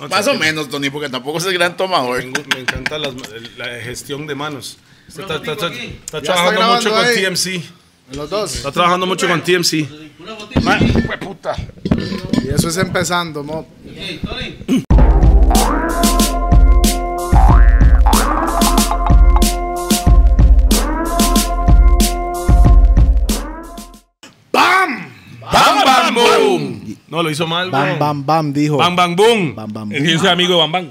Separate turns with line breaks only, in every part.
No, Más o menos, Tony, porque tampoco es el gran tomador.
Tengo- me encanta las- la gestión de manos. Usted
Una
Está, está-
fotico
está-
aquí.
está
Ya
trabajando
está
mucho con
grabando ahí.
TMC.
Los dos.
Está trabajando mucho con TMC.
Una botella.
puta.
Y eso es empezando, mo.
Ok, Tony.
¡Bam, bam, boom!
No, lo hizo mal,
Bam,
weón. Bam,
bam, bam, dijo.
bam, boom.
Bam, bam,
Es que yo soy amigo de Bam Bam.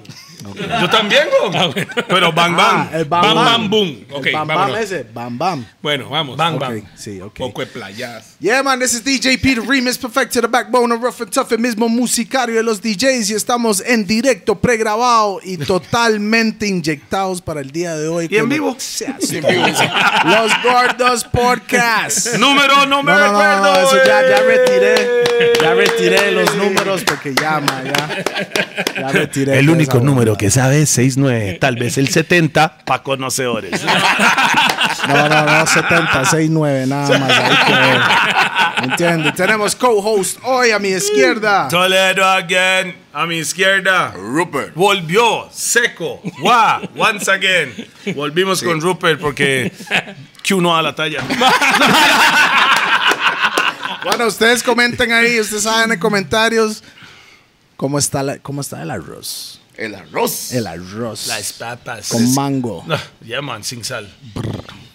Yo también, weón.
Ah, bueno.
Pero bam,
Ah,
bam.
el bam,
Bam,
bam.
bam, boom.
El
Ok,
bam, bam
vámonos.
ese. Bam, bam.
Bueno, vamos.
Bam,
Ok,
bam.
sí, ok.
Poco de playas.
Yeah, man, this is DJ Peter Remix, Perfect to the Backbone, of Rough and Tough, el mismo musicario de los DJs. Y estamos en directo, pregrabado y totalmente inyectados para el día de hoy.
Y en
con-
vivo.
En vivo, sí.
Los Gordos Podcast.
Número, no me
No, no, no, no,
recuerdo.
eso ya, ya
eh.
retiré. Ya retiré los números porque llama, ya. Ya retiré.
El
toda
único
esa
número
huevada.
que
sabe es 69, tal vez el 70 para conocedores.
No, no, no, 769, nada más. Ahí quedó. ¿Me entiendes? Tenemos co-host hoy a mi izquierda.
Toledo again, a mi izquierda.
Rupert.
Volvió, seco, guau, once again. Volvimos con Rupert porque Q no da la talla.
Bueno, ustedes comenten ahí, ustedes saben en comentarios cómo está, la- cómo está el arroz.
El arroz.
El arroz.
papas.
con mango.
Yeah, man, Ah, sin sal.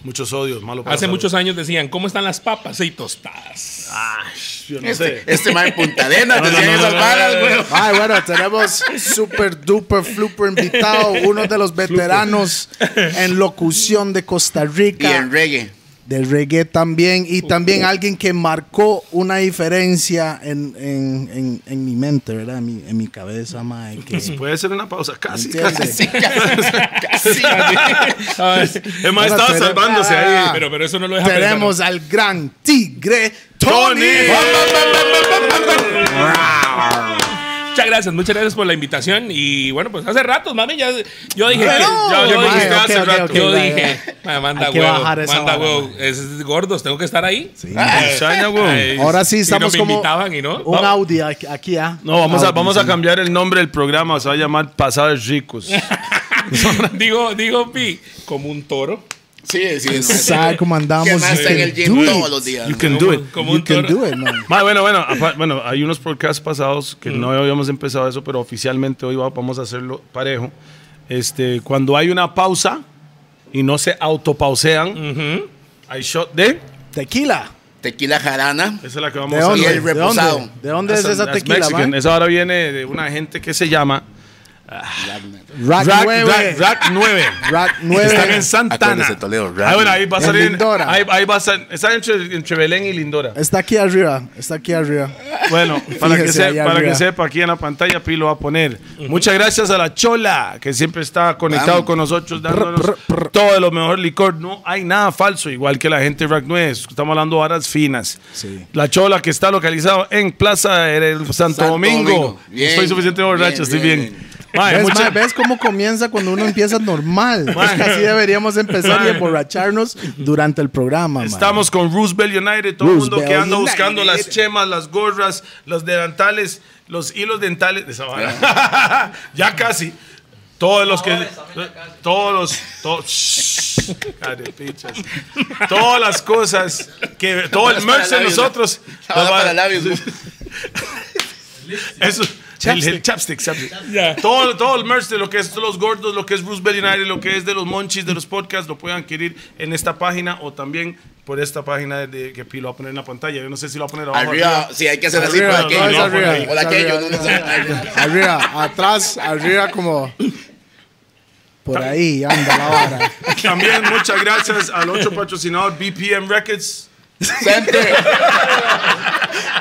Muchos odios, malo para
Hace
la
muchos
salud.
años decían, ¿cómo están las papas y tostadas?
Ay, yo no
este,
sé.
este man en Punta Arenas,
No, no,
decían
no,
esas
no, no,
balas,
no, no,
güey.
Ay, bueno, tenemos super duper fluper invitado, uno de los veteranos en locución de Costa
Y en
Rica,
reggae.
del reggae también, y también alguien que marcó una diferencia en, en- en- en mi mente, ¿verdad? En mi, en mi cabeza, mae, que-
Puede ser una pausa, casi.
¿entiende?
casi.
Sí, casi. casi.
¿Sabes?
El más
Ahora
estaba
tenemos-
salvándose
Ah.
ahí.
Pero, pero eso no lo deja
Tenemos al gran tigre Tony.
Tony.
pensar. Muchas gracias, muchas gracias por la invitación. Y bueno, pues hace rato, mami, ya, yo dije,
Pero-
yo, yo
Mae,
dije,
ok,
hace
ok,
rato,
ok,
yo
vaya,
dije, "Ma, manda
Hay que
huevo,
bajar esa
manda
vara,
huevo, es gordos, tengo que estar ahí.
Sí.
Chaña, güey.
Ay,
Ahora sí
y
estamos
no me
como
invitaban y no.
un Audi aquí, aquí, ¿ah?
No, vamos a,
Audi,
vamos a
sí.
cambiar el nombre del programa. Se va a llamar Pasados Ricos.
digo, digo, Pi, como un toro.
Sí, sí.
Sabe cómo andamos.
Que más
You
está en el
can
gym
do
todos
it.
los días.
You
¿no?
can do it.
Como
You
un
can
toro.
do it, man.
Ma, bueno, bueno, apa- bueno, hay unos podcasts pasados que no
Mm.
habíamos empezado eso, pero oficialmente hoy va- vamos a hacerlo parejo. Este, cuando hay una pausa y no se autopausean, hay shot de.
Tequila.
Tequila jarana.
Esa es la que
¿De
vamos a
dónde?
el
¿De dónde?
reposado.
¿De dónde es
That's-
esa
that's
tequila,
Mexican.
man?
Esa ahora viene de una gente que se llama
Rack
Rack,
9.
Rack- Rack 9.
Rack
Están
9.
en Santana.
Acuérdese, Toledo, Rack
Ah, bueno, ahí va a
En
salir.
Lindora.
Ahí, ahí va a salir. Está entre, entre Belén y Lindora.
Está aquí arriba. Está aquí arriba.
Bueno, para, que,
Fíjese
se-
allá
para
arriba.
que sepa, aquí en la pantalla Pi lo va a poner. Muchas gracias a la Chola, que siempre está conectado
Vamos.
con nosotros, dándonos todo lo mejor licor. No hay nada falso, igual que la gente de Rack 9. Estamos hablando de varas finas.
Sí.
La Chola, que está localizado en Plaza del Santo,
Santo
Domingo.
Domingo. Bien,
estoy suficiente borracho,
bien,
estoy
bien,
bien. Mae,
¿Ves,
mucha-
ma? ¿Ves cómo comienza cuando uno empieza normal?
Man.
Es que así deberíamos empezar y
Man.
emborracharnos durante el programa, man.
Estamos con Roosevelt United, todo el mundo
Roosevelt
que anda
United.
buscando las chemas, las gorras, los delantales, los hilos dentales de esa vara. ya casi. Todos los que. Todos los. to- Shh, carepichas. Todas las cosas que. Todo el
Es para
merch de
labios,
nosotros.
La bala
la vara-
para labios. güey.
Eso. El, el chapstick, chapstick.
Ya.
Todo, todo el merch de lo que es los gordos, lo que es Roosevelt United, lo que es de los monchis, de los podcasts, lo pueden adquirir en esta página o también por esta página de, que Pi lo va a poner en la pantalla. Yo no sé si lo va a poner abajo.
Arriba, sí, hay que hacer así por
Arriba,
aquello.
no, es arriba,
Por
es
aquello, no,
arriba,
no sé.
Arriba, atrás, arriba como... Por ahí anda la vara.
También muchas gracias al otro patrocinador, BPM Records.
Center.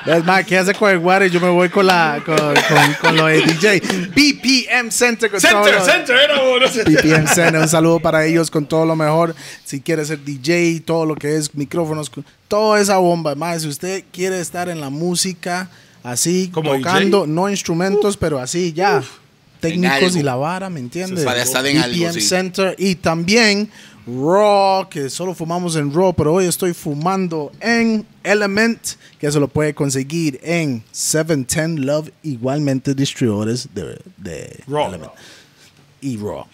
Es más, ¿qué hace con el guare? Yo me voy con, la, con, con, con lo de DJ. BPM Center. Con todo
Center,
lo-
Center, era bueno.
BPM Center. Un saludo para ellos con todo lo mejor. Si quiere ser DJ, todo lo que es micrófonos, cu- toda esa bomba. Más, si usted quiere estar en la música, así,
¿Como
tocando, no instrumentos, pero así, ya. técnicos
algo.
y la vara, ¿me entiendes?
Para estar en algo,
EPM
sí.
Center y también Raw, que solo fumamos en Raw, pero hoy estoy fumando en Element, que se lo puede conseguir en 710 Love, igualmente distribuidores de, de
Raw.
Element. Y Raw.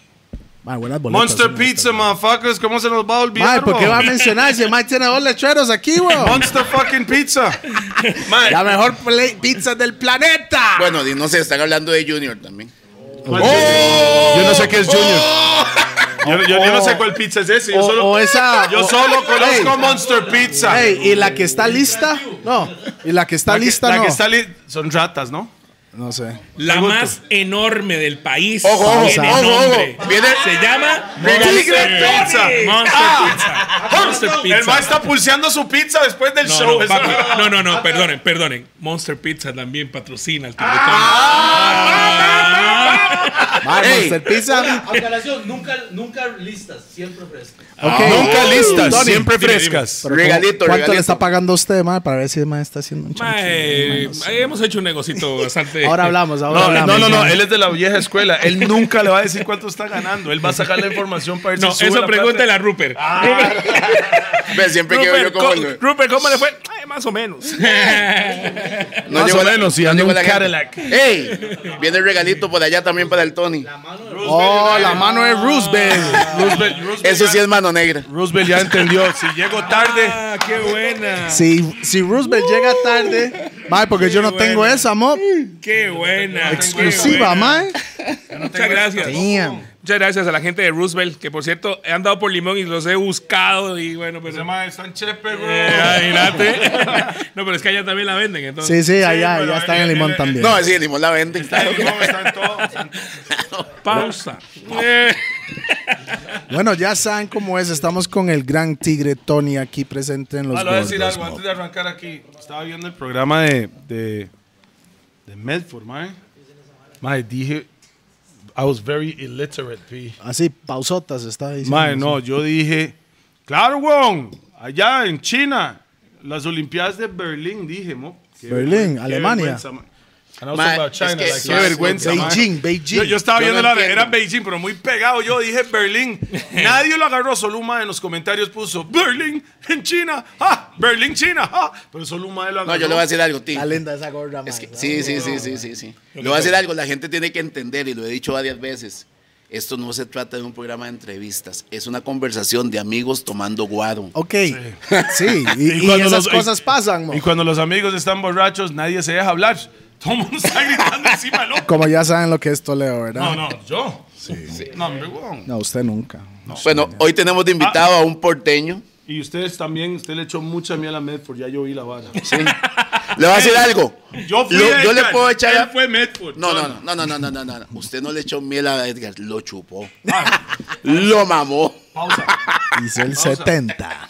Mae, buenas boletas,
Monster
buenas
Pizza,
boletas.
motherfuckers. ¿Cómo se nos va a
Mae,
olvidar?
¿por qué
bro?
va a mencionar si el Mae tiene dos letreros aquí, weón?
Monster fucking Pizza. Mae,
La mejor pla- pizza del planeta.
Pues
Bueno, di- no sé, están hablando de Junior también.
Oh.
Yo no sé qué es Junior.
yo, yo- yo no sé cuál pizza es ese. Yo
o,
solo,
o esa.
yo
o-
solo conozco
Oh, Ey,
Monster Pizza.
ey, y la que está lista, no. Y la que está
La que-
lista,
la
no.
que está li- son ratas, ¿no?
No sé.
La más enorme del país.
Ojo, ojo,
tiene
ojo,
nombre.
ojo. Viene-
Se llama
Tigre Pizza.
Monster
Ah.
Pizza. Monster
El man
Pizza.
está pulseando su pizza después del
No
show.
no,
Esa-
papi. no, no, no, perdonen, perdonen. Monster Pizza también patrocina al Teletón. Ah,
Mae,
Ey.
Monster Pizza.
Ah,
Aclaración, nunca, nunca listas, siempre frescas.
Ok.
Nunca listas,
Oh. Tony,
siempre
dime,
frescas.
pero
Regalito,
¿Cuánto
regalito.
le está pagando usted, mae, para ver si el mae está haciendo un chancho?
Mae, eh, hemos hecho un negocito bastante.
Ahora hablamos, ahora
No,
hablamos.
no, no, no, él es de la vieja escuela. Él nunca le va a decir cuánto está ganando. Él va a sacar la información para irse
No, eso pregúntale a Rupert.
Ve, Pues, siempre que yo
Rupert,
como.
¿cómo,
el-
Rupert, ¿cómo le fue? Ay, más o menos.
No
Más
llegó
o
la-
menos, y
no
anda
llegó
un
la gente.
Cadillac.
¡Ey! Viene el regalito por allá también para el Tony.
Oh, la mano es Roosevelt.
Roosevelt, Roosevelt
Eso sí
ya-
es mano negra.
Roosevelt ya entendió. Si llego tarde,
Ah, qué buena.
Si, si Roosevelt llega tarde, mae, porque yo no
Qué
tengo
buena.
esa, mo.
Qué buena.
Exclusiva,
qué buena.
mae.
Muchas gracias.
Damn.
Muchas gracias a la gente de Roosevelt, que por cierto he andado por Limón y los he buscado y bueno,
se
pero...
llama San Chepe, bro.
Eh, adelante. no, pero es que allá también la venden, entonces.
Sí, sí, allá,
pero
allá está en el
eh,
limón
eh,
también.
No, sí, ni la vende.
¿Cómo están todos?
Pausa. Eh,
Bueno, ya saben cómo es. Estamos con el gran tigre Tony aquí presente en los
Ah, le voy a decir
gordos,
algo
mo.
antes de arrancar aquí. Estaba viendo el programa de, de, de Medford, mae. Mae, dije. I was very illiterate, P.
Así, pausotas está diciendo.
Mae, no, yo dije. Claro, weón. Allá en China. Las Olimpiadas de Berlín, dije, mo. Qué
Berlín,
vergüenza,
Alemania.
vergüenza, mae. And also
Mae,
about
es
China,
que-
like, qué
mae,
vergüenza, mae.
Beijing, Beijing.
Yo, yo estaba
Yo
viendo
no
la
entiendo.
era Beijing, pero muy pegado. Yo dije Berlín. Nadie lo agarró. Solo un mae en los comentarios puso Berlín en China. Ah, Berlín, China. Ah. Pero solo un mae lo agarró.
No, yo le voy a decir algo, tío.
Está linda esa gorda, mae.
Es que- sí, sí, sí, sí, sí, sí. Le voy a decir algo, la gente tiene que entender, y lo he dicho varias veces, esto no se trata de un programa de entrevistas, es una conversación de amigos tomando guaro.
Ok. Sí, y, y
cuando
esas
los-
cosas pasan, mo.
Y cuando los amigos están borrachos, nadie se deja hablar. Todo el mundo está gritando encima del otro.
Como ya saben lo que es Toledo, ¿verdad?
No, no, yo. No, hombre, weón.
No, usted nunca.
Bueno, hoy tenemos de
Ah.
invitado a un porteño.
Y ustedes también, usted le echó mucha miel a Medford, ya yo vi la vara.
Le voy a decir algo.
Yo fui
Lo-
Edgar,
yo le puedo echar.
Él fue Medford.
No, no, no, no, no, no, no, no, no. Usted no le echó miel a Edgar, lo chupó.
Ah.
lo mamó.
Pausa.
Hizo el 70.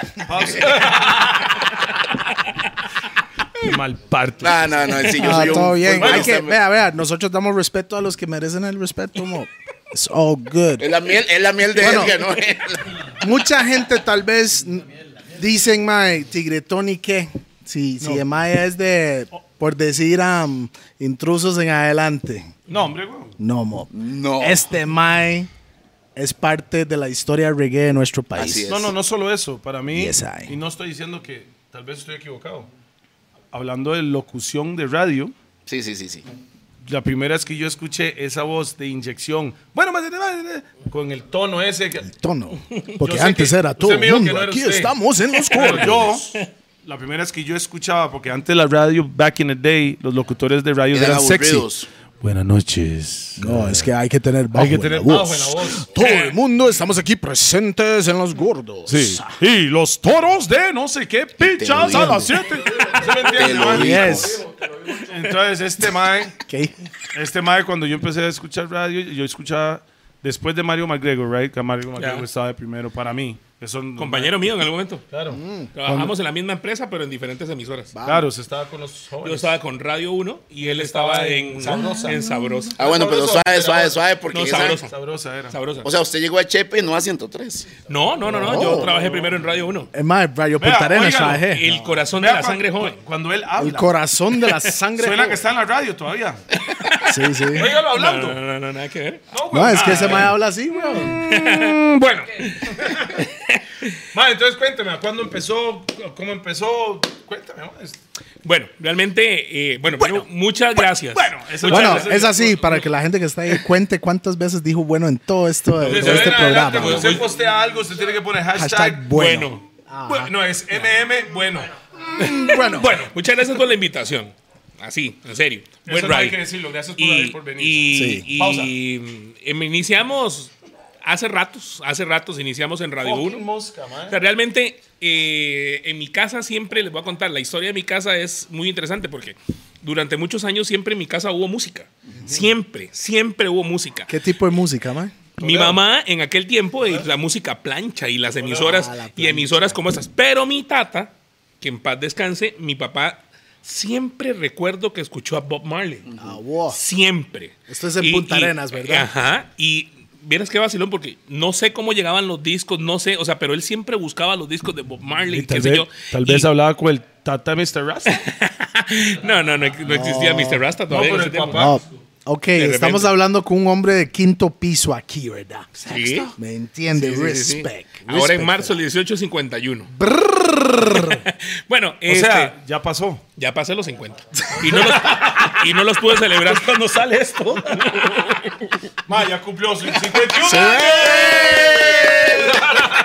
Mal parte.
No, no, no, sí, yo
Ah,
soy un-
todo bien.
Bueno,
Hay que,
está-
vea, vea, nosotros damos respeto a los que merecen el respeto, mo. It's all good.
Es la miel, es la miel de
Bueno.
Edgar, ¿no?
Mucha gente tal vez n- dicen, mae, Tigre Tony, ¿qué? Si, si el mae es de, por decir, am, intrusos en adelante.
No, hombre, weón.
No, mo.
No.
Este mae es parte de la historia reggae de nuestro país.
Así es.
No, no, no solo eso. Para mí,
Yes, I.
y no estoy diciendo que tal vez estoy equivocado. Hablando de locución de radio,
Sí, sí, sí, sí.
la primera vez que yo escuché esa voz de inyección, bueno, más- más- más- con el tono ese. que-
Tono. Porque
Yo sé
antes
que-
era
usted
todo.
me dijo que
mundo.
no era
Aquí
usted.
estamos en los
Pero
coros.
yo, la primera vez que yo escuchaba, porque antes la radio, back in the day, los locutores de radio eran,
Eran
sexy.
aburridos.
Buenas noches.
No, es que hay que tener bajo
Hay que
en
tener
la
bajo en la voz.
Todo el mundo estamos aquí presentes en los gordos.
Sí. Y los toros de no sé qué pichas a
digo.
las 7.
Te lo digo.
Yes.
Entonces, este mae,
Ok.
este mae, cuando yo empecé a escuchar radio, yo escuchaba después de Mario McGregor, right? Que Mario McGregor
Ya.
estaba de primero para mí. Eso,
Compañero mío en algún momento.
Claro.
Trabajamos en la misma empresa, pero en diferentes emisoras.
Claro, se estaba con los
Yo
jóvenes.
estaba con Radio 1 y él estaba en Sabrosa. En Sabrosa.
Ah, bueno, pero suave, suave, suave, porque
No,
esa-
sabrosa.
Sabrosa era.
Sabrosa.
O sea, usted llegó a Chepe no a 103.
No, no, no, no. Yo trabajé primero en Radio 1.
Es más, Rayo
Vea,
Punta Arenas,
óigalo.
trabajé.
El corazón
Vea
de la
cu-
sangre
cu-
joven.
Cuando él
El
habla.
corazón de la sangre.
Suena que está en la radio todavía.
Sí, sí.
Oígalo
No,
hablando.
no, no, no, nada que ver.
No, güey.
No, es
pues,
que ese mae habla así, weón.
Mm, bueno,
Ma, Ah. entonces cuéntame, ¿cuándo empezó? ¿Cómo empezó? Cuéntame, ma, es-
bueno, realmente, eh, bueno, primero, muchas gracias.
bueno, eso-
Muchas
Bueno,
gracias.
es así, para que la gente que está ahí cuente cuántas veces dijo bueno en todo esto, en
Desde
todo este
ahora en adelante,
programa.
cuando usted postea algo, usted tiene que poner hashtag,
Hashtag
pues, bueno.
bueno.
Bueno, no, es MM, bueno.
Bueno, muchas gracias por la invitación. Así, en serio. Buen
Eso no hay
ride.
que decirlo. Gracias por,
y,
por venir.
y-
Sí.
y-
Pausa.
em, iniciamos hace ratos, hace ratos iniciamos en Radio
Fucking
1.
Oh, mosca, ma.
O sea, realmente eh, en mi casa siempre les voy a contar, la historia de mi casa es muy interesante porque durante muchos años siempre en mi casa hubo música. Siempre, siempre hubo música.
¿Qué tipo de música, mae?
Mi mamá en aquel tiempo eh, la música plancha y las emisoras
Ah, la
y
plancha.
emisoras como esas. Pero mi tata, que en paz descanse, mi papá siempre recuerdo que escuchó a Bob Marley.
Ah, wow.
Siempre.
Esto es en Punta Arenas, ¿verdad?
Ajá. Y vieras qué vacilón, porque no sé cómo llegaban los discos, no sé, o sea, pero él siempre buscaba los discos de Bob Marley,
Y tal
qué sé
vez,
yo.
tal
Y-
vez hablaba con el Tata Mr. Rasta.
no, no, no, no existía Mr. Rasta todavía.
pero el
en ese tiempo.
papá- Ah.
ok,
repente.
estamos hablando con un hombre de quinto piso aquí, ¿verdad?
Sí.
¿Me entiende?
Sí, sí, sí, sí.
Respect.
Ahora en
Respect.
marzo, el 1851. bueno, o
O sea, Este, ya pasó.
Ya pasé los 50. Y no los, y no los pude celebrar. cuando sale esto?
Ma, ya cumplió su 51.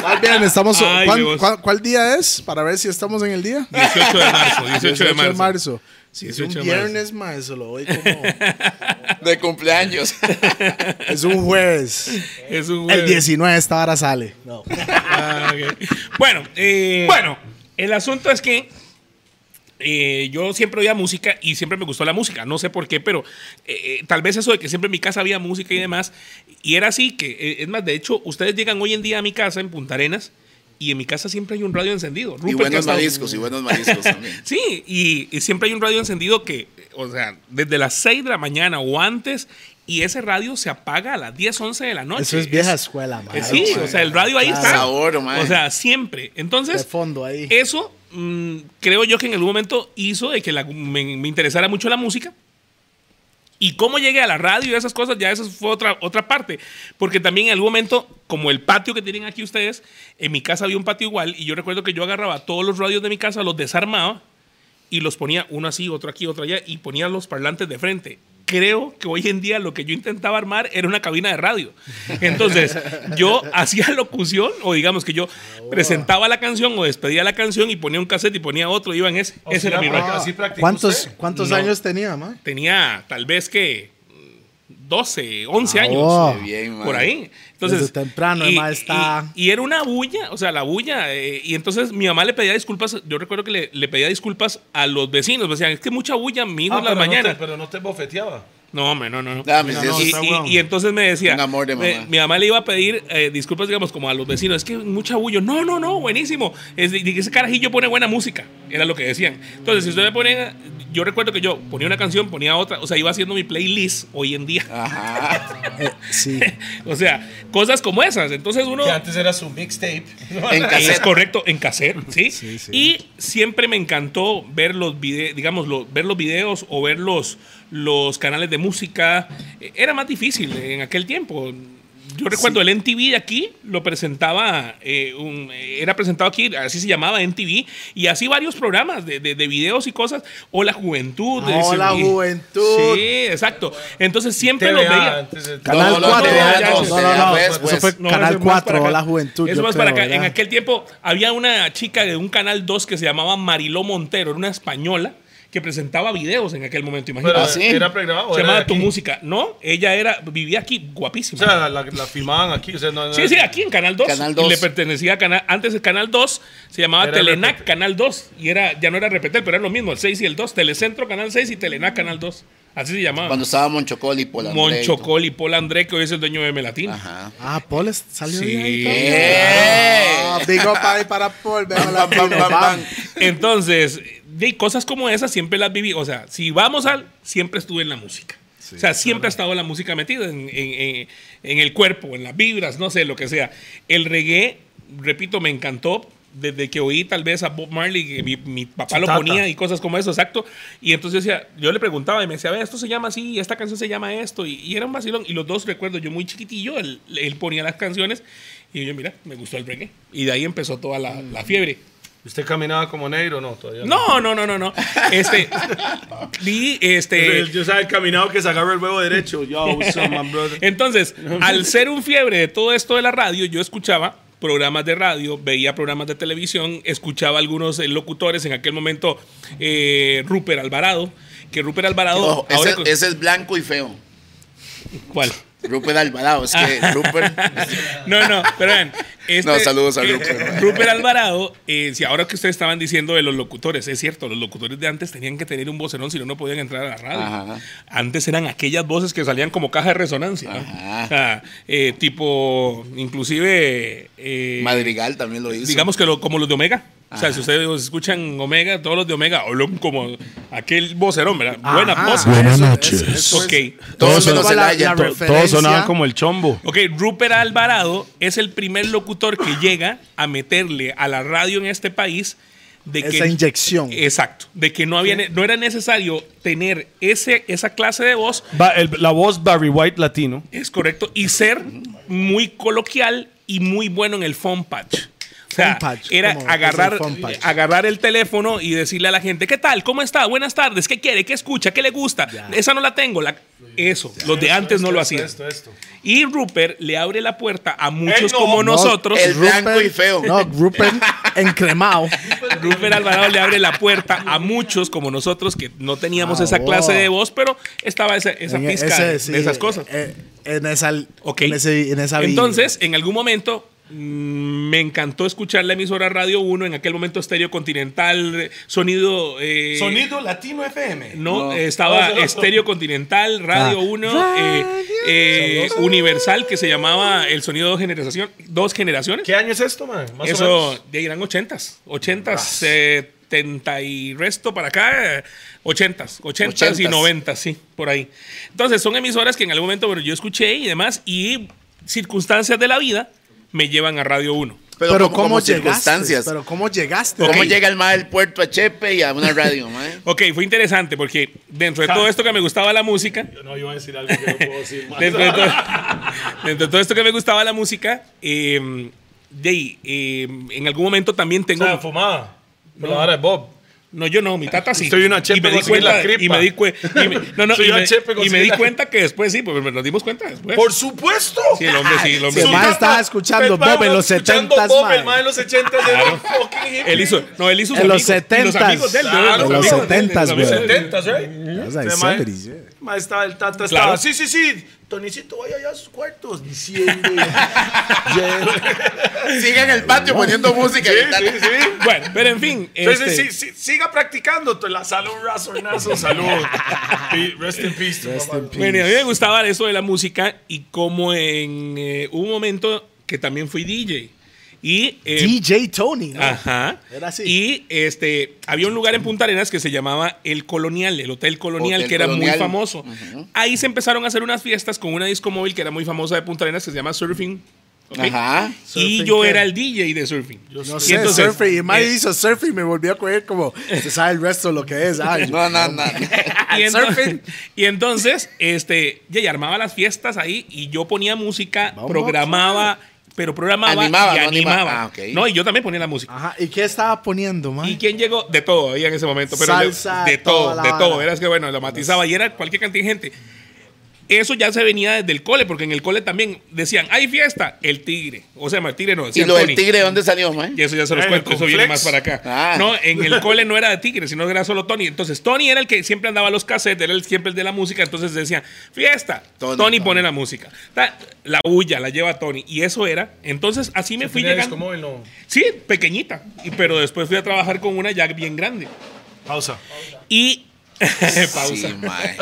Más bien, estamos.
Ay,
¿cuán-
Dios.
cuál, cuál día es? Para ver si estamos en el día.
18 de marzo. 18, de marzo.
Si es
18
un
de marzo.
viernes, mae, se lo doy como.
De cumpleaños.
es un jueves.
Es un
El
jueves.
19 esta hora sale. No.
Ah, ok. Bueno, eh, bueno, el asunto es que eh, yo siempre oía música y siempre me gustó la música. No sé por qué, pero eh, eh, tal vez eso de que siempre en mi casa había música y demás. Y era así que, eh, es más, de hecho, ustedes llegan hoy en día a mi casa en Punta Arenas y en mi casa siempre hay un radio encendido.
y
Rupert
buenos
Casado.
mariscos, y buenos mariscos también.
Sí, y, y siempre hay un radio encendido que, o sea, desde las 6 de la mañana o antes, y ese radio se apaga a las 10, 11 de la noche.
Eso es vieja
eh,
escuela, mae.
Es- Sí, o sea, el radio ahí
Claro.
está.
Sabor, mae.
o sea, siempre.
De
Entonces,
fondo ahí.
eh,
eso mm, creo yo que en algún momento hizo de que la- me, me interesara mucho la música. Y cómo llegué a la radio y esas cosas, ya eso fue otra, otra parte. Porque también en algún momento, como el patio que tienen aquí ustedes, en mi casa había un patio igual y yo recuerdo que yo agarraba todos los radios de mi casa, los desarmaba y los ponía uno así, otro aquí, otro allá y ponía los parlantes de frente. Creo que hoy en día lo que yo intentaba armar era una cabina de radio. Entonces, yo hacía locución o digamos que yo
Ah,
presentaba la canción o despedía la canción y ponía un cassette y ponía otro, iban ese.
O
Ese
sea,
era mi
ah,
rollo.
así practicó
¿Cuántos,
usted.
cuántos
No.
años tenía, mae?
Tenía tal vez que mm, 12, 11
Ah,
años.
oh.
Qué bien, man.
Por ahí. Entonces,
Desde temprano, el
y-
mae está-
Y, y era una bulla, o sea, la bulla. eh, y entonces mi mamá le pedía disculpas. Yo recuerdo que le, le pedía disculpas a los vecinos. Me decían, es que mucha bulla, mi hijo
Ah,
en las
pero no te-
mañanas.
pero no te bofeteaba.
No, hombre, no, no. no.
Dame,
No,
sí,
no,
sí,
y-
está
y-
bueno.
y, entonces me decía,
Un amor de
me-
mamá.
mi mamá le iba a pedir eh, disculpas, digamos, como a los vecinos, es que mucha bullo. No, no, no, buenísimo. Es, de- de que ese carajillo pone buena música, era lo que decían. Entonces, si ustedes ponen, yo recuerdo que yo ponía una canción, ponía otra, o sea, iba haciendo mi playlist hoy en día.
Ah. Ajá.
Eh, sí.
O sea, cosas como esas. Entonces uno...
Que antes era su mixtape.
En
Es
cassette.
correcto, en cassette, ¿sí? Y siempre me encantó ver los videos, digamos, lo- ver los videos o ver los, los canales de música. Eh, Era más difícil en aquel tiempo. Yo recuerdo el MTV de aquí, lo presentaba, eh, un- eh, era presentado aquí, así se llamaba MTV, y así varios programas de, de- de videos y cosas. O la juventud.
Ah, O La
sí.
Juventud.
Sí, exacto. Entonces siempre los
TVA,
veía.
antes de-
Canal
No, no, no,
4.
TVA
No,
no,
no, no,
TVA
Eso
pues,
después.
fue
No,
Canal
eso es más
4
para
o La
acá.
Juventud.
Eso
yo
más para
creo,
acá. En
¿verdad?
aquel tiempo había una chica de un canal 2 que se llamaba Mariló Montero, era una española que presentaba videos en aquel momento,
Pero,
Ah,
imagínate.
sí.
¿Era pregrabado?
se
era
llamaba
de
Tu
aquí?
Música. No, ella era vivía aquí, guapísima.
O sea, la, la filmaban aquí. O sea, no, no-
sí, sí, aquí en Canal 2.
Canal
Y le
2.
pertenecía a Canal antes el Canal 2 se llamaba
Era
Telenac
Repetel.
Canal 2 y era ya no era Repetel, pero era lo mismo, el 6 y el 2, Telecentro Canal 6 y Telenac Canal 2. Así se llamaba.
Cuando estaba Monchocol y Polandré. y todo.
Monchocol y Paul André, que hoy es el dueño de Melatina.
Ajá.
Ah, Paul es- salió de ahí.
Sí.
también.
Eh.
Ah, Big up ahí para Paul. venga,
Bam, bam,
Latino,
bam, bam.
bam.
Entonces, de cosas como esas siempre las viví. O sea, si vamos al, siempre estuve en la música. o sea, siempre ha estado la música metida en, en- en- en el cuerpo, en las vibras, no sé, lo que sea. El reggae, repito, me encantó desde que oí tal vez a Bob Marley, que mi, mi papá lo
Chitata.
ponía y cosas como eso, exacto. Y entonces yo, decía, yo le preguntaba y me decía, "Ve, esto se llama así, esta canción se llama esto. Y, y era un vacilón. Y los dos recuerdo, yo muy chiquitillo, él, él ponía las canciones y yo, mira, me gustó el reggae. Y de ahí empezó toda la, la fiebre.
¿Usted caminaba como negro? No, todavía
No, no, no, no, no. Este, di, este...
Yo sabía el caminado que se agarra el huevo derecho. Yo, what's up, my brother?
Entonces, al ser un fiebre de todo esto de la radio, yo escuchaba programas de radio, veía programas de televisión, escuchaba algunos eh, locutores, en aquel momento eh, Rupert Alvarado, que Rupert Alvarado...
Ojo,
ahora
ese,
con-
ese es blanco y feo.
¿Cuál?
Rupert Alvarado, es que
Ah.
Rupert.
No, no, pero vean. este-
No, saludos a Rupert.
Rupert Alvarado, eh, si ahora que ustedes estaban diciendo de los locutores, es cierto, los locutores de antes tenían que tener un vocerón, si no, no podían entrar a la radio.
Ajá.
Antes eran aquellas voces que salían como caja de resonancia, ¿no?
Ajá.
Ah, eh, tipo, inclusive... eh,
Madrigal también lo hizo.
digamos que lo- como los de Omega. O sea, si ustedes escuchan Omega, todos los de Omega hablan como aquel vocerón, ¿verdad? Buena voz.
Buenas noches.
Ok.
Todos
Eso
menos
fue
el
la-
Aya.
la
To-
Todos sonaban
referencia.
como el chombo.
Ok, Rupert Alvarado es el primer locutor que llega a meterle a la radio en este país de que
Esa inyección.
exacto, de que no había ne- no era necesario tener ese esa clase de voz,
Ba- el- la voz Barry White latino.
es correcto, y ser muy coloquial y muy bueno en el phone patch. O sea,
Phone patch,
era
¿cómo es el
agarrar,
phone patch?
agarrar el teléfono y decirle a la gente, ¿qué tal? ¿Cómo está? Buenas tardes, ¿qué quiere? ¿Qué escucha? ¿Qué le gusta? Esa no la tengo. la- eso, los de antes no lo hacían. Y Rupert le abre la puerta a muchos
no.
como
No,
nosotros.
el blanco y feo.
No, Rupert encremado.
Rupert Alvarado le abre la puerta a muchos como nosotros que no teníamos
Ah,
esa
wow.
clase de voz, pero estaba esa, esa
En
pizca
ese,
de-
sí,
de esas cosas.
eh, en esa.
Ok.
En, ese- en esa vibra.
Entonces, en algún momento mm, me encantó escuchar la emisora Radio 1, en aquel momento Estéreo Continental, eh, sonido... eh,
Sonido Latino FM.
No, eh, estaba
No, no, no.
Estéreo Continental, Radio
Ah.
1, eh, eh, Universal, que se llamaba El Sonido de Generación, Dos Generaciones.
¿Qué año es esto, man? Más o menos.
Eso de ahí eran 80s, 80s, 70 y resto para acá, eh, 80s, 80s, y
80s.
90s, sí, por ahí. Entonces son emisoras que en algún momento bueno, yo escuché y demás, y circunstancias de la vida me llevan a Radio 1.
Pero, como, como circunstancias.
Pero cómo llegaste.
¿Cómo
Ok.
llega el mal del puerto a Chepe y a una radio, mae?
Ok, fue interesante porque dentro de todo esto que me gustaba la música,
No, yo iba a decir algo que no puedo decir. man.
dentro, de todo, dentro de todo esto que me gustaba la música, eh, de ahí, eh, en algún momento también
O
tengo...
sea, fumaba. Pero ahora es Bob.
No, yo no, mi tata sí.
Soy una chepe,
y me
voy
di
a seguir la
cuenta,
cripa.
y me di cue- y me- no, no,
Soy
y
una
me,
chepe,
y me di
conseguí la-
cuenta que después sí, porque nos dimos cuenta después.
¡Por supuesto!
Pues, sí, el hombre sí, el hombre
Se
sí.
va. mae estaba
Tata,
escuchando
el mae
Bob en los
escuchando
70s,
Bob,
mae.
el mae en los 70s era un fucking hippie.
Él hizo, no, él hizo sus
En los
amigos, y los
70s.
amigos de él,
Claro,
los
en los
amigos de él,
70s,
amigos de él.
güey.
70s, right?
That was like
Ese mae-
70s, yeah.
mae estaba el tata, estaba.
Claro.
Sí, sí, sí. Tonicito, vaya allá a sus cuartos. Diciendo.
Sigue en el patio poniendo música. y tal.
Bueno, pero en fin.
Entonces,
este,
sí, sí, siga practicando. La salud, razonazo, salud. Pi- Rest in peace. tu mamá.
Bueno, y a mí me gustaba eso de la música y como en eh, un momento que también fui DJ. Y, eh,
DJ Tony.
Ah.
¿no?
Ajá.
Era así.
Y este, había un lugar en Punta Arenas que se llamaba El Colonial, el Hotel Colonial,
Hotel
que era
Colonial.
muy famoso. Ahí se empezaron a hacer unas fiestas con una disco móvil que era muy famosa de Punta Arenas que se llama Surfing. ¿ok?
Ajá.
Y
¿Surfing
yo
qué?
era el DJ de Surfing.
No
Y
sé,
entonces,
surfing. Y Mari
eh,
hizo surfing me volvió a correr como, se sabe el resto de lo que es. Ay,
No, no, no.
y, ento-
surfing.
y entonces, este, ya ya armaba las fiestas ahí y yo ponía música,
Vamos,
programaba, pero programaba
Animaba,
y
no animaba.
animaba.
Ah, ok.
No, y yo también ponía la música.
Ajá, ¿y qué estaba poniendo, man?
¿Y quién llegó? De todo había en ese momento. Pero
Salsa,
de, de
toda
todo,
la
de
vara.
todo. Eras que bueno, lo matizaba y era cualquier cantidad de gente. Eso ya se venía desde el cole, porque en el cole también decían, hay fiesta, el tigre. O sea, el tigre no,
¿Y
decían
lo del
Tony.
tigre dónde salió, mae?
Y eso ya se los
Eh,
Ah,
cuento,
el
eso viene más
Conflex.
para acá.
Ah.
No, en el cole no era de tigre, sino que era solo Tony. Entonces, Tony era el que siempre andaba a los cassettes, era el, siempre el de la música. Entonces decían, fiesta.
Tony,
Tony,
Tony.
pone la música. Ta- La huya, la lleva Tony. Y eso era. Entonces, así me fui
Tenía
llegando.
disco móvil, no.
Sí, pequeñita. Y- Pero después fui a trabajar con una ya bien grande.
Pausa.
Y. Pausa.
Sí, mae.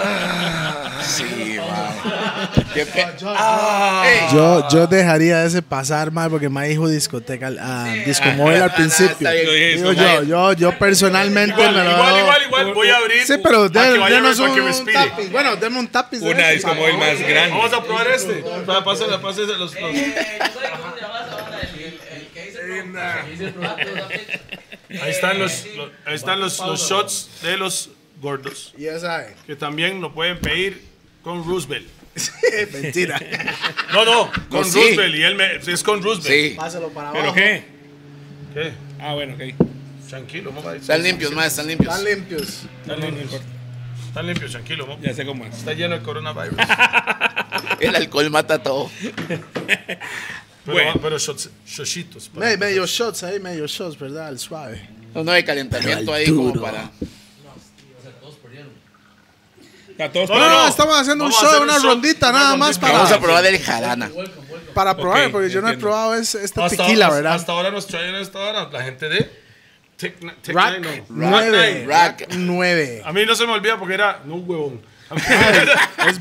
Sí, mae. Qué pe- Ah.
Yo, yo dejaría ese pasar, man, porque me dijo discoteca, al- a disco móvil al
Ah, está
principio.
bien.
Digo yo, yo, yo personalmente
Igual,
me lo
igual, igual, igual. Voy a abrir.
Sí, pero
para que
den-
vaya a ver,
denos
para que
un, un
respire.
tapiz. Bueno, deme un tapiz. de
Una
ese,
disco
man.
móvil más grande.
Vamos a probar este. Eh, Pásale, pásale los. los-
Eh, yo sé cómo se llama esa banda, el- el- el que dice.
Dice el programa, pero la fecha.
Ahí están los,
Eh,
los- ahí están los, los shots de los gordos,
Ya sabe.
que también lo pueden pedir con Roosevelt.
Mentira.
No, no, con
No, sí.
Roosevelt, y él me, es con Roosevelt.
Sí.
Pásalo para
¿Pero
abajo.
qué?
¿Qué?
Ah, bueno, ok.
Tranquilo, mamá.
Están limpios, más, están limpios.
Están limpios.
Están limpios, están limpios, tranquilo, mamá.
Ya sé cómo es.
Está lleno de coronavirus.
El alcohol mata todo.
Pero,
Bueno.
pero shots, shotsitos, para-
Me- Medio shots ahí, medio shots, ¿verdad? El suave.
No hay calentamiento ahí como para.
A todos
No,
No,
para-
no,
no, estamos haciendo
vamos
un
a
show,
hacer
una
un show,
rondita
una
nada
rondita.
más para,
Vamos a probar el jarana.
para probar,
Ok,
porque yo no he
entiendo.
probado es- esta
Hasta
tequila,
ahora,
¿verdad?
Hasta ahora nos traen hasta ahora la gente de Tech Ni- Tech
Rack
Nine, no. Rack
9.
Nine.
Rack.
Rack 9.
A mí no se me olvida porque era no huevón.
Es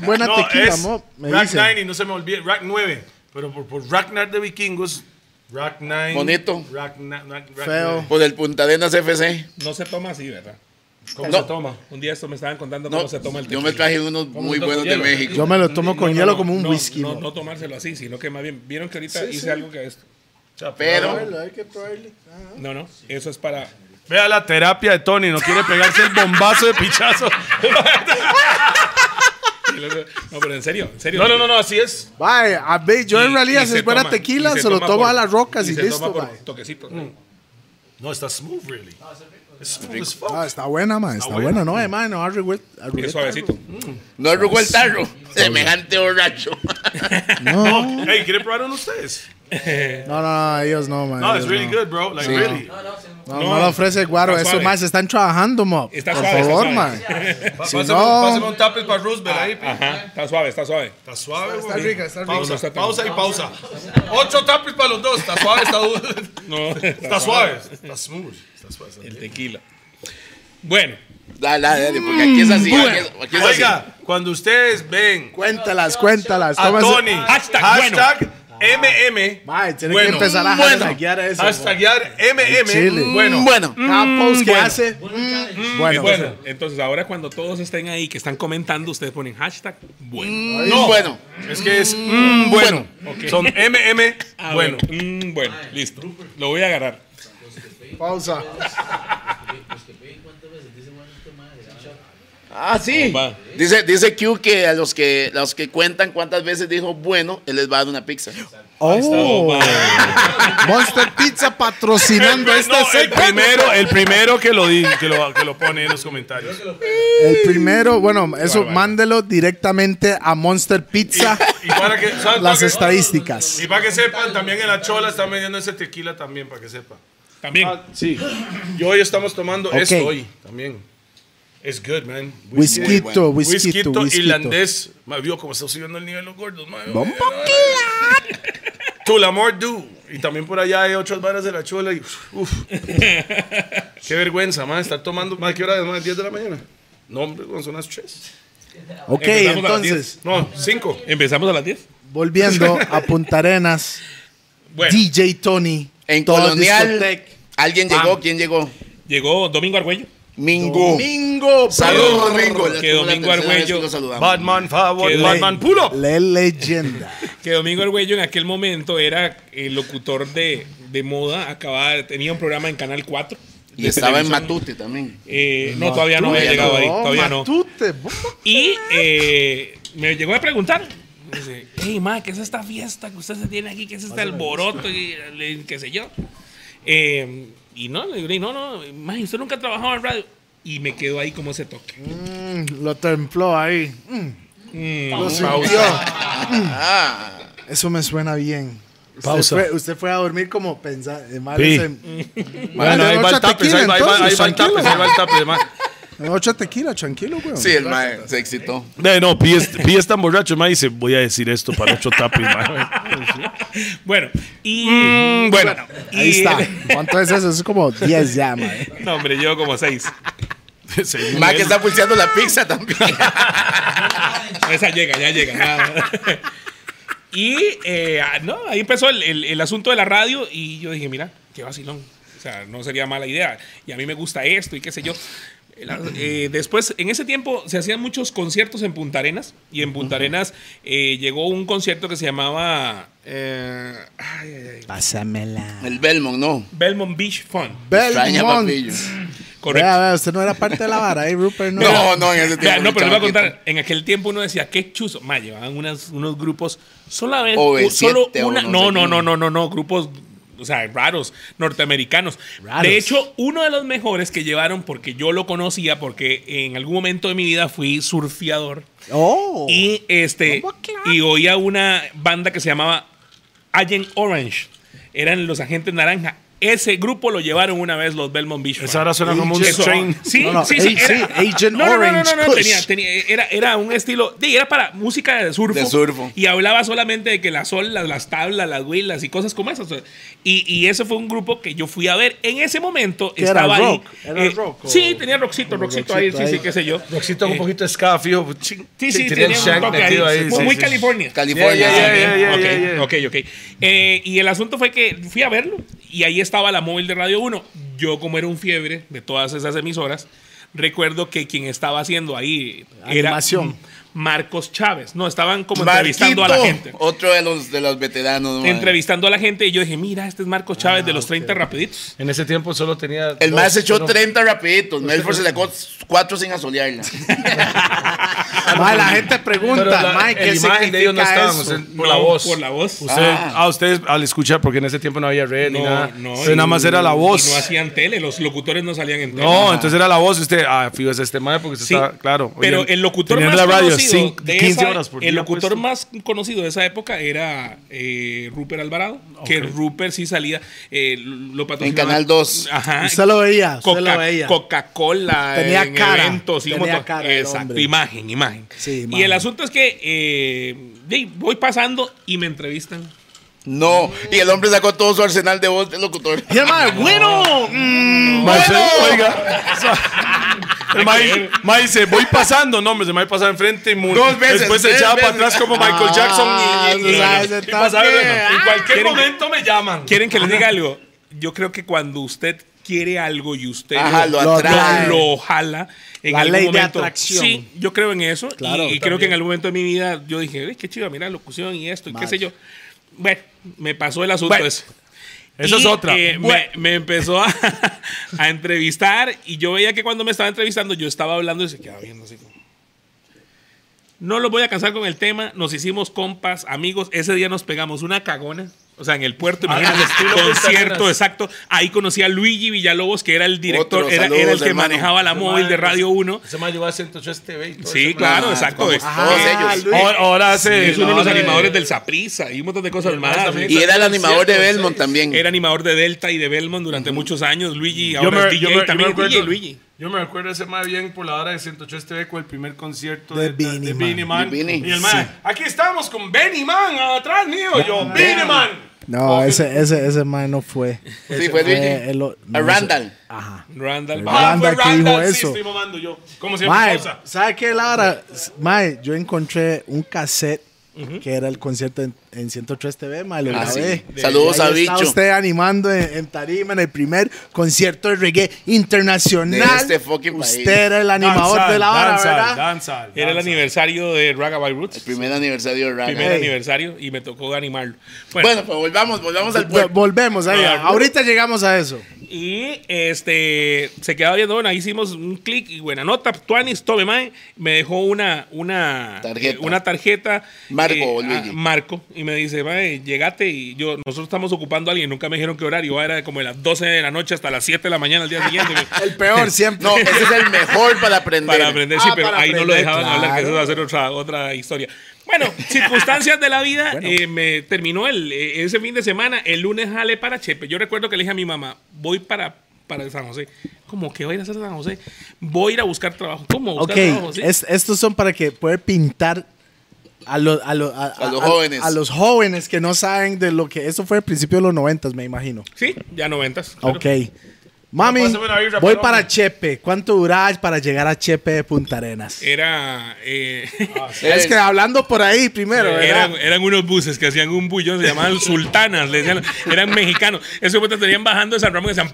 buena tequila, mo, me
Rack
dicen.
9 y no se me olvida Rack 9, pero por, por Ragnar de Vikingos Rack 9.
Bonito.
Rack, na- Rack- Rack
Feo.
9.
Por el Pues Puntadenas FC.
No se toma así, ¿verdad?
¿Cómo
No.
se toma?
Un día esto me estaban contando
No,
cómo se toma el
yo
tequila.
me traje unos muy buenos de
hielo.
México.
Yo me lo tomo con hielo como un
no,
whisky.
No,
mo.
no tomárselo así, sino que más bien, vieron que ahorita hice
sí.
algo que es.
Pero
Hay que probarle.
No, no, eso es para.
Vea la terapia de Tony, no quiere pegarse el bombazo de pichazo.
No, pero en serio, en serio.
No, no, no, no, así es.
Vaya, a ver, yo en
Y-
realidad
y
si
se
es buena
toma-
tequila,
y
se, lo
toma
tomo
por-
a las rocas y,
se
listo, Mm.
toma por
mae.
toquecitos.
No, está smooth really. Es smooth as fuck.
Ah, está buena, mae, está buena, no, eh, mae, no, arregüe- arregüe-
Es suavecito.
no arrugó el tarro. Semejante borracho.
No,
Hey, ¿quiere probar uno ustedes?
no, no, ellos no, mae.
No, it's
ellos
really
no.
good, bro. Like really.
No, no lo ofrece guaro,
Está
esos
suave.
más están trabajando, mo.
Está
Por
suave, está
favor,
suave.
mae. Si
Pásame,
no-
pásame un tapis para Roosevelt ahí. pi.
Ajá, está suave, está suave.
Está suave, güey.
rica, está rica.
Ah, Pausa,
No, no está tan-
pausa y pausa. Ocho tapis para los dos. Está suave, está duro.
No,
Está suave. Está smooth. Está suave. está
El
rico.
tequila. Bueno,
Dale, dale, dale, porque aquí es así. Aquí es, aquí es así.
Oiga, cuando ustedes ven
Cuéntalas, cuéntalas.
a
tómase-
Tony,
Hashtag
MM,
Mae, tiene
Bueno,
que empezar a
bueno.
hashtaguear eso. mo.
hashtaguear
Chile.
MM, bueno.
Bueno,
Cada post que
bueno.
hace. mm, Bueno,
bueno, entonces ahora cuando todos estén ahí que están comentando, ustedes ponen hashtag
Mm.
bueno.
no. Mm, bueno.
Es que es mm, bueno.
Ok.
Son MM,
Ah,
bueno.
Mm, bueno, listo. Lo voy a agarrar.
pausa.
Ah, sí.
Va.
Dice, dice Q que a los que, los que cuentan cuántas veces dijo bueno, él les va a dar una pizza.
Oh, Monster Pizza patrocinando
Pues No,
este
el
segmento.
primero, el primero que lo, di- que lo, que lo pone en los comentarios.
El primero, bueno, eso mándelo directamente a Monster Pizza.
Y para que, ¿saben para
Las
qué?
estadísticas.
Y para que sepan, también en la chola están vendiendo ese tequila también, para que sepan. Ah,
También.
Sí. Y hoy estamos tomando
Ok.
esto hoy también. Es good, man.
Whisky,
bueno.
whisky,
Whisquito
whisky.
irlandés. Me vio como está subiendo el nivel los gordos, man. Tulamore Du. Y también por allá hay otras varas de la chola. Y, uf. Qué vergüenza, man. Estar tomando. Man, ¿Qué hora es? Man, 10 de la mañana. No, hombre, weón, son las 3.
Ok,
Empezamos a las
entonces,
No, 5.
Empezamos a las 10.
volviendo a Punta Arenas,
Bueno,
DJ Tony.
En
todo
Colonial,
discotec.
¿alguien llegó? ¿Quién llegó?
llegó Domingo Argüello.
Mingo.
Domingo.
Oh. Saludos, Domingo.
Que Domingo Argüello-
Batman, favor.
Qué
Batman, pull up.
La leyenda.
Que Domingo Argüello en aquel momento era el locutor de, de moda. Acababa, tenía un programa en Canal 4.
Y
de
estaba en
televisión.
Matute también.
Eh, no, todavía no había llegado ahí. Todavía no.
Matute,
Y eh, me llegó a preguntar. Dice, hey, ma, ¿qué es esta fiesta que ustedes tienen aquí? ¿Qué es este alboroto? Y, le- qué sé yo. Eh, y no, le digo, no, no, ma, usted nunca ha trabajado en radio. Y me quedó ahí como ese toque.
Mm, lo templó ahí. Mm, lo sintió.
Ah,
Eso me suena bien. Usted
Pausa.
fue- usted fue a dormir como pensando.
Sí.
Ah,
Bueno, ahí va el tapis, ahí va, ahí va, ahí va el tapis, ahí va el tapis, man.
Ocho tequila, tranquilo, güey.
sí, el mae se excitó.
¿eh?
No, no, Pi es, Pi es tan borracho, man, y dice, voy a decir esto para ocho tapis, man.
Pues
Bueno, y.
bueno.
Mm, Ahí
y-
está. ¿Cuánto es eso? Es como 10 ya, man.
No, hombre, yo como seis.
Según
Mae que
él.
está pulseando la pizza también.
Esa llega, ya llega. nada. Y eh, ah, no, ahí empezó el, el- el asunto de la radio y yo dije, mira, qué vacilón. O sea, no sería mala idea. Y a mí me gusta esto y qué sé yo. El ar- eh, después, en ese tiempo se hacían muchos conciertos en Punta Arenas y en Punta Arenas eh, llegó un concierto que se llamaba eh, ay, ay, ay,
Pásamela.
El Belmont, no.
Belmont Beach Fun.
Extraña,
Belmont.
papillo.
Correcto.
Vea, vea, usted no era parte de la vara, ¿eh, Rupert? No.
No, no, en ese tiempo.
Vea, no,
un
pero les voy
chamaquito.
a contar. En aquel tiempo uno decía, qué chuzo. Ma, llevaban unas- unos grupos sola vez,
O de
u- solo
siete o
una.
no
No,
sé
no,
qué.
no, no, no, no, grupos. O sea, raros, norteamericanos.
Raros.
De hecho, uno de los mejores que llevaron, porque yo lo conocía, porque en algún momento de mi vida fui surfeador.
Oh.
Y este
¿Cómo que?
y oía una banda que se llamaba Agent Orange. Eran los agentes naranja. Ese grupo lo llevaron una vez los Belmont Beach. Boys.
Esa ahora suena como un
Eso-
train.
Sí,
No, no,
sí, sí.
Agent- Agent
no, no, no, no,
Orange,
no, no,
push.
tenía- tenía- era, era un estilo. sí, Era para música de surfo.
De surfo.
Y hablaba solamente de que las olas, las tablas, las huilas y cosas como esas. Y, y ese fue un grupo que yo fui a ver. En ese momento
era,
estaba ahí.
rock? ¿Era
eh,
rock o-
Sí, tenía rockcito, rockcito ahí,
rockcito
sí, sí,
ahí?
qué sé yo.
Roxito
Eh,
un poquito de ska, fijo. ching,
Sí, sí,
ching,
tenía
el
un
shank
toque
metido
ahí.
ahí,
Muy,
sí,
muy
sí, sí.
California.
California.
Yeah, yeah,
sí.
yeah, yeah,
Ok,
yeah, yeah.
ok, ok. Eh, y el asunto fue que fui a verlo y ahí estaba la móvil de Radio 1. Yo, como era un fiebre de todas esas emisoras, recuerdo que quien estaba haciendo ahí era
Animación.
mm, Marcos Chávez. No, estaban como entrevistando a la gente.
Marquito,
Oh,
otro de los, de los veteranos. madre.
Entrevistando a la gente y yo dije, mira, este es Marcos Chávez
Ah,
de los 30 rapiditos.
En ese tiempo solo tenía.
El
dos,
más se echó
uno.
30 rapiditos. Melford se sacó 4 sin asolearla.
Ma, la gente pregunta,
Pero la-
ma, ¿qué
la imagen de ellos no
significa
estaban,
eso?
o sea, por
No,
la voz.
Por la voz.
Ustedes-
Ah.
ah, ustedes al escuchar, porque en ese tiempo no había red ni nada. Entonces,
y-
nada más era la voz.
y no hacían tele, los locutores no salían en tele.
No, entonces era la voz. y Usted, ah, fijo, es este mae porque se
Sí,
está, claro.
Pero
oye,
el locutor
tenían
más
la radio,
conocido
cinco-
de
15
esa-
horas por pues.
el
día,
pues,
locutor
puesto.
más conocido de esa época era eh, Rupert Alvarado, que Rupert sí salía eh, lo patrocinaba-
En Canal 2.
Ajá.
Usted lo veía, usted lo
Coca-
veía.
Coca-Cola
Tenía
en
cara,
eventos y un
tenía
montón.
cara el
Exacto,
hombre.
imagen, imagen.
Sí,
Y
imagen.
el asunto es que eh, de- voy pasando y me entrevistan.
No. Y el hombre sacó todo su arsenal de voz del locutor.
Y el ma, bueno, mm,
Mae,
bueno.
se- Oiga. El mae- mae dice, voy pasando, no, hombre, se me va pasando enfrente y mu-
Dos veces,
Después se
tres
echaba para
veces.
atrás como Michael Jackson
Ah,
y- y- y,
o sea, ese
y pasaba,
toque.
bueno, en cualquier
¿Quieren-
momento me llaman.
¿Quieren que les diga algo? Yo creo que cuando usted quiere algo y usted
Ajá, lo
Lo
atrae.
atrae.
lo, lo jala en
La
algún
ley de
momento.
atracción.
Sí, yo creo en eso.
Claro,
y y creo que en algún momento de mi vida yo dije, "Ey, qué chido, mira, locución y esto, y qué
Mal.
sé yo. Bueno, me pasó el asunto
Bueno.
ese.
Eso
Y,
es otra.
eh, me, me empezó a, a entrevistar y yo veía que cuando me estaba entrevistando yo estaba hablando y se quedaba viendo así como... No los voy a cansar con el tema. Nos hicimos compas, amigos. Ese día nos pegamos una cagona. O sea, en el puerto,
Ah,
imagínate, concierto, exacto. Ahí conocí a Luigi Villalobos, que era el director,
Otro,
era, era el
saludos,
que
hermano.
manejaba la
Ese
móvil
mae,
de Radio 1.
Ese mae llevaba 108 TV y todo
Sí,
ese
claro,
mae.
exacto.
como
Es,
Todos
Ah,
ellos.
Luis.
Ahora, ahora hace.
es uno de los
ahora-
animadores del Saprisa y un montón de cosas
Sí,
más.
también.
Y era el
Cierto,
animador de
sí.
Belmont también.
Era animador de Delta y de Belmont durante muchos años. Luigi,
Yo
ahora
me,
es DJ,
yo, me,
también
yo, me
es DJ
acuerdo,
Luigi.
yo me acuerdo ese más bien por la hora de 108 TV con el primer concierto
De
de,
Beanie
de
Man.
Beanie Man.
De Beanie.
Y el mae,
Sí.
aquí estamos con Benny Man atrás mío. Yo, Beanie Man.
No, ese, ese, ese man no fue.
Sí, fue Luigi.
Fue el o- no,
a
ese-
Randall.
Ajá.
Randall
El
Bach.
Ah, fue
Randall que dijo
Randall, sí,
eso.
estoy mamando yo. Como siempre,
Mae,
pausa.
¿sabe qué, Laura? Mae, yo encontré un cassette que era el concierto en, en 103 TV, mae, lo
Ah,
grabé.
sí. Saludos
Y ahí
a
está
Bicho.
usted animando en, en tarima en el primer concierto de reggae
De
internacional.
este fucking país.
usted era el animador
Danzal,
de la hora,
danzal,
¿verdad?
danzal,
Era el
danzal.
aniversario de Ragabay
El
Roots.
primer aniversario de Raga.
Primer
Ey.
aniversario y me tocó animarlo. Bueno,
Bueno, pues volvamos, volvamos al
Vol-
pueblo.
Volvemos ahí.
Ah,
Ahorita llegamos a eso.
y este se quedaba viendo, bueno, ahí hicimos un clic y buena nota, Tuanis, tome mae, me dejó una una
Tarjeta.
eh, una tarjeta
Marco o
a-
Luigi.
Marco y me dice, "Mae, llegate y yo nosotros estamos ocupando a alguien, nunca me dijeron qué horario, era como de las 12 de la noche hasta las 7 de la mañana al día siguiente."
El peor siempre.
No, ese es el mejor para aprender.
Para aprender, sí,
Ah,
pero
para
ahí no lo
aprender,
dejaban hablar, que eso
claro.
va a ser otra, otra historia. Bueno, circunstancias de la vida, eh, me terminó el, eh, ese fin de semana, el lunes jale para Chepe. Yo recuerdo que le dije a mi mamá, voy para, para San José. ¿Cómo que voy a ir a hacer San José? Voy a ir a buscar trabajo. ¿Cómo?
Ok,
Buscar trabajo, sí.
es- estos son para que poder pintar a, lo- a, lo- a-
A los jóvenes.
A, los jóvenes que no saben de lo que... Eso fue al principio de los noventas, me imagino.
Sí, ya noventas. claro.
Ok. Mami,
Pásame una birra,
voy
Paloma.
para Chepe. ¿Cuánto durás para llegar a Chepe de Punta Arenas?
Era, eh,
es que hablando por ahí primero, Ah, ¿verdad?
eran, eran unos buses que hacían un bullón, se llamaban sultanas, le decían, eran mexicanos. Esos putas tenían bajando de San Ramón y decían...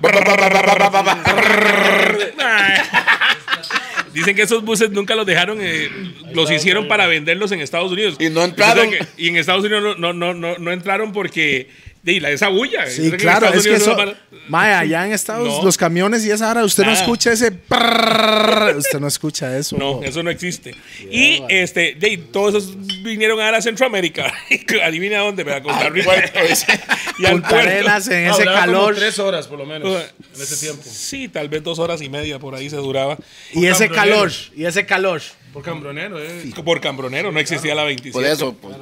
Dicen que esos buses nunca los dejaron, eh, los hicieron para venderlos en Estados Unidos.
Y no entraron.
usted sabe que- Y en Estados Unidos no, no, no, no, no entraron porque de la- esa bulla. Usted
Sí,
sabe en
claro,
Estados
es que
Unidos
eso.
no van-
Mae, allá en Estados
No.
los camiones y esa hora usted no
Nada.
escucha ese. prrrr, usted no escucha eso.
No, eso no existe. y este, de, todos esos vinieron ahora a Centroamérica. Adivina dónde, ¿verdad? Costa Rica.
pues,
y al
Punta
puerto.
Arenas en ese
Hablaba como
calor.
tres horas por lo menos
Ah,
en ese tiempo.
Sí, tal vez dos horas y media por ahí se duraba.
Y ese
Cambronero.
calor. Y ese calor.
Por Cambronero, eh.
Por Cambronero, no existía la
Por
27.
eso, pues,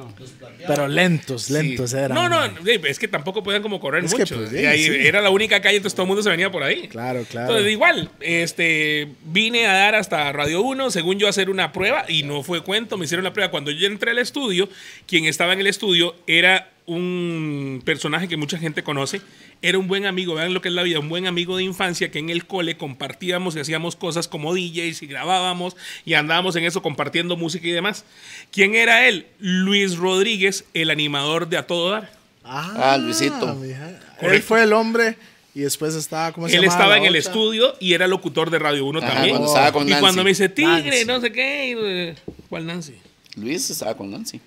Pero lentos, lentos eran.
No, no, de- es que tampoco podían como correr
Es que,
mucho. ¿eh?
pues,
Y ahí
sí, sí.
Era la única calle, entonces todo el mundo se venía por ahí.
Claro, claro.
Entonces, igual, este, vine a dar hasta Radio 1, según yo, a hacer una prueba, y no fue cuento, me hicieron la prueba. Cuando yo entré al estudio, quien estaba en el estudio era un personaje que mucha gente conoce, era un buen amigo, vean lo que es la vida, un buen amigo de infancia que en el cole compartíamos y hacíamos cosas como DJs y grabábamos y andábamos en eso compartiendo música y demás. ¿Quién era él? Luis Rodríguez, el animador de A Todo Dar.
Ah, Luisito.
mija. Él
Correcto.
fue el hombre y después estaba, ¿cómo se
Él
llamaba
estaba
la
en el
otra?
estudio y era locutor de Radio 1
Ajá,
también.
cuando estaba con
y cuando
Nancy.
me dice Tigre,
Nancy.
no sé qué. y, eh, ¿Cuál Nancy?
Luis estaba con Nancy.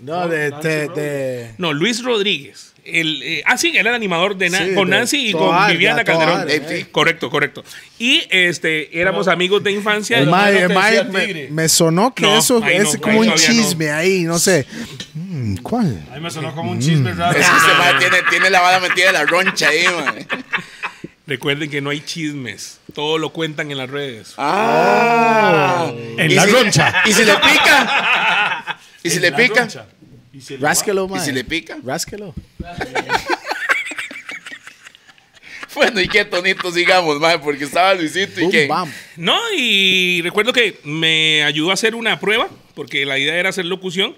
No, de. de, de-
No, Luis Rodríguez. El, eh, ah, sí, él era el animador de Nan-
Sí,
con
de
Nancy y
Todo
con
Ar,
Viviana
ya, Todo
Calderón.
Ar,
Eh, sí, Correcto, correcto. Y este, éramos amigos de infancia.
El
Pero
mae- eh,
no
el
te
mae
decía
me,
Tigre.
me sonó que
No,
eso
ahí no,
es
ahí
como un
todavía no.
chisme ahí, no sé. Mm, ¿Cuál?
Ahí me sonó como un
Mm.
chisme raro.
Es que ese mae tiene, tiene la bala metida en la roncha ahí, mae.
Recuerden que no hay chismes. Todo lo cuentan en las redes.
Ah.
Oh. En
¿Y
la
si-
roncha.
¿Y si le pica? ¿Y si le pica?
Rásquelo,
¿Y
mae.
si le pica?
Rásquelo.
Bueno, ¿y qué tonito sigamos, mae? Porque estaba Luisito y
Boom,
que...
bam.
No, y recuerdo que me ayudó a hacer una prueba, porque la idea era hacer locución.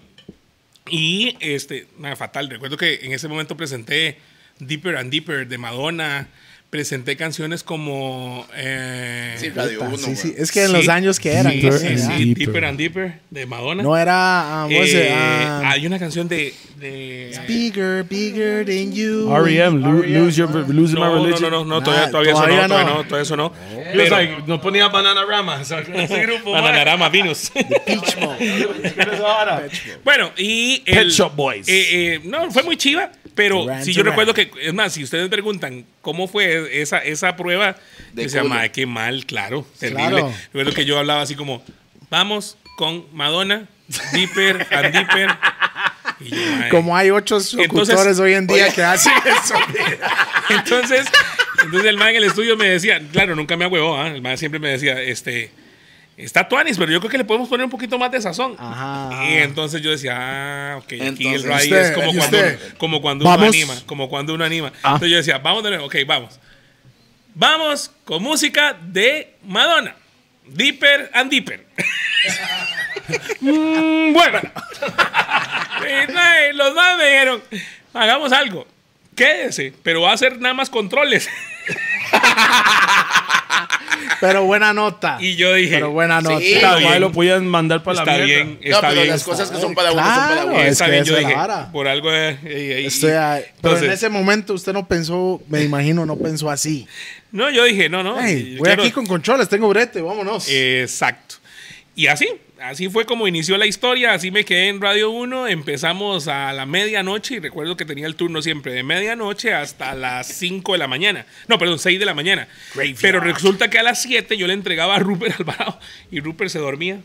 Y, este, nada, fatal. Recuerdo que en ese momento presenté Deeper and Deeper de Madonna. Presenté canciones como. eh,
Sí, Radio
Puta,
1,
sí, sí.
mae.
Es que en los
sí,
años que eran.
sí,
creo
sí,
que
sí,
era.
Deeper.
Deeper and Deeper de Madonna.
No era. ah, ¿cómo se-
Eh,
ah,
hay una canción de. de
bigger, bigger than you.
E
R.E.M. E lo- Lose Your Losing My
no, no, no,
Religion.
no, no,
Nah,
todavía,
todavía
todavía, eso no, todavía
no.
no, todavía eso no.
Pero,
Pero,
no ponía Banana Rama. O sea, ese grupo, mae.
Bananarama, Venus. Bueno, y. El,
Pet Shop Boys.
eh, eh, no, fue muy chiva, pero
Duran,
si yo
Duran.
recuerdo que. Es más, si ustedes preguntan cómo fue esa, esa prueba,
De
yo decía,
culo.
"Mae, qué mal, claro, terrible.
Claro.
Recuerdo que yo hablaba así como, vamos con Madonna, Dipper, and Dipper. Y yo, "Mae".
Como hay ocho locutores
Entonces-
hoy en día que hacen eso.
Entonces, entonces el man en el estudio me decía, claro, nunca me agüevó, ¿ah? el man siempre me decía, este, está Tuanis, pero yo creo que le podemos poner un poquito más de sazón.
Ajá.
Y entonces yo decía, ah, ok, aquí el
Entonces,
rally
usted,
es como
y
cuando,
usted.
como cuando uno
Vamos. Ah.
anima, como cuando uno anima. Entonces yo decía, vamos de nuevo, ok, vamos. Vamos con música de Madonna. Deeper and Deeper. Mm, bueno. Y, mae, Los más me dijeron, hagamos algo. Quédese, pero va a hacer nada más controles.
Pero buena nota.
Y yo dije,
Pero buena nota.
Sí.
Está
bien.
bien. lo podían mandar para
está
la mierda.
bien,
No,
está
pero
bien.
las cosas que son para uno son para
Claro,
uno.
es
está
que
bien,
esa
yo
es la
dije,
vara.
por algo. eh, eh, eh,
Estoy a- pero en
entonces-
ese momento usted no pensó, me imagino, no pensó así.
No, yo dije, no, no.
Ey,
eh,
voy
claro, Eh,
aquí con controles, tengo brete, vámonos.
Exacto. Y así, así fue como inició la historia, así me quedé en Radio 1, empezamos a la medianoche y recuerdo que tenía el turno siempre de medianoche hasta las 5 de la mañana. No, perdón, 6 de la mañana. Pero resulta que a las 7 yo le entregaba a Rupert Alvarado y Rupert se dormía.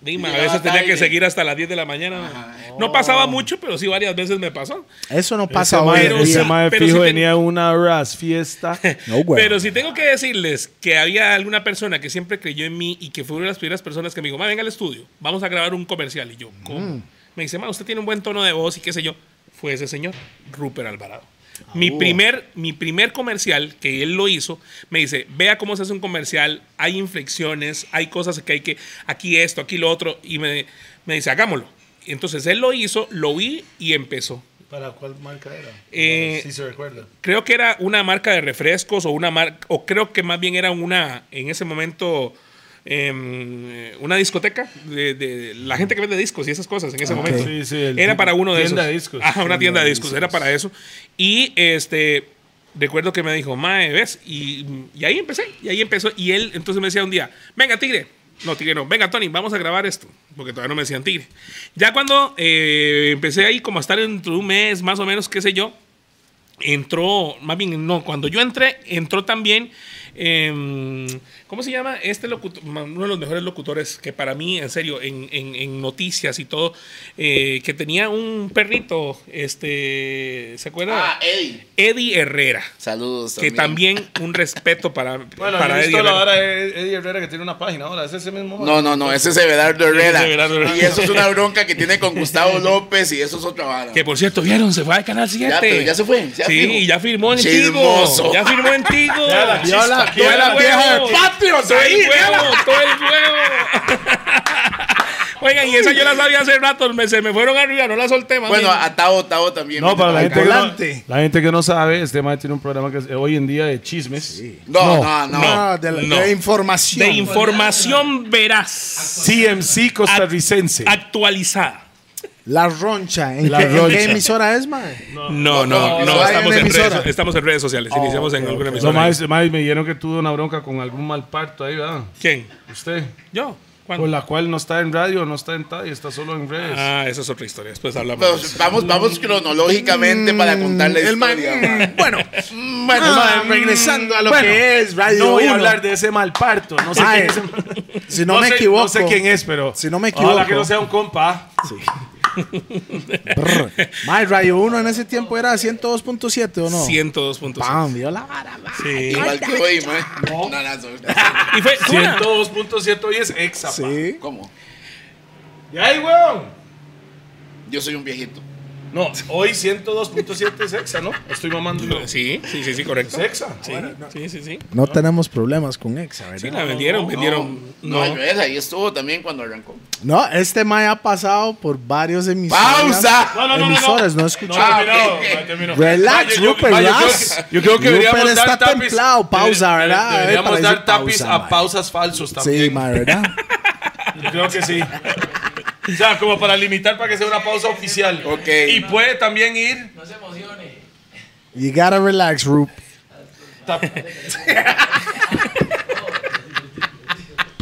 Dime, a
llegaba
veces tenía que
tarde.
seguir hasta las 10 de la mañana. No pasaba mucho, pero sí varias veces me pasó.
Eso Eh, no pasa
mae
hoy
era
en
un
día.
Ese
Sí,
mae
pero
fijo
sí te-
venía una ras fiesta.
No, güey.
Pero si tengo que decirles que había alguna persona que siempre creyó en mí y que fue una de las primeras personas que me dijo, "Ma, venga al estudio, vamos a grabar un comercial. Y yo,
Mm.
¿cómo? Me dice, ma, usted tiene un buen tono de voz y qué sé yo. Fue ese señor, Rupert Alvarado.
Ah,
Mi primer, mi primer comercial que él lo hizo, me dice, vea cómo se hace un comercial, hay inflexiones, hay cosas que hay que, aquí esto, aquí lo otro, y me, me dice, hagámoslo. Entonces él lo hizo, lo vi y empezó.
¿Para cuál marca era?
Eh,
si se recuerda.
Creo que era una marca de refrescos o una marca, o creo que más bien era una, en ese momento, em, una discoteca de, de- la gente que vende discos y esas cosas en ese momento.
Sí, sí, el
era
tipo-
para uno de
tienda
esos.
de discos.
Ajá, una tienda de discos, era para eso. Y este, recuerdo que me dijo, mae, ¿ves? Y, y ahí empecé, y ahí empezó. Y él entonces me decía un día, venga, tigre. No, tigre no. Venga, Tony, vamos a grabar esto. Porque todavía no me decían tigre. Ya cuando eh, empecé ahí como a estar dentro de un mes, más o menos, qué sé yo, entró, más bien, no, cuando yo entré, entró también, em, ¿cómo se llama? Este locutor, ma- uno de los mejores locutores que para mí, en serio, en, en- en noticias y todo, eh, que tenía un perrito, este, ¿se acuerda?
Ah, Eddie.
Eddie Herrera,
Saludos.
que también un respeto para,
Bueno,
para
he
Eddie
visto
Herrera.
la hora de Eddie Herrera que tiene una página ahora. ¿Es ese mismo?
No, no, no, ese es Everardo
Ese es Everardo
Herrera.
Herrera.
Y eso es una bronca que tiene con Gustavo López y eso es otra vara.
Que por cierto, vieron, se fue al canal 7.
Ya, pero ya se fue, ya
sí,
firmó.
ya firmó en
Chismoso.
Tigo. Ya firmó en Tigo.
Ya la chispa,
la-
aquí era
la
la-
vieja de
patios ahí. huevo, todo el huevo. Oigan, y esa yo la sabía hace rato. Me, se me fueron arriba, no la solté, más
Bueno, ah,
bien.
a Tao, Tao también.
No, para la gente, que no,
volante.
la gente que no sabe, este man tiene un programa que es eh, hoy en día de chismes.
No, no, no.
Ah, de, la-
no.
de información.
de
Ah,
información veraz,
CMC costarricense.
actualizada.
la roncha. ¿En,
La
qué, en
roncha.
qué emisora es, man?
No, no, no,
no, Oh,
hay
estamos,
una
en
emisora.
redes, estamos en redes sociales. Iniciamos en alguna
No,
emisora.
más, más me dijeron que tuvo una bronca con algún mal parto ahí, ¿verdad?
¿Quién?
Usted.
¿Yo? ¿Cuándo?
Con la cual no está en radio, no está en tal, está solo en redes.
Ah, esa es otra historia. Después hablamos. de eso.
Pues vamos, vamos cronológicamente para contar la
El man-
historia. ma.
mm, bueno, mm, bueno, man, regresando a lo
Bueno,
que es Radio
no voy a
Uno.
hablar de ese mal parto. No sé,
Mae,
quién, es,
Si no,
no
me
sé-
equivoco.
no sé quién es, pero.
Si no me
Ojalá
equivoco.
que no sea un compa.
Mae, Radio 1 en ese tiempo era 102.7 o no.
102 puntos.
Pam, vio la vara, mae.
Sí.
Igual que hoy, ma. No, no, no.
Y fue fue una-
102.7 hoy es exa. pa.
Sí.
¿Cómo?
Y ahí, weón.
Yo soy un viejito.
No, hoy 102.7 es exa, ¿no? Estoy mamando. yo. Es
Ah, Sí, sí, sí, sí, correcto.
exa.
Sí, sí, sí, sí.
No tenemos problemas con Exa, ¿verdad?
Sí, la vendieron, vendieron.
No,
No.
yo esa, ahí estuvo también cuando arrancó.
No, este Mae ha pasado por varios emisoras.
¡Pausa!
No, no, no, no,
Emisoras, no,
No,
escuché.
Ah,
terminó,
ok.
no terminó.
Relax,
Ma, Eh, yo- yo-
Rupert,
ma, yo creo
relax.
que- Yo creo que
Rupert
deberíamos
está
dar tapis.
templado, pausa,
Debe-
¿verdad? A ver,
Deberíamos
para
dar
decir
tapis
pausa,
a
ma.
pausas falsos también.
Sí, Mae, ¿verdad?
Yo creo que sí. O sea, como para limitar para que sea una pausa oficial.
Ok.
Y puede también ir.
No se emocione.
You gotta relax, Rup.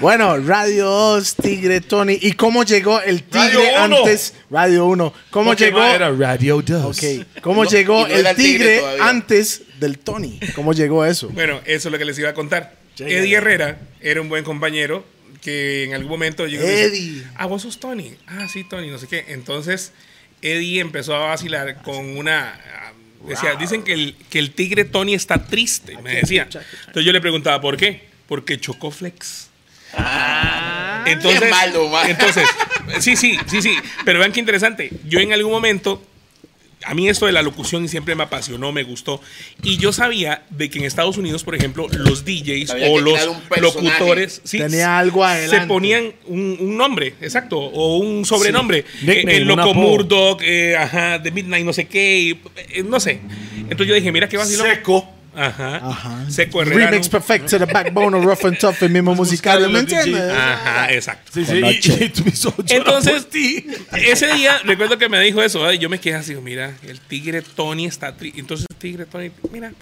Bueno, Radio 2, Tigre Tony. ¿Y cómo llegó el
Radio
Tigre
Uno.
antes? Radio 1. ¿Cómo
Porque,
llegó?
mae, Era Radio 2.
Ok, ¿Cómo
No, y
llegó
no era
el
el Tigre
Tigre
todavía.
antes del Tony? ¿Cómo llegó eso?
Bueno, eso es lo que les iba a contar. Eddie Herrera era un buen compañero que en algún momento llegó y me dice,
Eddie.
Ah, vos sos Tony. Ah, sí, Tony, no sé qué. Entonces, Eddie empezó a vacilar con una. ah, Decía, dicen que el, que el tigre Tony está triste, me decía. Entonces yo le preguntaba, ¿por qué? Porque chocó Flex. entonces,
Qué malo, ma.
entonces, sí, sí, sí, sí. Pero vean qué interesante. Yo en algún momento a mí esto de la locución siempre me apasionó, me gustó. Y yo sabía de que en Estados Unidos, por ejemplo, los DJs
Había
o
que
los
crear un personaje.
locutores sí,
Tenía algo
se
adelante.
ponían un, un nombre, exacto, o un sobrenombre. Eh,
Nickname,
el
un
Loco
apodo.
Murdoch, eh, ajá, The Midnight, no sé qué, y, eh, no sé. Entonces yo dije, mira qué vacilón.
Seco.
Ajá.
Ajá.
Seco Herrera.
Remix
¿no?
perfect to the backbone of Rough and Tough, el mismo musical.
buscarle
¿Me
los DJs.
entiendes?
Ajá, exacto.
Sí, sí.
Con
y- y tú me hizo llorar
Entonces,
por ti.
ese día, recuerdo que me dijo eso, ¿verdad? y yo me quedé así, mira, el tigre Tony está... tri- Entonces, tigre Tony, mira.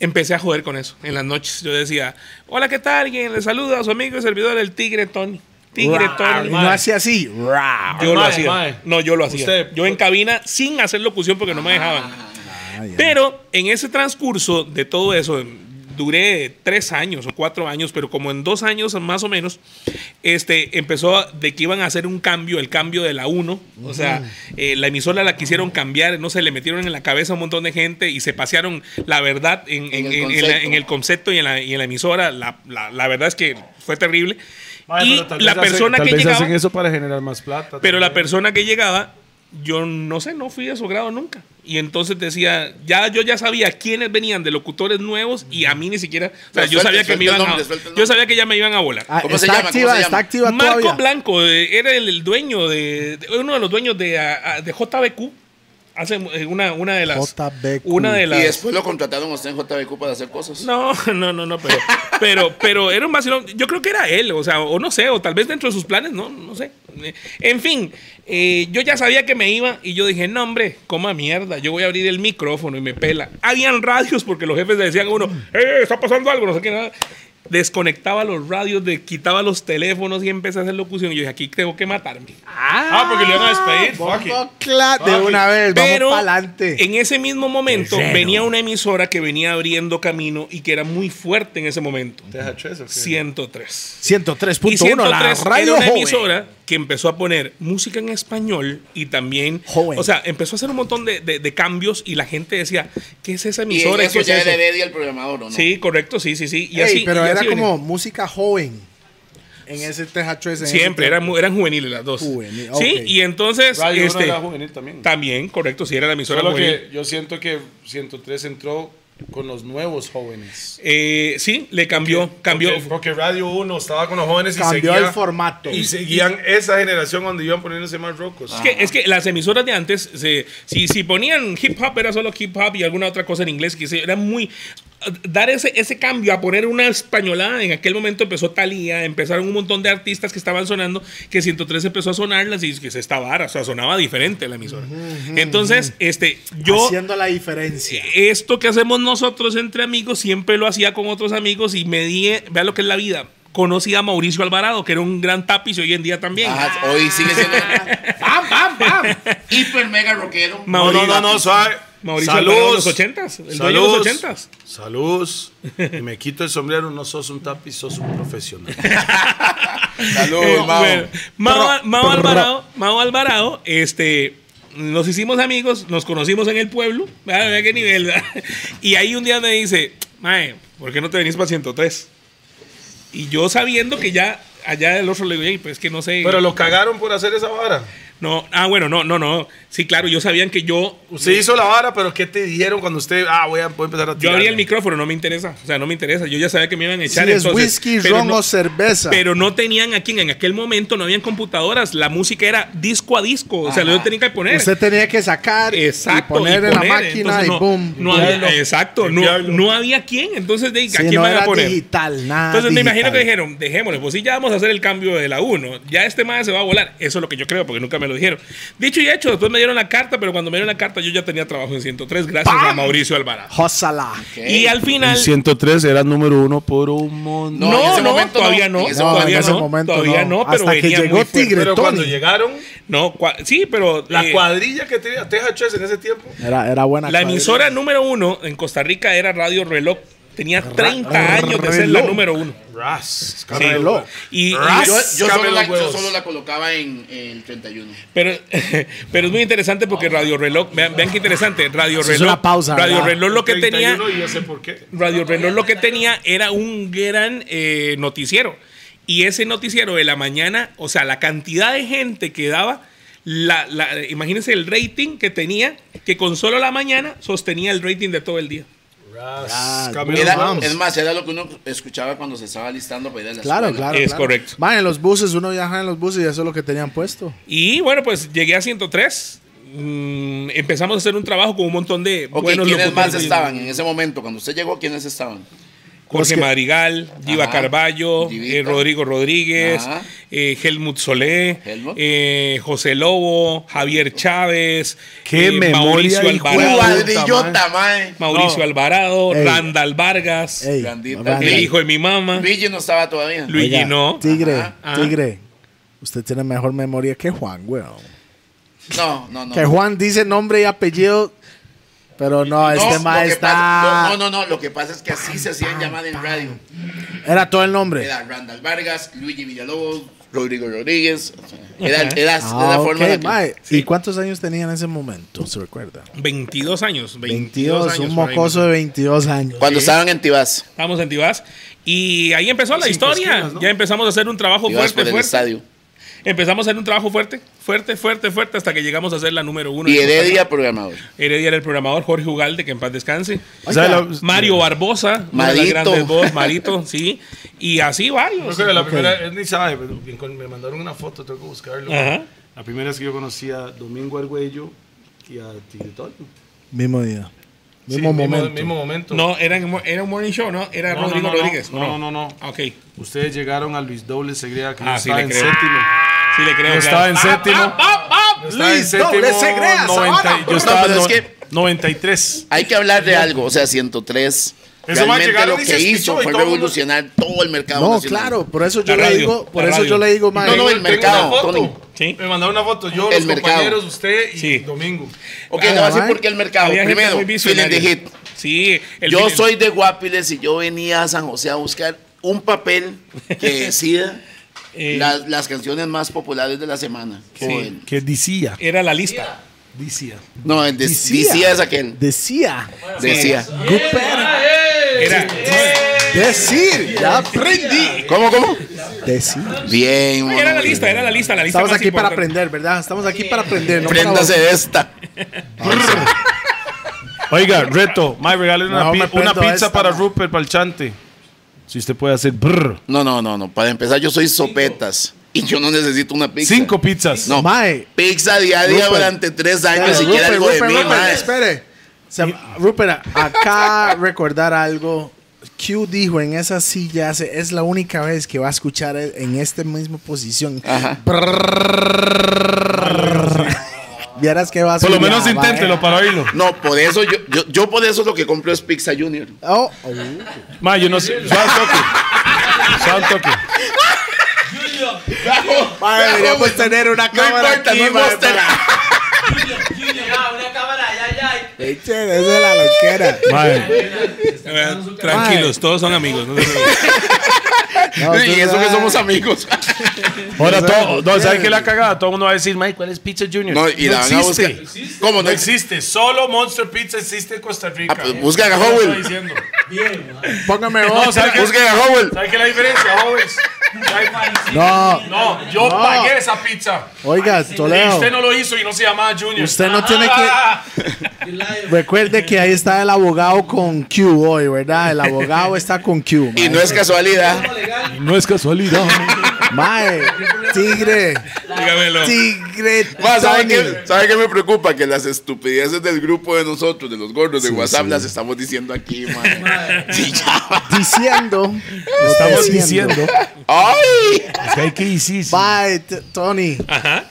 Empecé a joder con eso. En las noches yo decía, hola, ¿qué tal? Alguien le saluda a su amigo y servidor, el tigre Tony. Tigre
Rawr,
Tony.
y no hacía así. rawr.
Yo lo
Mae,
hacía.
mae.
No, yo lo hacía.
Usted-
yo en cabina sin hacer locución porque no me dejaban.
Ah,
Pero en ese transcurso de todo eso, en- duré tres años o cuatro años, pero como en dos años más o menos, este, empezó a- de que iban a hacer un cambio, el cambio de la 1. O sea, eh, la emisora la quisieron cambiar, no sé, le metieron en la cabeza a un montón de gente y se pasearon la verdad en,
En
en-
el
en- en la- en
concepto.
el concepto y en la, y en la emisora. La, la- la verdad es que fue terrible.
Mae,
y
pero tal vez
la
hacen-
persona
Tal
que
vez
llegaba...
hacen eso para generar más plata.
Pero la
también.
persona que llegaba, yo no sé, no fui a su grado nunca. Y entonces decía, ya yo ya sabía quiénes venían de locutores nuevos y a mí ni siquiera, o sea,
Pero
yo
suelte,
sabía que me
suelte el
iban
nombre,
a,
suelte el
yo
nombre.
sabía que ya me iban a volar.
Ah,
¿Cómo se
está
llama? ¿Cómo
activa,
se
está
llama?
activa
Marco
todavía.
Blanco eh, era el dueño de, de- uno de los dueños de, ah, ah, de JBQ. Hace eh, una, una de las
JBQ.
una de
Y
las
después lo contrataron a usted en JBQ para hacer cosas.
no, no, no, no, pero, pero, pero era un vacilón. Yo creo que era él, o sea, o no sé, o tal vez dentro de sus planes, no, no sé. En fin, eh, yo ya sabía que me iba y yo dije, no, hombre, coma mierda, yo voy a abrir el micrófono y me pela. Habían radios porque los jefes le decían a uno, eh, está pasando algo, no sé qué nada. Desconectaba los radios, de, quitaba los teléfonos y empecé a hacer locución. Y yo dije, aquí tengo que matarme.
Ah, porque le iban a despedir. Ah, Fuck it.
Cla- de una vez,
Pues
Pero
vamos para adelante.
en ese mismo momento venía una emisora que venía abriendo camino y que era muy fuerte en ese momento.
THS, ¿o qué?
103. Y
103.1, la
103 era
radio
una
joven.
emisora que empezó a poner música en español y también,
Joven.
o sea, empezó a hacer un montón de, de- de cambios y la gente decía, ¿qué es esa
Y
emisora?
eso
¿Qué es
ya
eso?".
era Heredia el programador, ¿o ¿no?
Sí, correcto, sí, sí, sí. Y
Ey,
así,
pero
y
era
así
como
venía.
música joven en ese Teja 3. en
Siempre,
ese-
eran, mu- eran juveniles las dos.
Juvenil,
Sí,
ok.
y entonces...
Radio Uno
este,
era juvenil también.
también, correcto, sí, era la emisora
Solo
juvenil.
que yo siento que 103 entró con los nuevos jóvenes.
Eh, sí, le cambió, cambió.
Porque, porque Radio 1 estaba con los jóvenes y
Cambió
seguía-
el formato.
Y seguían esa generación donde iban poniéndose más rocos.
Es que, es que las emisoras de antes, se- si, si ponían hip hop, era solo hip hop y alguna otra cosa en inglés. Que se- era muy. Dar ese, ese cambio a poner una españolada. En aquel momento empezó Talía, empezaron un montón de artistas que estaban sonando. Que 103 empezó a sonarlas y que se estaba vara. O sea, sonaba diferente la emisora. Entonces, este, yo.
haciendo la diferencia.
Esto que hacemos nosotros entre amigos, siempre lo hacía con otros amigos y me di. Vea lo que es la vida. Conocí a Mauricio Alvarado, que era un gran tapiz y hoy en día también.
Ajá, hoy sigue siendo
¡Pam, pam, pam!
hiper mega rockero.
No,
Mauricio-
no, no, no, suave.
Mauricio
Salud.
Alvarado de los ochentas, el dueño de los ochentas.
Salud. Y me quito el sombrero, no sos un tapiz, sos un profesional.
Eh,
Saludos,
bueno, Mao- Mao Alvarado, Mao Alvarado, este, nos hicimos amigos, nos conocimos en el pueblo, ¿verdad? Vea qué nivel, ¿verdad? Y ahí un día me dice, Mae, ¿por qué no te venís para 103? Y yo sabiendo que ya allá del otro le digo, "Ey, pues que no sé.
Pero lo cagaron por hacer esa vara.
no, ah, bueno, no, no, no. Sí, claro, ellos sabían que yo.
Usted hizo la vara, pero ¿qué te dijeron cuando usted. Ah, voy a, voy a empezar a
Yo
tirar?
abría el micrófono, no me interesa. O sea, no me interesa. Yo ya sabía que me iban a
Si
echar.
es
entonces,
whisky,
pero
ron
no-
o cerveza.
Pero no tenían aquí, en aquel momento no habían computadoras, la música era disco a disco, o sea, lo tenía que poner.
Usted tenía que sacar
Exacto.
y poner
y
en la
poner,
máquina
entonces
y
no-
boom.
no había- eh, exacto, no, no había quién, entonces de, ¿a
Sí,
quién
no
van a
era
poner?
digital, nada
Entonces me imagino
digital.
que dijeron, dejémosle, pues sí, ya vamos a hacer el cambio de la 1. Ya este madre se va a volar. Eso es lo que yo creo, porque nunca me lo dijeron. Dicho y hecho, después me dieron la carta, pero cuando me dieron la carta yo ya tenía trabajo en 103, gracias a Mauricio Alvarado.
Józala.
Y al final...
103 era número uno por un montón.
No,
No, en ese
no,
momento
todavía
no.
no,
En ese
todavía
momento
no,
no. momento
todavía
no.
no, pero
Hasta que
venía
llegó
muy fuerte.
Tigre.
Pero
Tony.
cuando llegaron,
No, cua- sí, pero
la
eh,
cuadrilla que tenía Teja Chess en ese tiempo.
Era, era buena.
la
cuadrilla.
emisora número uno en Costa Rica era Radio Reloj. Tenía 30 años de ser la
Reloj.
número uno.
Ras.
Sí.
Reloj.
Y, y-
Ras.
Yo,
Cámbiale
yo solo la,
los huevos.
yo solo la colocaba en, el 31.
pero, pero es muy interesante porque Radio Reloj, vean, vean qué interesante, Radio
Eso es
Reloj.
una pausa,
Radio
¿verdad?
Reloj lo que tenía
31 Y yo sé por qué.
Radio Reloj lo que tenía era un gran eh, noticiero. Y ese noticiero de la mañana, o sea, la cantidad de gente que daba, la, la- imagínense el rating que tenía, que con solo la mañana sostenía el rating de todo el día.
Ras. Cámbiale los
Era,
huevos.
es más, era lo que uno escuchaba cuando se estaba listando para ir a la
Claro,
escuela.
claro.
Es
claro.
correcto.
Man, en los buses, uno viaja en los buses y eso es lo que tenían puesto.
Y bueno, pues llegué a 103. mm, empezamos a hacer un trabajo con un montón de
Ok,
buenos
¿quiénes
locutores.
más estaban en ese momento? Cuando usted llegó, ¿quiénes estaban?
Jorge
Los que-
Madrigal, Diva
Ajá.
Carballo,
Divita.
eh, Rodrigo Rodríguez,
Ajá.
eh, Helmut Solé,
Helmut.
eh, José Lobo, Javier Chávez, eh,
Qué memoria,
Mauricio
hijo de
Alvarado,
Cuadrillota, mae.
Mauricio Alvarado,
Ey.
Randall Vargas,
Ey,
Grandita.
Randall.
el hijo de mi mamá,
Luigi no estaba todavía.
Luigi
Oiga,
no.
Tigre,
Ajá,
ajá.
tigre. Usted tiene mejor memoria que Juan, weón.
No, no, no.
Que Juan dice nombre y apellido, pero no,
No,
este
lo
mae
que
está.
pasa- no, no, no, lo que pasa es que así se hacían llamadas en radio.
Era todo el nombre.
Era Randall Vargas, Luigi Villalobos, Rodrigo Rodríguez. o sea, Era, era,
Ah,
era la forma
ok,
en la que-
mae. ¿Y cuántos años tenía en ese momento? ¿Se recuerda?
22 años, 22,
22,
años.
un
por ahí,
mocoso de 22 años.
Cuando estaban en Tibás,
Estamos en Tibás. Y ahí empezó la historia. Ya empezamos a hacer un trabajo
Tibás por
fuerte,
el
fuerte.
estadio.
Empezamos a hacer un trabajo fuerte, fuerte, fuerte, fuerte, hasta que llegamos a ser la número uno.
Y
de Costa
Heredia programador.
Rica. Heredia era el programador, Jorge Ugalde, que en paz descanse.
¿Sabe la-
Pues,
Mario Barbosa, una de las
Marito.
grandes voz, Marito, sí. Y así varios.
Creo que la primera, él ni sabe, pero bien con- me mandaron una foto, tengo que buscarlo.
Ajá.
La primera es que yo conocí a Domingo Argüello y a Tigre Toño.
Mismo día.
Sí,
Mismo momento.
mismo momento.
No, era, en- era un morning show, ¿no? Era
No, no,
Rodrigo
no, no.
Rodríguez.
No, no, no, no.
Ah, Ok.
Ustedes llegaron a Luis Doble Segría, que
Ah,
yo
sí,
estaba
le
en
creo.
Ah,
séptimo.
Sí, le creo.
Yo estaba
claro.
en séptimo.
¡Pap!
Estaba en
Listo, le segreas,
90
ahora.
yo estaba
pero es
no-
que-
93.
Hay que hablar de algo, o sea, 103.
Eso va a
Realmente
llegar,
lo
y se
que hizo
espichó y
fue
todo el mundo-
revolucionar todo el mercado
No,
nacional.
claro, por eso yo le
La radio,
digo, por
la
eso
radio.
yo le digo, mae,
No, no, el
Tengo una
mercado,
foto.
Tony.
Sí.
Me mandaron una foto. Yo,
El
los
mercado.
compañeros, usted y
Sí.
Domingo.
Ok,
Ah,
no, así
mae.
porque el mercado.
Había gente
Primero,
muy
Feeling the
visionaria.
Hit.
Sí. el
Yo
feeling.
soy de Guapiles y yo venía a San José a buscar un papel que decida
Eh.
las, las canciones más populares de la semana. Joven.
Que decía.
Era la lista.
Decía.
No, el de-
Decía.
decía es aquel.
decía,
Decía.
good parent,
Era.
decir, ya aprendí.
¿Cómo, cómo?
Decir.
Bien,
Era la
mono.
lista, era la lista, la lista.
Estamos
más
aquí para
importante.
aprender, ¿verdad? Estamos aquí para aprender, no para
Préndase de esta.
Oiga, reto. Mae, regalen una,
No,
pi-
me
una
prendo
pizza
esta,
para
ma.
Rupert, para el chante. Si usted puede hacer brr.
No, no, no, no. Para empezar, yo soy sopetas. Y yo no necesito una pizza.
Cinco pizzas.
No.
Mae.
Pizza día a día
Rupert.
durante tres años.
Pero
si quiere algo de mí,
Rupert,
mae.
espere. O sea, Rupert, acá recordar algo. Q dijo en esa silla, hace- es la única vez que va a escuchar el- en esta misma posición. Brrrr. Vieras que va a
Por lo
subir,
menos
va,
inténtelo
eh.
para oírlo.
No, por eso yo, yo, yo por eso lo que compro es Pizza Junior.
Oh, oh.
Mae, yo no sé. Suave un toque. Suave un toque.
Mae, deberíamos pues tener una
No
cámara
importa,
aquí,
no es
mae,
Monster.
Ya, una cámara, ya, ya.
para- Eche, esa es la loquera.
Mae.
Eh, Tranquilos, todos son amigos. no se preocupen.
No,
y
entonces,
eso que
ah,
somos amigos.
Ahora todo. No, ¿saben qué la cagada? Todo el mundo va a decir, Mae, ¿cuál es Pizza Junior?
No, y la van a buscar. ¿Cómo no
No
existe?
existe. Solo Monster Pizza existe en Costa Rica.
Ah, pues busca a
¿Qué está
Howell.
diciendo?
Póngame
No,
vos.
¿saben qué?
Busquen a Howell.
¿Saben qué es la diferencia, jóvenes? ¿Saben?
No,
No, yo pagué esa pizza.
oiga,
Y
Toledo.
usted no lo hizo y no se llamaba Junior.
Oh. Usted no tiene que- Recuerde que ahí está el abogado con Q hoy, ¿verdad? El abogado está con Q.
Y
mae.
no es casualidad.
No es casualidad.
Mae, tigre,
Dígamelo.
tigre.
Más, ¿sabe
Tony.
qué, ¿sabe qué me preocupa? Que las estupideces del grupo de nosotros, de los gordos de WhatsApp, las estamos diciendo aquí, man. Sí, ya.
Diciendo. lo
Estamos diciendo.
¡Ay!
Es que hay que decir. sí.
Bye, T- Tony.
Ajá.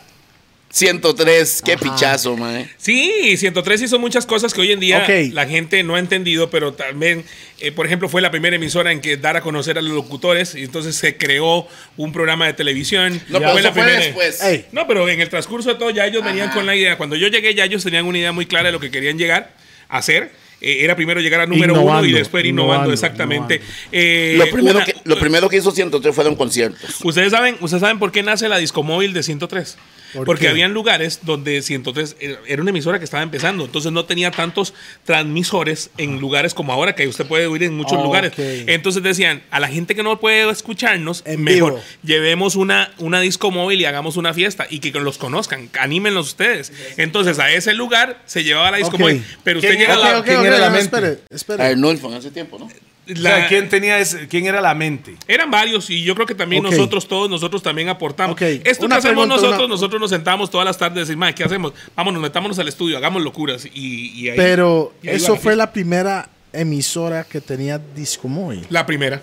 103, qué pichazo, man.
Sí, 103 hizo muchas cosas que hoy en día
Ok.
la gente no ha entendido, pero también, eh, por ejemplo, fue la primera emisora en que dar a conocer a los locutores y entonces se creó un programa de televisión.
No,
Ya
pero
la
eso fue
primera-
después.
Ey,
No, pero en el transcurso de todo ya ellos venían con la idea. Cuando yo llegué ya ellos tenían una idea muy clara de lo que querían llegar a hacer. Eh, era primero llegar a número uno y
Innovando,
después ir innovando,
innovando,
exactamente. Eh,
Lo primero,
una-
que, lo primero que hizo 103 fueron conciertos.
Ustedes saben, ustedes saben por qué nace la discomóvil de 103.
¿Por
Porque
qué?
habían lugares donde 103 era- era una emisora que estaba empezando, entonces no tenía tantos transmisores en lugares como ahora que usted puede oír en muchos
Ah. Ok.
lugares. Entonces decían, a la gente que no puede escucharnos,
En
mejor
vivo.
llevemos una una discomóvil y hagamos una fiesta y que los conozcan, anímenlos ustedes. Entonces a ese lugar se llevaba la discomóvil,
Ok.
pero usted
Ok,
llega a la-
ok,
¿quién
ok,
era la
no,
mente?
Espere, espere.
Arnulfo en ese tiempo, Ah, ¿no?
O sea,
la-
¿quién tenía ese- quién era la mente?
Eran varios y yo creo que también
Ok.
nosotros todos, nosotros también aportamos.
Ok,
Esto
una
que hacemos
pregunta,
nosotros,
una-
nosotros nos sentamos todas las tardes y decimos, "Mae, ¿qué hacemos? Vámonos, metámonos al estudio, hagamos locuras. Y, y ahí-
Pero
y ahí
eso
va
fue
fiesta.
la primera emisora que tenía Discomoy.
La primera.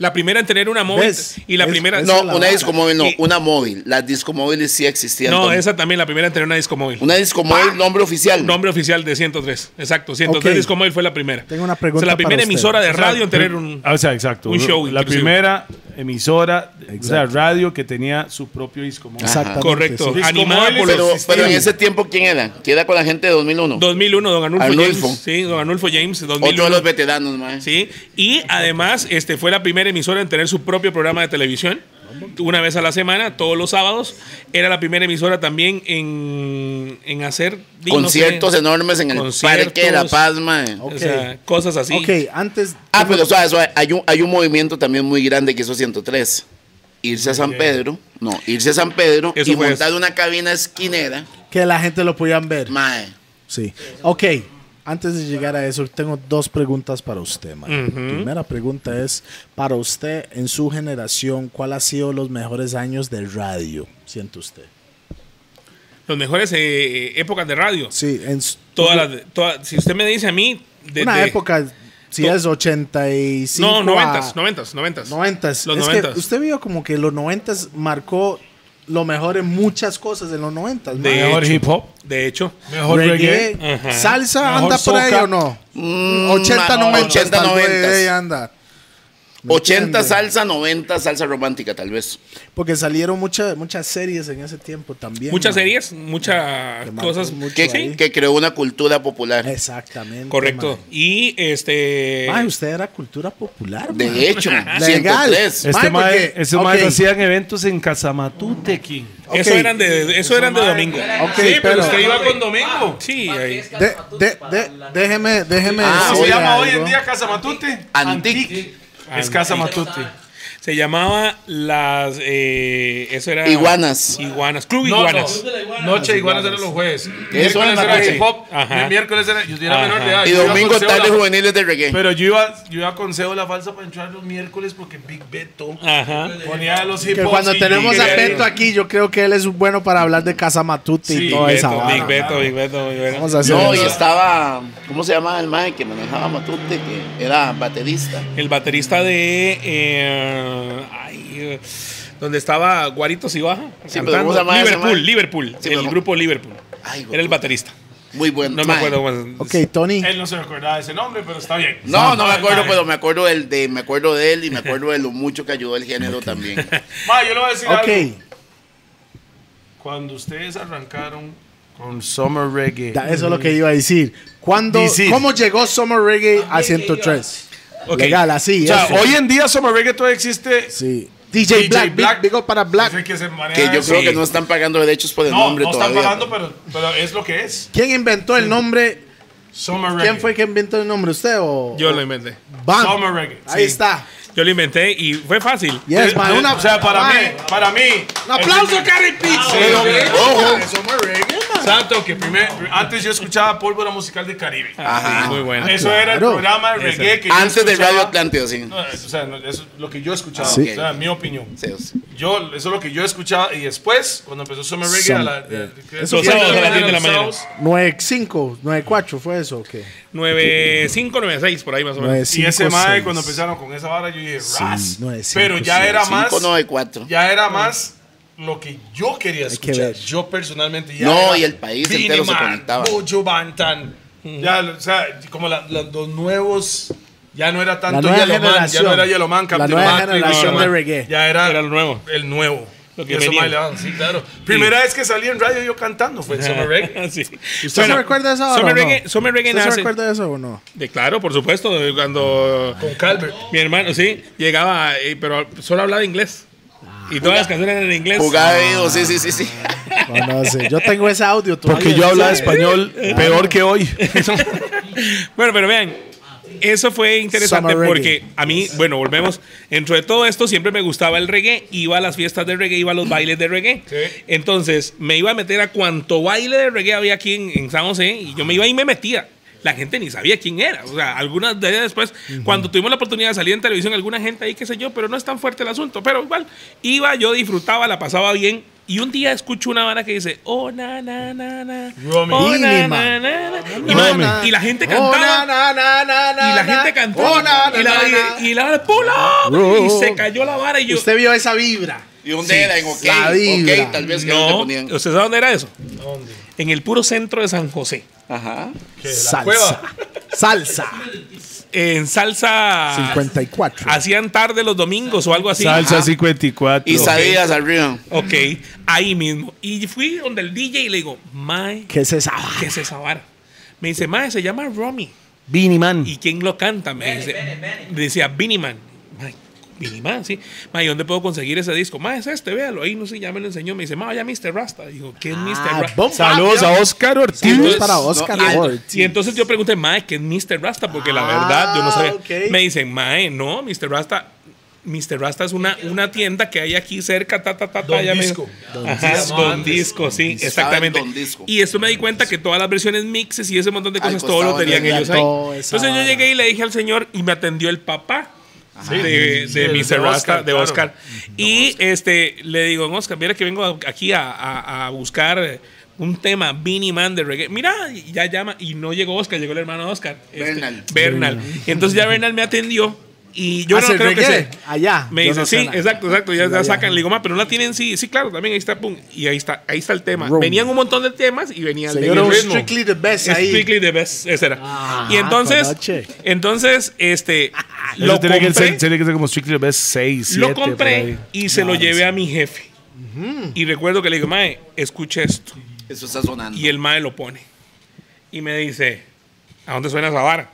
La primera en tener una móvil
¿Ves?
y la
Es-
primera...
es
No,
la
una
vara.
discomóvil, no,
Y-
una móvil. Las discomóviles sí existían.
no,
Tony.
esa también, la primera en tener una discomóvil.
Una discomóvil, nombre oficial.
Nombre oficial de 103. Exacto, 103
Ok.
discomóvil fue la primera.
Tengo una
O sea,
pregunta
la primera
para usted.
emisora de
O sea,
radio en tener
pr-
un...
ah, o sea, exacto.
un show,
La
inclusive.
primera emisora, o sea, radio que tenía su propio disco. móvil.
Exactamente.
Correcto,
sí.
animada por
pero,
los...
pero en ese tiempo, ¿quién era? ¿Quién era con la gente de 2001?
2001, don Anulfo,
Arnulfo.
James. Sí, don Anulfo James, 2001.
Otro de los veteranos, man.
Sí, y además este, fue la primera emisora en tener su propio programa de televisión, una vez a la semana, todos los sábados. Era la primera emisora también en, en hacer di, no sé,
Conciertos enormes en el
conciertos,
Parque de La Paz, man.
o sea,
Ok.
cosas así.
Ok, antes.
Ah, pero suave, suave. Hay, un, hay un movimiento también muy grande que hizo 103. Irse a San Pedro, no, irse a San Pedro
Eso
y
fue
montar una cabina esquinera.
Que la gente lo podían ver.
Mae.
Sí. Ok, antes de llegar a eso, tengo dos preguntas para usted, man. La primera pregunta es, para usted, en su generación, ¿cuál ha sido los mejores años de radio, siente usted?
Los mejores eh, épocas de radio.
Sí, en s-
Todas las de- todas- si usted me dice a mí, de,
una
de-
época, si
to-
es 85
No,
a-
noventas, noventas, noventas.
90s.
Los
es
noventas.
que usted vio como que los 90s marcó lo mejor en muchas cosas en los 90.
De
mae.
Mejor
hecho.
hip hop.
De hecho,
Mejor reggae.
Reggae, Salsa
Mejor
anda por ahí
soca.
o no?
Mm,
80,
mano,
90.
80, 90.
anda.
80
entiendes?
salsa, 90 salsa romántica, tal vez.
Porque salieron muchas muchas series en ese tiempo también.
muchas
mae.
series, muchas
Te marcó
cosas.
mucho
Que,
ahí.
Sí,
que creó una cultura popular.
Exactamente.
correcto.
mae.
Y este.
Mae, usted era cultura popular. mae.
De hecho,
Legal.
103.
Mae,
Este mae,
porque-
este
ok.
mae hacían eventos en Casamatute, King.
Eso
Ok.
eran de, eso eran de domingo.
Ok,
sí, pero
pero-
usted iba con domingo. Sí, ahí.
Marqués
De-
Casamatute
de-
para
de-
la-
déjeme, déjeme.
Ah,
decirle
¿cómo se
algo.
Casamatute?
Antique.
Es Casamatute.
Se llamaba las. eh, eso era.
Iguanas.
Iguanas. Club
No,
Iguanas.
no. Noche de iguanas eran los jueves.
Eso era
Miércoles era
noche.
hip hop.
Ajá.
Miércoles era. Yo era
Ajá.
menor de edad.
Y
yo iba
domingo
con cédula.
tardes juveniles de reggae.
Pero yo iba, yo iba con cédula falsa para entrar los miércoles porque Big Beto
Ajá.
ponía los hip
Que
hop.
cuando tenemos a
Big
Beto
Beto.
aquí, yo creo que él es bueno para hablar de Casa Matute y
Big
toda Oh, esa
Beto,
vara.
Big Beto, Big Beto, Big Beto.
Vamos a hacer
No, y
eso.
estaba, ¿cómo se llamaba el mae que manejaba Matute? Que era baterista.
El baterista de. eh, ay, eh, donde estaba Guaritos y Baja.
Sí, pero
cantando.
¿cómo se llama ese
Liverpool,
man?
Liverpool.
Sí,
el
pero-
grupo Liverpool.
Ay, güey.
Era el baterista.
Muy bueno.
No me
mae.
acuerdo cómo
Ok, Tony.
Él no se acordaba de ese nombre, pero está bien.
No, no me
ah,
acuerdo,
eh.
pero me acuerdo del de, me acuerdo de él y me acuerdo de lo mucho que ayudó el género también.
Ma, yo le voy a decir algo.
Ok,
Cuando ustedes arrancaron con Summer Reggae.
da- eso es lo que iba a decir. ¿Cuándo,
Decir.
¿Cómo llegó Summer Reggae a 103?
Ok.
Legal, así.
o sea,
eso.
hoy en día Summer Reggae todavía existe.
Sí. DJ,
DJ
Black,
Black.
Black. Big, big up para Black.
Dice que se maneja
Que yo
eso.
creo que no están pagando derechos por el
Ah, No,
nombre
no están
todavía.
pagando, pero, pero es lo que es.
¿Quién inventó el nombre?
Summer Reggae.
¿Quién fue que inventó el nombre? ¿Usted o...?
Yo lo inventé.
Bam.
Summer Reggae.
Ahí está.
Yo lo inventé y fue fácil.
Yes, man. Una,
o sea, para
man.
mí, para mí. Ah,
Un aplauso,
Carrie
Pero, ojo,
Santo, que primer- antes yo escuchaba Pólvora Musical del Caribe.
Ajá. Muy bueno.
Eso era el
claro.
programa de
Ah, Ese.
reggae que yo
antes del
escuchaba. Ah.
Radio Atlántico, sí.
No, o sea, no, eso es lo que yo escuchaba.
Sí.
O sea, mi opinión.
Sí, sí.
Yo, eso es lo que yo escuchaba. Y después, cuando empezó Summer Reggae, a la, de- de-
Eso
de- de-
fue a las 10 de la
los
mañana.
sábados,
9-5, 9-4 fue eso, ¿o qué?
9596, por ahí más o menos.
Y ese
5,
mae,
6.
cuando empezaron con esa vara, yo dije, ras.
no es
pero
cinco,
ya
seis.
era más.
594.
Ya era más lo que yo quería
que
escuchar.
ver.
yo personalmente. Ya
No,
era
y el país entero se
Biniman,
conectaba.
Bojo Bantan. Ya, o sea, como la- la- los nuevos. Ya no era tanto
nueva
Yellowman, ya no
generación.
era Yellowman,
La
Captain
nueva
Mac,
generación
Yellowman.
de reggae.
Ya era,
Era el nuevo.
El nuevo.
Lo que
Y eso
venía.
bailaba, sí, claro. Primera vez que salí en radio yo cantando fue en Summer Reggae.
sí.
¿Usted se recuerda de esa hora
Summer
o no?
Reggae, Summer Reggae
¿Usted se
nace.
recuerda de eso o no?
De, claro, por supuesto. de Cuando
Con Calvert.
mi hermano, sí, llegaba, eh, pero solo hablaba inglés. Y todas las canciones eran en inglés.
Jugaba de oído,
Ah.
sí, sí, sí, sí.
No, no sé. Yo tengo ese audio todavía.
Porque yo hablaba español peor que hoy.
Bueno, pero vean, eso fue interesante
Summer
porque
reggae.
a mí, bueno, volvemos. Dentro de todo esto siempre me gustaba el reggae, iba a las fiestas de reggae, iba a
Mm.
los bailes de reggae.
Sí.
Entonces me iba a meter a cuanto baile de reggae había aquí en, en San José y yo me iba y me metía. La gente ni sabía quién era. O sea, algunas de ellas después, cuando tuvimos la oportunidad de salir en televisión, alguna gente ahí, qué sé yo, pero no es tan fuerte el asunto. Pero igual, iba, yo disfrutaba, la pasaba bien. Y un día escucho una banda que dice, oh, na, na, na, na.
Romy.
Oh, na,
Mínima.
na, na, na. Y ma- Y la
Oh,
gente cantaba. Y la gente cantaba. y la, y, y la vara, "Pull up", Y se cayó la vara y yo.
Usted vio esa vibra.
¿Y dónde era? En OK.
la vibra.
OK, tal vez que no te
no,
ponían.
¿usted sabe dónde era eso? En el puro centro de San José.
Ajá.
Que la
Salsa.
cueva.
Salsa.
Ah, En salsa.
54.
Hacían tarde los domingos o algo así.
Salsa 54.
Y sabías arriba.
Ok, ahí mismo. Y fui donde el DJ y le digo, Mae,
¿Qué es esa?
¿qué es esa vara? Me dice, Mae, se llama Romy.
Beanie Man.
¿Y quién lo canta? Me dice, me decía Biniman. Biniman, sí. Ma, ¿y dónde puedo conseguir ese disco? Ma, es este, véalo. Ahí no sé, ya me lo enseñó. Me dice, ma, ya Mr. Rasta. Digo, ¿qué es Mr. Rasta?
bomba.
Saludos a Oscar
Saludos
Ortiz.
para Oscar
Y,
Award.
y entonces yo pregunté, Mae, ¿qué es Mr. Rasta? Porque la verdad, yo no
Ah,
sabía.
ok.
Me dicen, Mae, no, Mr. Rasta. Mr. Rasta es una, una tienda que hay aquí cerca, ta, ta, ta, ta.
Don
ya me-
Disco. Don
Ajá,
Disco.
Don Disco, sí, exactamente.
Don Disco.
Y eso me di cuenta que todas las versiones mixes y ese montón de
Al
cosas, todo lo
costado
tenían
del
ellos ahí.
gato, esa
Entonces yo
vara.
llegué y le dije al señor y me atendió el papá. De, de
el de
Mr. Rasta,
Oscar,
de
claro.
Oscar. Y este le digo, Oscar, mira que vengo a- aquí a, a- a buscar eh, un tema, Beanie Man de reggae. Mira, y ya llama. Y no llegó Oscar, llegó el hermano de Oscar. este,
Bernal.
Bernal. Y entonces ya Bernal me atendió. Y yo
Hace
no creo que
reggae
sea.
allá.
Me
Yo
dice,
no sé
sí,
nada.
exacto, exacto. Ya
Ya,
la
ya.
sacan. Le digo, ma, pero no la tienen, sí, sí, claro, también ahí está, pum. Y ahí está, ahí está el tema.
Rum.
Venían un montón de temas y venía el de
Señora, un
ritmo.
strictly the best ahí. Ah,
Strictly the best, ese era.
Ajá,
y entonces,
conoche.
entonces, este, lo
Eso tiene que, ser,
compré,
tiene que ser como Strictly the Best 6,
lo compré y se lo llevé a mi jefe. Y recuerdo que le digo, mae, escucha esto.
Eso está sonando.
Y el mae lo pone. Y me dice, ¿a dónde suena esa vara?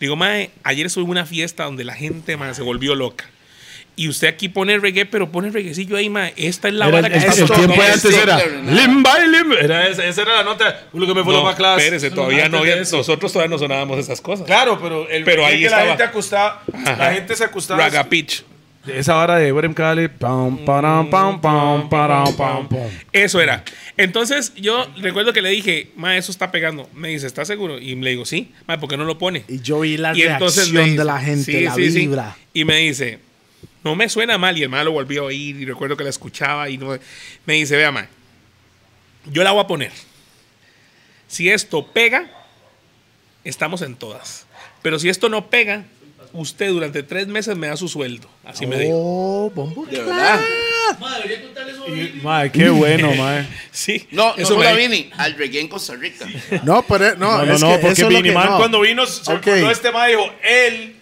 Le digo, mae, ayer estuve en una fiesta donde la gente, mae, se volvió loca. Y usted aquí pone reggae, pero pone reggaecillo ahí, mae. Esta es la
Era,
vara
el,
que está
el
esto
sonando.
tiempo de
es
antes era
Strictly.
Limba y Limba. Era
Era esa, esa era la nota. Lo que me fue lo
No,
más clase.
espérese, todavía no,
Antes
había-
de eso.
nosotros todavía no sonábamos esas cosas.
Claro, pero, el,
Pero
el
ahí
que
estaba.
La gente, acostaba,
Ajá.
la gente se acostaba.
Raga Pitch.
esa vara de Ibrahim Khalil. Pam, param, pam, pam, param, pam, pam.
Eso era. Entonces yo recuerdo que le dije, ma, eso está pegando. Me dice, ¿estás seguro? Y le digo, sí, ma, ¿por qué no lo pone?
Y yo vi la
Y entonces me
reacción
dice,
de la gente,
"Sí,
la
sí, sí".
vibra.
Y me dice, no me suena mal. Y el ma lo volvió a oír y recuerdo que la escuchaba y no... Me dice, vea, ma, yo la voy a poner. Si esto pega, estamos en todas. Pero si esto no pega, usted durante tres meses me da su sueldo. Así me dijo.
Oh, bombo.
De verdad.
Madre, debería contarle eso a Vini.
Madre, qué bueno, madre.
Sí.
No, no
eso
solo
me
a
dijo.
Vini, al reggae en Costa Rica.
No, pero no,
No, no,
es
no,
que eso
porque
es lo
Vinny
que
Man
no.
Cuando vino, se
Ok.
acordó este mae dijo, él.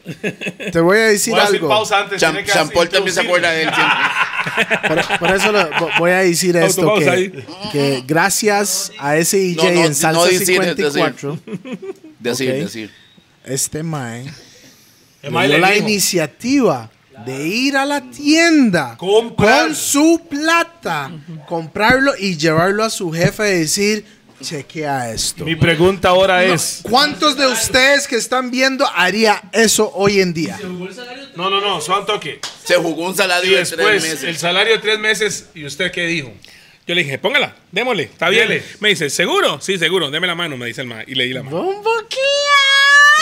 Te voy a decir
Voy a hacer
algo.
pausa antes.
Jean,
tiene que
Jean Paul también se
introducir.
acuerda de él siempre.
Por, por eso lo- vo- voy a decir esto
Autopausa
que, que gracias a ese DJ
No, no,
en Salsa
no decir,
54,
Decir,
Ok.
decir.
este man
El
le
mae
dio
le
la
dijo,
iniciativa de ir a la tienda
Comprar.
con su plata, comprarlo y llevarlo a su jefe y decir, chequea esto.
Mi pregunta ahora es.
¿Cuántos de ustedes que están viendo haría eso hoy en día?
No, no, no, suave un toque.
Se jugó un
Y
salario de tres
después, el
meses.
salario de tres meses. ¿Y usted qué dijo?
Yo le dije, póngala, démosle, está bien.
Dele.
Me dice, ¿seguro? Sí, seguro, deme la mano, me dice el ma. Y le di la mano.
Bombo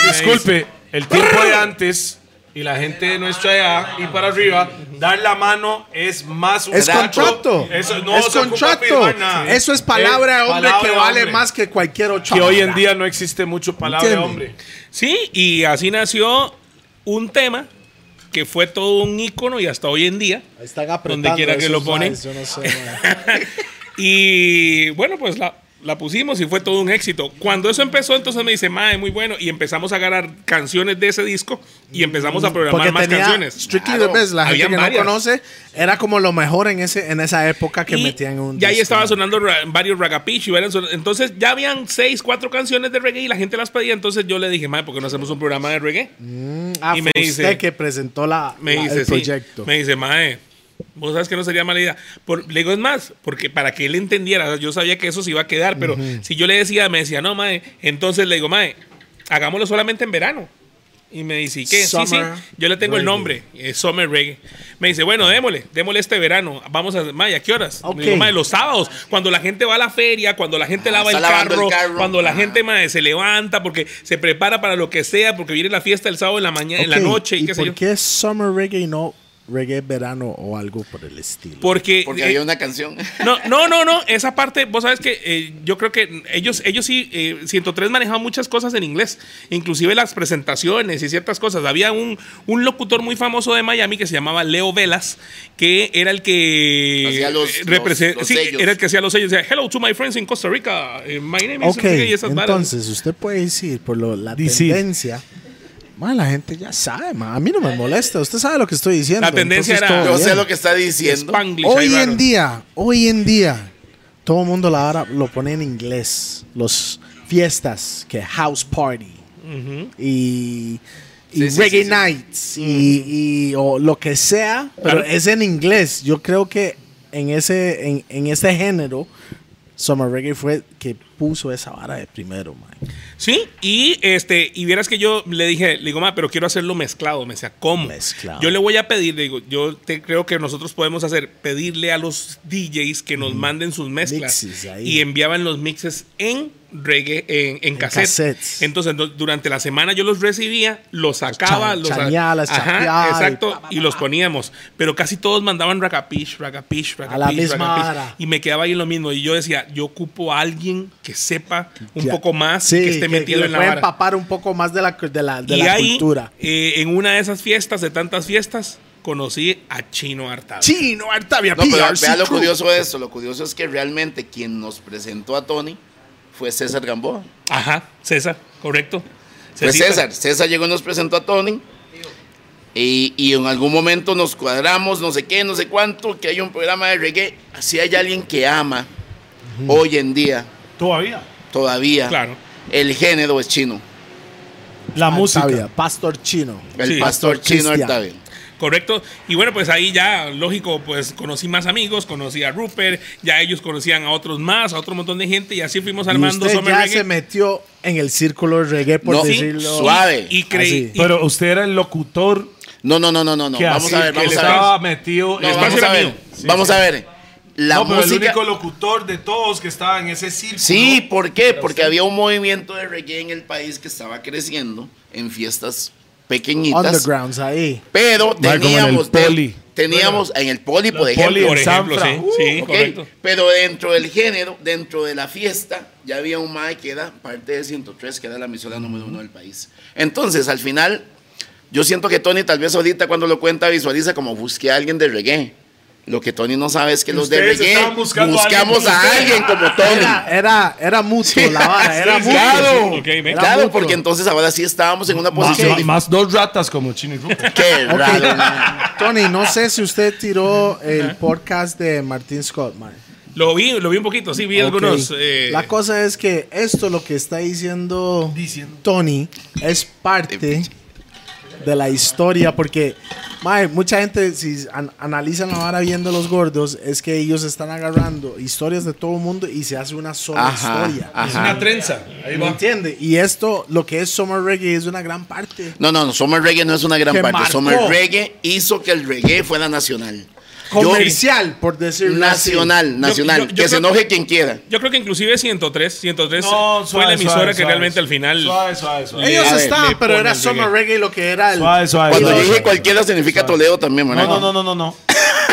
Disculpe, el tiempo de antes y la gente de nuestra edad y para arriba, dar la mano es más un
Es
trato.
contrato.
Eso no
es
se ocupa
contrato.
firmar nada.
Eso es palabra de hombre
palabra
que
de
vale
hombre.
más que cualquier ocho.
Que hoy en día no existe mucho palabra de
Entiende.
hombre.
Sí, y así nació un tema que fue todo un ícono y hasta hoy en día.
Están
Donde quiera que lo
esos
ponen.
maes, yo no sé, mae.
Y bueno, pues la, la pusimos y fue todo un éxito. Cuando eso empezó, entonces me dice, mae, muy bueno. Y empezamos a agarrar canciones de ese disco y empezamos a programar
Mm, Porque
más
tenía
canciones.
Strictly
Claro,
the Best, la gente
habían
que
varias.
no conoce, era como lo mejor en ese en esa época que
Y
metían un
ya ahí
disco.
estaba sonando ra- varios ragapich y varias son- entonces ya habían seis, cuatro canciones de reggae y la gente las pedía. Entonces yo le dije, mae, ¿por qué no hacemos un programa de reggae?
Ah,
y
fue
me
usted
dice-
que presentó la,
Me
la-
dice,
el
sí.
proyecto.
Me dice, mae, vos sabes que no sería mala idea. Por- le digo, es más, porque para que él entendiera, o sea, yo sabía que eso se iba a quedar, pero si yo le decía, me decía, no, mae, entonces le digo, mae, hagámoslo solamente en verano. Y me dice, ¿y qué? Sí, sí,
Summer
yo le tengo el nombre, eh, Summer Reggae. Me dice, bueno, démosle, démosle este verano. Vamos a, mae, ¿a qué horas?
Ok.
Le digo, mae, los sábados, cuando la gente va a la feria, cuando la gente lava el
Ah, está lavando el
carro,
carro.
cuando la
Ah.
gente, mae, se levanta porque se prepara para lo que sea, porque viene la fiesta el sábado en la mañana, en la
Ok,
noche, y
¿Y
qué sé
por
yo.
qué summer reggae y no reggae verano o algo por el estilo?
Porque,
Porque
eh,
había una canción.
no, no, no, no, esa parte, vos sabes que eh, yo creo que ellos, ellos sí, eh, 103 manejaban muchas cosas en inglés, inclusive las presentaciones y ciertas cosas. Había un, un locutor muy famoso de Miami que se llamaba Leo Velas, que era el que
Hacía los-
eh, represe-
los- los
sí,
sellos.
era el que hacía los sellos, decía, hello to my friends in Costa Rica, eh, my name is
Ok,
y esas varas.
entonces usted puede decir por lo, la
Decir.
tendencia. ma, la gente ya sabe, ma, a mí no me molesta. Usted sabe lo que estoy diciendo.
La tendencia
entonces
era-
todo
Yo
bien.
sé lo que está diciendo.
Spanglish, ahí
Hoy
raro.
en día, hoy en día, todo el mundo la ahora lo pone en inglés. Los fiestas, que house party y, y
Sí, sí,
reggae
sí, sí.
nights y, y- o lo que sea, pero
Claro.
es en inglés. Yo creo que en ese en, en este género Summer Reggae fue que puso esa vara de primero, man.
Sí, y este, y vieras que yo le dije, le digo, ma, pero quiero hacerlo mezclado. Me decía, ¿cómo?
Mezclado.
Yo le voy a pedir, le digo, yo te creo que nosotros podemos hacer, pedirle a los DJs que nos manden sus mezclas.
Mixes ahí.
Y enviaban los mixes en reggae en, en cassette.
cassettes.
Entonces, du- durante la semana yo los recibía, los sacaba,
Chan-
los
chaneaba, las
Ajá,
chapeaba y
exacto, y, los poníamos. Pero casi todos mandaban ragapish, ragapish, ragapish.
la misma
ragapish.
hora.
Y me quedaba ahí en lo mismo. Y yo decía, yo ocupo a alguien que sepa un
Ya.
poco más,
Sí,
que esté metido
le
en la
puede
vara.
empapar un poco más de la, cu- de la, de
y
la
ahí,
cultura.
eh, en una de esas fiestas, de tantas fiestas, conocí a Chino Artavia.
Chino, Artavia,
No, pero
PRC
vea lo
crew.
curioso de esto. Lo curioso es que realmente quien nos presentó a Tony fue César Gamboa.
Ajá, César, correcto.
Fue
Cecita.
Pues César. César llegó y nos presentó a Tony. Y, y en algún momento nos cuadramos, no sé qué, no sé cuánto, que hay un programa de reggae. Si hay alguien que ama hoy en día,
Todavía.
todavía,
Claro.
el género es chino.
La
Artavia,
música.
Pastor Chino.
El
Sí.
pastor chino
Cristian.
Artavia.
Correcto. Y bueno, pues ahí ya, lógico, pues conocí más amigos, conocí a Rupert, ya ellos conocían a otros más, a otro montón de gente, y así fuimos
Y
armando
usted
Summer
ya
Reggae.
se metió en el círculo de reggae, por
No, sí,
decirlo.
suave.
Y creí.
Así.
y-
Pero usted era el locutor
No, no, no, no, no. no.
que,
Vamos
así-
a ver,
que
vamos a ver.
Ah,
estaba metido
No,
en-
vamos
espacio
a
era
ver.
mío.
vamos a ver. La
No, pero el
música.
único locutor de todos que estaba en ese círculo.
Sí, ¿por qué? Porque había un movimiento de reggae en el país que estaba creciendo en fiestas pequeñitas.
Undergrounds ahí.
Pero
en el
teníamos. de-
poli.
Teníamos en el poli, por
poli,
ejemplo.
por ejemplo,
Sanfra.
sí,
Uh,
sí,
Ok,
correcto.
Pero dentro del género, dentro de la fiesta, ya había un mae que era parte de 103, que era la emisora número uno del país. Entonces, al final, yo siento que Tony tal vez ahorita cuando lo cuenta visualiza como busqué a alguien de reggae. Lo que Tony no sabe es que los de
Ustedes
reggae
estaban buscando a alguien
buscamos
como
a
usted.
alguien como Tony.
Era, era, era mutuo la vara, era mutuo.
claro,
sí, ok, ve.
claro,
Era mutuo.
porque entonces ahora sí estábamos en una
Más,
posición.
más- más dos ratas como Chino y Rupert.
Qué
Ok.
raro. mae.
Tony, no sé si usted tiró el podcast de Martin Scott, man.
Lo vi, lo vi un poquito, sí, vi
Ok.
algunos. eh,
La cosa es que esto lo que está diciendo, Tony es parte de la historia porque mae, mucha gente si an- analizan ahora viendo los gordos es que ellos están agarrando historias de todo el mundo y se hace una sola
Ajá,
historia.
ajá.
trenza. Ahí
¿Me
va.
entiende? Y esto lo que es Summer Reggae es una gran parte.
No, no, no, Summer Reggae no es una gran
Que
parte.
marcó.
Summer Reggae hizo que el reggae fuera nacional. Yo-
Comercial, por decirlo así.
nacional, nacional.
yo- yo
que se
creo-
enoje quien quiera.
Yo creo que inclusive 103, 103
No,
fue
suave,
la emisora
suave,
que
suave.
realmente al final.
Suave, suave, suave.
Ellos
A ver,
estaban,
le
pero era
pones
Summer
reggae.
Reggae lo que era el...
Suave, suave,
Cuando
suave.
dije cualquiera significa Toledo también,
No,
¿verdad?
no, no, no, no, no.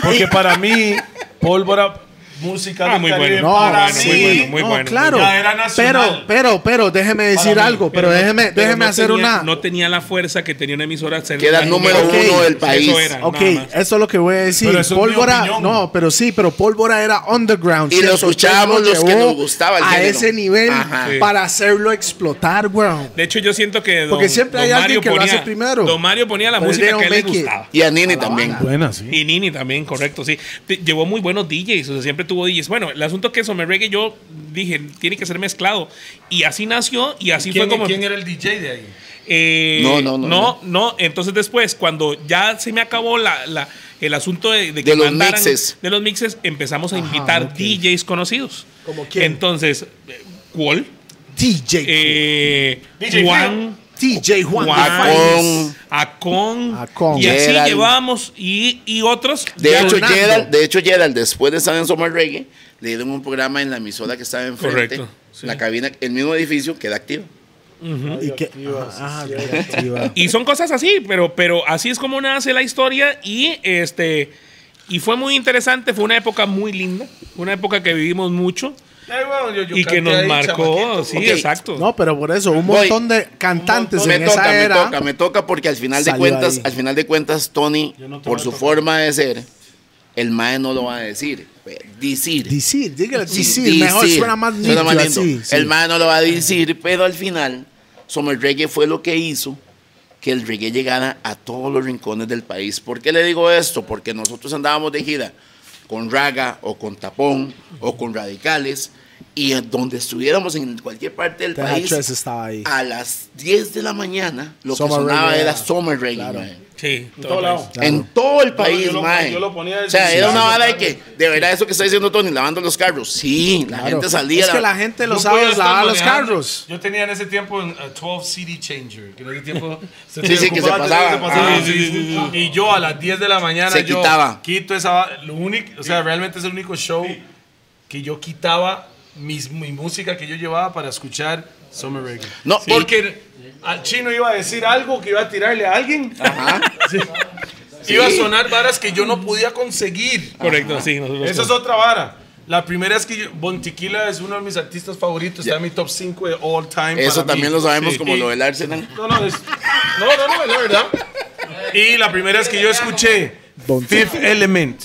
Porque para mí, pólvora, música
Ah,
del
muy
Caribe,
bueno.
No,
para
bueno,
mí,
muy bueno,
muy
no,
bueno.
claro.
Ya era nacional.
Pero, pero, pero, déjeme decir
mí,
algo. Pero, déjeme,
pero
déjeme
no
hacer
tenía-
una.
No tenía la fuerza que tenía una emisora. ser
Que era
la
número
uno del
país.
Eso era,
ok,
nada más.
eso es lo que voy a decir.
Pero eso es mi
Pólvora,
opinión.
no, pero sí, pero Pólvora era underground.
Y lo
103
escuchábamos los que
llevó
nos gustaba el
A
género.
ese nivel
Ajá.
Sí.
para hacerlo explotar, weón.
De hecho, yo siento que. don-
Porque siempre
don
hay alguien
Mario
que lo
ponía-
hace primero. Pues
Don Mario ponía la
Pero they
música
don't
que a él le
make it.
gustaba.
Y a Nini también.
Buena, sí.
Y Nini también, correcto, sí. Te- Llevó muy buenos DJs, o sea, siempre tuvo DJs. Bueno, el asunto es que Summer Reggae yo dije, tiene que ser mezclado. Y así nació y así
¿Quién,
fue como...
quién era el DJ de ahí?
Eh,
No, no, no,
No, no. Entonces después, cuando ya se me acabó la, la- el asunto de, que
De los
mandaran-
mixes.
De los mixes, empezamos a invitar DJs conocidos.
¿Como quién?
Entonces, eh, Wall,
DJ.
eh,
DJ
Juan...
DJ Juan.
Juan,
Acon.
Acon,
Acon.
y así
Gerald.
llevamos y, y otros
De
ya-
hecho,
Leonardo.
Gerald, de hecho, Gerald, después de estar en Summer Reggae, le dieron un programa en la emisora que estaba enfrente.
Correcto, sí.
La cabina, el mismo edificio, queda activo.
Y que, Ah, ajá, ajá, radioactiva.
Y son cosas así, pero, pero así es como nace la historia y este y fue muy interesante, fue una época muy linda, una época que vivimos mucho
Ay, Eh, bueno, yo- yo
y que
canté
nos
ahí,
marcó,
chamaquito.
sí,
Ok.
exacto.
No, pero por eso, un
Voy.
montón de cantantes
me
en
toca,
esa era.
me toca, me toca, porque al final de
salió
cuentas,
ahí.
al final de cuentas, Tony, por su forma de ser, el mae no lo va a decir, eh, decir.
Decir, dígale, decir,
Decir.
mejor suena más nítido
más lindo.
así. sí.
El man no lo va a decir, pero al final, Summer Reggae fue lo que hizo que el reggae llegara a todos los rincones del país. ¿Por qué le digo esto? Porque nosotros andábamos de gira con Raga o con Tapón o con Radicales y en donde estuviéramos en cualquier parte del
Teja
país,
Tres estaba ahí.
a las 10 de la mañana lo
Summer
que sonaba
Reggae
era
era-
Summer Reggae.
claro.
mae.
Sí, todo
Todo lado.
eso.
En todo el país,
yo lo-
mae.
yo lo ponía desde
o sea,
el
era una
inicio,
vara de que, de verdad, eso que está diciendo Tony, lavando los carros. Sí, la gente salía.
Es que la gente los sábados lavaba los
manejando.
carros.
Yo tenía en ese tiempo un uh, 12 CD changer. Que en ese tiempo se
Sí, sí, que se
ocupaba,
pasaba. Ah,
sí, sí, sí, sí. Y yo a las 10 de la mañana
Se
yo
quitaba.
quito esa. Lo único, o sea, realmente es el único show que yo quitaba
mis- mi música que yo llevaba para escuchar Summer Reggae.
No,
porque al chino iba a decir algo que iba a tirarle a alguien.
Ajá.
Sí. Iba a sonar varas que yo no podía conseguir.
Correcto, sí. Nosotros
Esa es otra vara. La primera es que yo- Bon Tequila es uno de mis artistas favoritos. Está en mi top 5 de all time.
Eso
para
también
mí.
lo sabemos
Sí.
como
Y-
lo del Arsenal.
No, no, es, no, no, no, es la verdad. Y la primera es que yo escuché Fifth Element.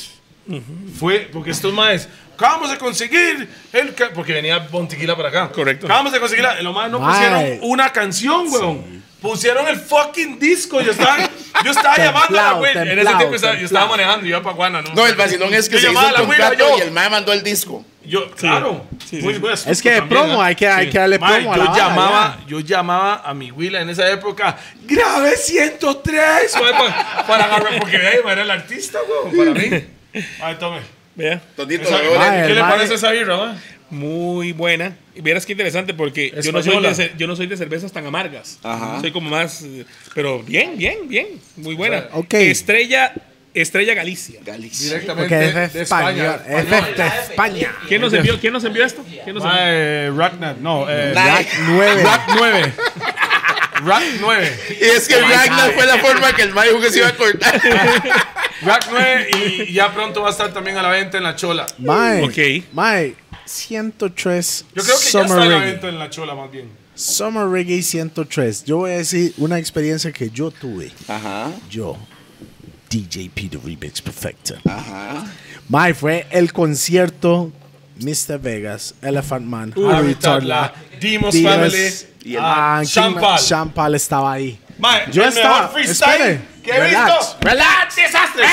Fue porque estos maes. Acabamos de conseguir el. ca-" Porque venía Bontiquila para acá.
Correcto.
Acabamos de conseguir. la- Los maes no
Mae.
pusieron una canción, weón. Pusieron el fucking disco. Yo estaba, yo estaba llamando a la
Templado,
güey. En ese
templado,
tiempo estaba, yo estaba
templado.
manejando. Yo iba para Guana, ¿no?
No, el vacilón es que
Yo
se hizo
llamaba
el
a la güira,
contrato
yo.
y el mae mandó el disco.
Yo, claro.
Sí,
Muy
sí, sí.
buen
Es
asunto
que
también,
promo,
¿eh?
hay que, hay que darle
Mae,
promo. a
yo
la vara,
llamaba,
ya.
yo llamaba a mi Willa en esa época, grave 103 mae, pa- para agarrar, porque vea, mae, era el artista, weón, para mí. Ay, tome.
Vea,
Tondito,
Esa-
lo veo
Mae,
¿Qué
el
le
mae-
parece esa birra, mae?
muy buena. Y vieras qué interesante porque yo no, soy
Española.
de, ce- yo no soy de cervezas tan amargas. Soy como más. eh, Pero bien, bien, bien. Muy buena.
Ok.
Estrella, Estrella Galicia.
Galicia.
Porque
Directamente
es
de
de España.
España.
Es de España.
¿Quién nos envió, ¿quién nos envió esto? ¿Quién nos envió?
Mae, Ragnar, no, eh,
Ay,
9.
Rag 9. Rag 9.
Y es que Ragnar fue la forma que el mae dijo que se iba a cortar.
Rag 9 y ya pronto va a estar también a la venta en la Chola.
Mae.
Ok.
Mae. 103.
Yo creo que ya
Summer
está a la
Reggae.
venta en la Chola más bien.
Summer Reggae 103. Yo voy a decir una experiencia que yo tuve.
Ajá,
Yo. DJ Peter Remix Perfecta.
ajá.
Mae fue el concierto Mr. Vegas, Elephant Man, Harry Tadla,
Dimos
Dios,
Family.
y el-
ah,
ah,
Sean
King-
Paul.
Sean Paul estaba ahí.
Mae,
Yo
el
estaba-
mejor freestyle
espere,
que he
relax,
visto. Relax, desastre.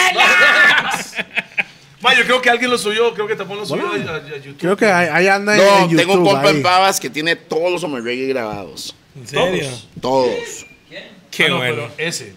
Mae, yo creo que alguien lo subió, creo que tampoco lo subió a, a- a YouTube.
Creo que ahí, ahí anda en
No,
YouTube.
tengo un compa
ahí.
en Pavas que tiene todos los Summer Reggae grabados.
¿En serio?
Todos.
Qué
Ah, no,
bueno.
pero ese.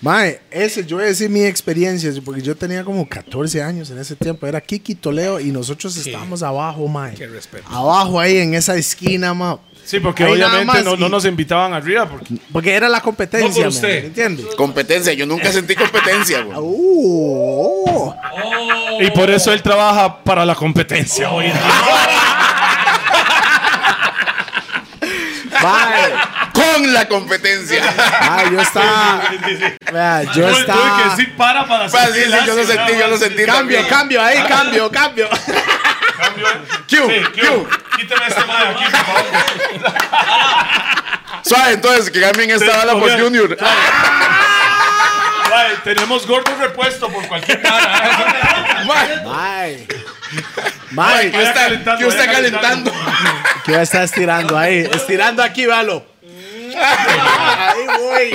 Mae, ese, yo voy a decir mi experiencia, porque yo tenía como 14 años en ese tiempo. Era Kiki Toleo y nosotros estábamos abajo, mae.
Qué respeto.
Abajo ahí en esa esquina, mae.
Sí, porque
Ahí nada
obviamente
más
no,
y-
no nos invitaban arriba porque
Porque era la competencia,
No por
mae,
usted.
¿me entiendes?
Competencia, yo nunca sentí competencia, güey.
Uh, oh.
y por eso él trabaja para la competencia hoy. en día.
Mae.
Con la competencia.
Ah, yo estaba. Vea, yo
Tuve- tuve que
estaba.
decir para para
Para decir, sí, yo lo
las-
sentí, yo lo sentí.
Cambio,
también.
cambio, ahí, cambio, cambio.
Cambio.
Q,
Sí, Q. Quítame este madre aquí, por favor.
Suave, entonces, que cambien esta
Sí,
bala por
obvio.
Junior.
Mae, tenemos gordo repuesto por cualquier
¿eh?
cara.
Mae.
Ay,
Mae,
¿qué está,
calentando,
¿qué está
vaya
calentando?
calentando.
que ya está estirando ahí. Estirando aquí, véalo. Ahí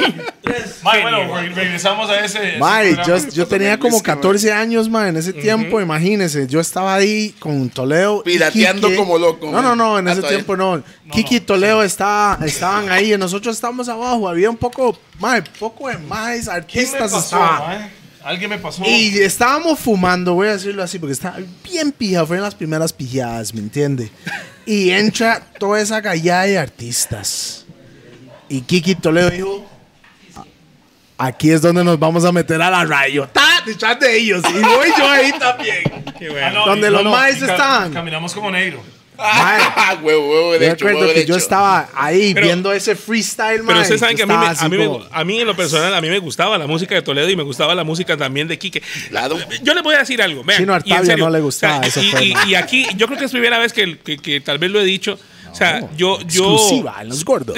voy.
Mae, bueno, re- regresamos a ese.
Mae,
ese
yo,
programa.
yo tenía como 14 años, mae, en ese tiempo, imagínense. Yo estaba ahí con Toleo. y
Pirateando
Quique.
como loco,
No, no,
man.
no, en
Ah,
ese
todavía.
tiempo no. Kiki y Toleo estaba, estaban ahí y nosotros estábamos abajo. Había un poco, mae, poco de más
¿Quién me
artistas
pasó,
estaban.
eh?
mae? Alguien me pasó.
Y estábamos fumando, voy a decirlo así, porque estaba bien pija, fue en las primeras pijadas, ¿me entiende? Y entra toda esa gallada de artistas. Y Kiki Toledo dijo, "A- aquí es donde nos vamos a meter a la rayo. ¡Ta! Detrás de ellos. Y voy yo ahí también.
Qué
Ah,
bueno.
no,
donde
y-
los maes
y ca-
estaban.
Caminamos como negro.
Mae,
Ah, huevo, huevo
yo
derecho, huevo
recuerdo que
derecho.
yo estaba ahí
Pero-
viendo ese freestyle,
Pero
mae,
ustedes saben
yo
que a mí, me-
estaba
a,
así
mí me-
como-
a mí en lo personal, a mí me gustaba la música de Toledo y me gustaba la música también de Quique.
Claro.
Yo les voy a decir algo. Vean,
Chino
y en
Artavia
serio,
no le gustaba,
o sea,
eso
y,
fue,
y-
¿no?
y aquí, yo creo que es primera vez que, que- que tal vez lo he dicho. o sea, yo. yo
Exclusiva en los gordos.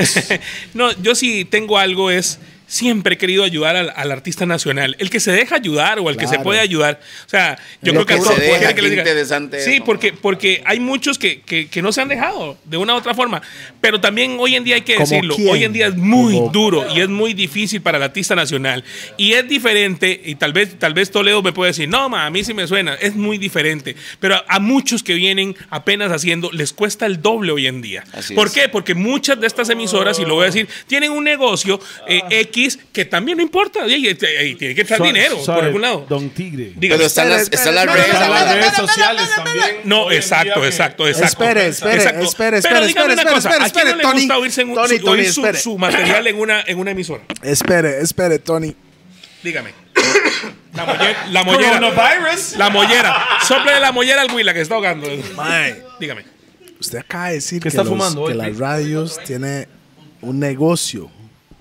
no, yo sí tengo algo es siempre he querido ayudar al, al artista nacional, el que se deja ayudar o el que se
Claro.
puede ayudar. O sea, yo
Lo
creo
que
que, a
se
todos-
deja,
quiere que
qué
les diga.
interesante
Sí,
eso.
porque porque hay muchos que, que- que no se han dejado de una u otra forma, pero también hoy en día hay que
¿Como
decirlo,
quién?
hoy en día es muy
Como-
duro y es muy difícil para el artista nacional y es diferente y tal vez tal vez Toledo me puede decir, "No, ma, a mí sí me suena, es muy diferente", pero a, a muchos que vienen apenas haciendo les cuesta el doble hoy en día.
Así
¿Por
es.
qué? Porque muchas de estas emisoras, y lo voy a decir, tienen un negocio eh, X Kiss, que también no importa. Y, y- y- y tiene que entrar
Ah. Suave,
dinero por
suave,
algún lado.
Don Tigre.
Dígame.
Pero están las, están las redes.
Están las
ahora.
redes sociales también.
No,
Hoy en día
exacto,
que-
exacto, exacto.
Espere, espere,
Exacto.
espere,
Pero
espere,
dígame
espere,
una
espere,
cosa,
espere,
¿a quién no le
Tony,
gusta oírse en un-
Tony,
su-
Tony,
oír su-
espere.
su material en una en una emisora?
Espere, espere, Tony.
Dígame. La mollera. La mollera. La mollera. Sople de la mollera al Huila que se está ahogando. Dígame.
Usted acaba de decir que,
¿Qué está
los-
fumando hoy,
que las
Pete?
radios tiene un negocio.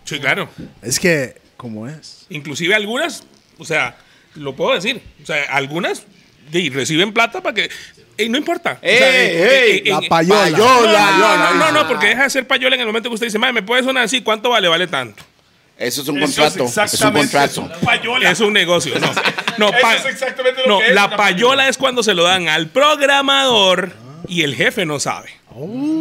Sí, claro.
Es que, ¿cómo es?
Inclusive algunas, o sea, lo puedo decir. O sea, algunas y reciben plata para que. y no importa. O sea,
¡Ey,
eh,
ey!
eh, eh,
La
eh,
payola.
no,
Payola.
no, no, no, no, porque deja de ser payola en el momento que usted dice, madre, ¿me puede sonar así? ¿Cuánto vale? Vale tanto.
Eso es un
Eso es
contrato. Es, un
exactamente
contrato.
eso. Payola.
Es un negocio. No, no,
Eso
pa-
es exactamente lo
no,
que es
la
una
payola es cuando se lo dan al programador y el jefe no sabe.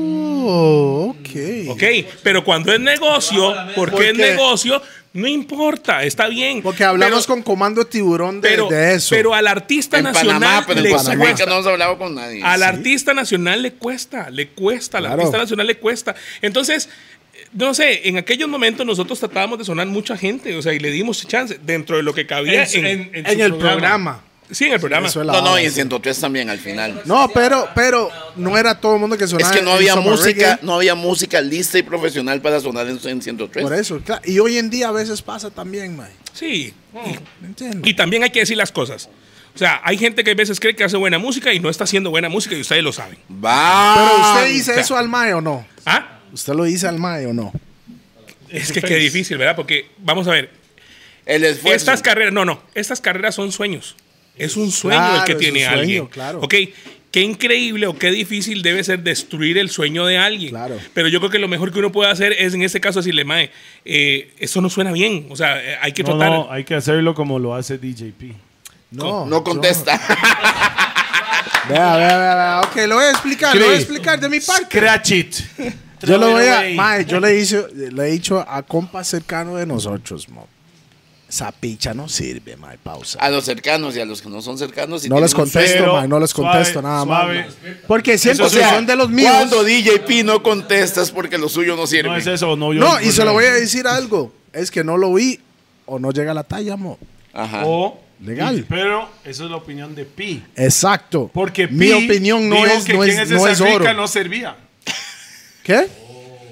Oh, ok.
Ok, pero cuando es negocio, porque
¿Por
es
qué?
negocio, no importa, está bien.
Porque hablamos
Pero-
con Comando Tiburón de,
pero,
de eso.
Pero al artista
En
nacional
Panamá, pero
le
en Costa Rica
cuesta.
no hemos hablado con nadie.
Al artista nacional le cuesta, le cuesta, al artista nacional le cuesta. Entonces, eh, no sé, en aquellos momentos nosotros tratábamos de sonar mucha gente, o sea, y le dimos chance dentro de lo que cabía en,
en
su
el programa.
sí, en el programa.
Eso es la
No, no,
vara,
y en
sí.
103 también al final.
No, pero, pero no era todo el mundo que
Es
sonaba.
que no
en
había
Summer
música,
Reggae.
no había música lista y profesional para sonar en, en 103.
Por eso, claro. Y hoy en día a veces pasa también, man.
Sí. Y-
¿Me entiendes?
Y también hay que decir las cosas. O sea, hay gente que a veces cree que hace buena música y no está haciendo buena música y ustedes lo saben.
Va.
Pero usted dice
Puta.
eso al Mae o no.
¿Ah?
¿Usted lo dice al Mae o no?
Es que qué difícil, ¿verdad? Porque, vamos a ver,
el esfuerzo.
estas carreras, no, no, estas carreras son sueños. Es un sueño el
Claro,
que
es un
tiene
sueño,
alguien.
claro.
Ok, qué increíble o qué difícil debe ser destruir el sueño de alguien.
Claro.
Pero yo creo que lo mejor que uno puede hacer es, en este caso, decirle, Mae, eh, eso no suena bien. O sea, eh, hay que
No,
tratar.
no, hay que hacerlo como lo hace DJP.
No.
no contesta.
yo- Vea, vea, vea, vea. Ok, lo voy a explicar, lo voy a explicar de mi parte.
Scratch it.
Yo lo voy a.
away.
Mae, yo le, hice, le he dicho a compas cercanos de nosotros, mo. Esa picha no sirve, mae, pausa.
A los cercanos y a los que no son cercanos. y
No
tienen Ah,
les
un
contesto,
cero,
mae, no les contesto
suave,
nada
suave.
más. mae. Porque siento
O
que
sea,
son de los míos.
Cuando DJP no contestas porque lo suyo no sirve.
No es eso, no yo.
No, y se lo voy a decir algo. Es que no lo vi o no llega a la talla, mo.
Ajá.
O
Legal.
Pero eso es la opinión de Pi.
Exacto.
Porque
mi
Pi
opinión no
dijo
es,
que
no
quien
es,
de
no es
esa rica
oro.
no servía.
¿Qué?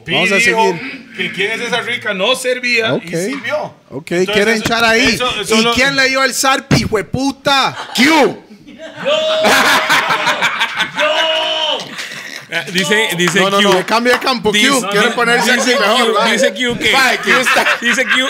Pi
Vamos a
dijo
seguir.
que quien es esa rica no servía
Ok.
y sirvió.
Ok,
Entonces,
quieren
eso-
echar ahí.
eso- eso
¿Y
lo-
quién le dio el zarpi, hueputa?
Q.
Ah, Dice, dice
No, no,
Q.
no, cambia de campo, Q.
Dice-
Quieren ponerse así
Dice
mejor.
Q,
mae.
dice Q que.
Mae, Q está-
Dice Q.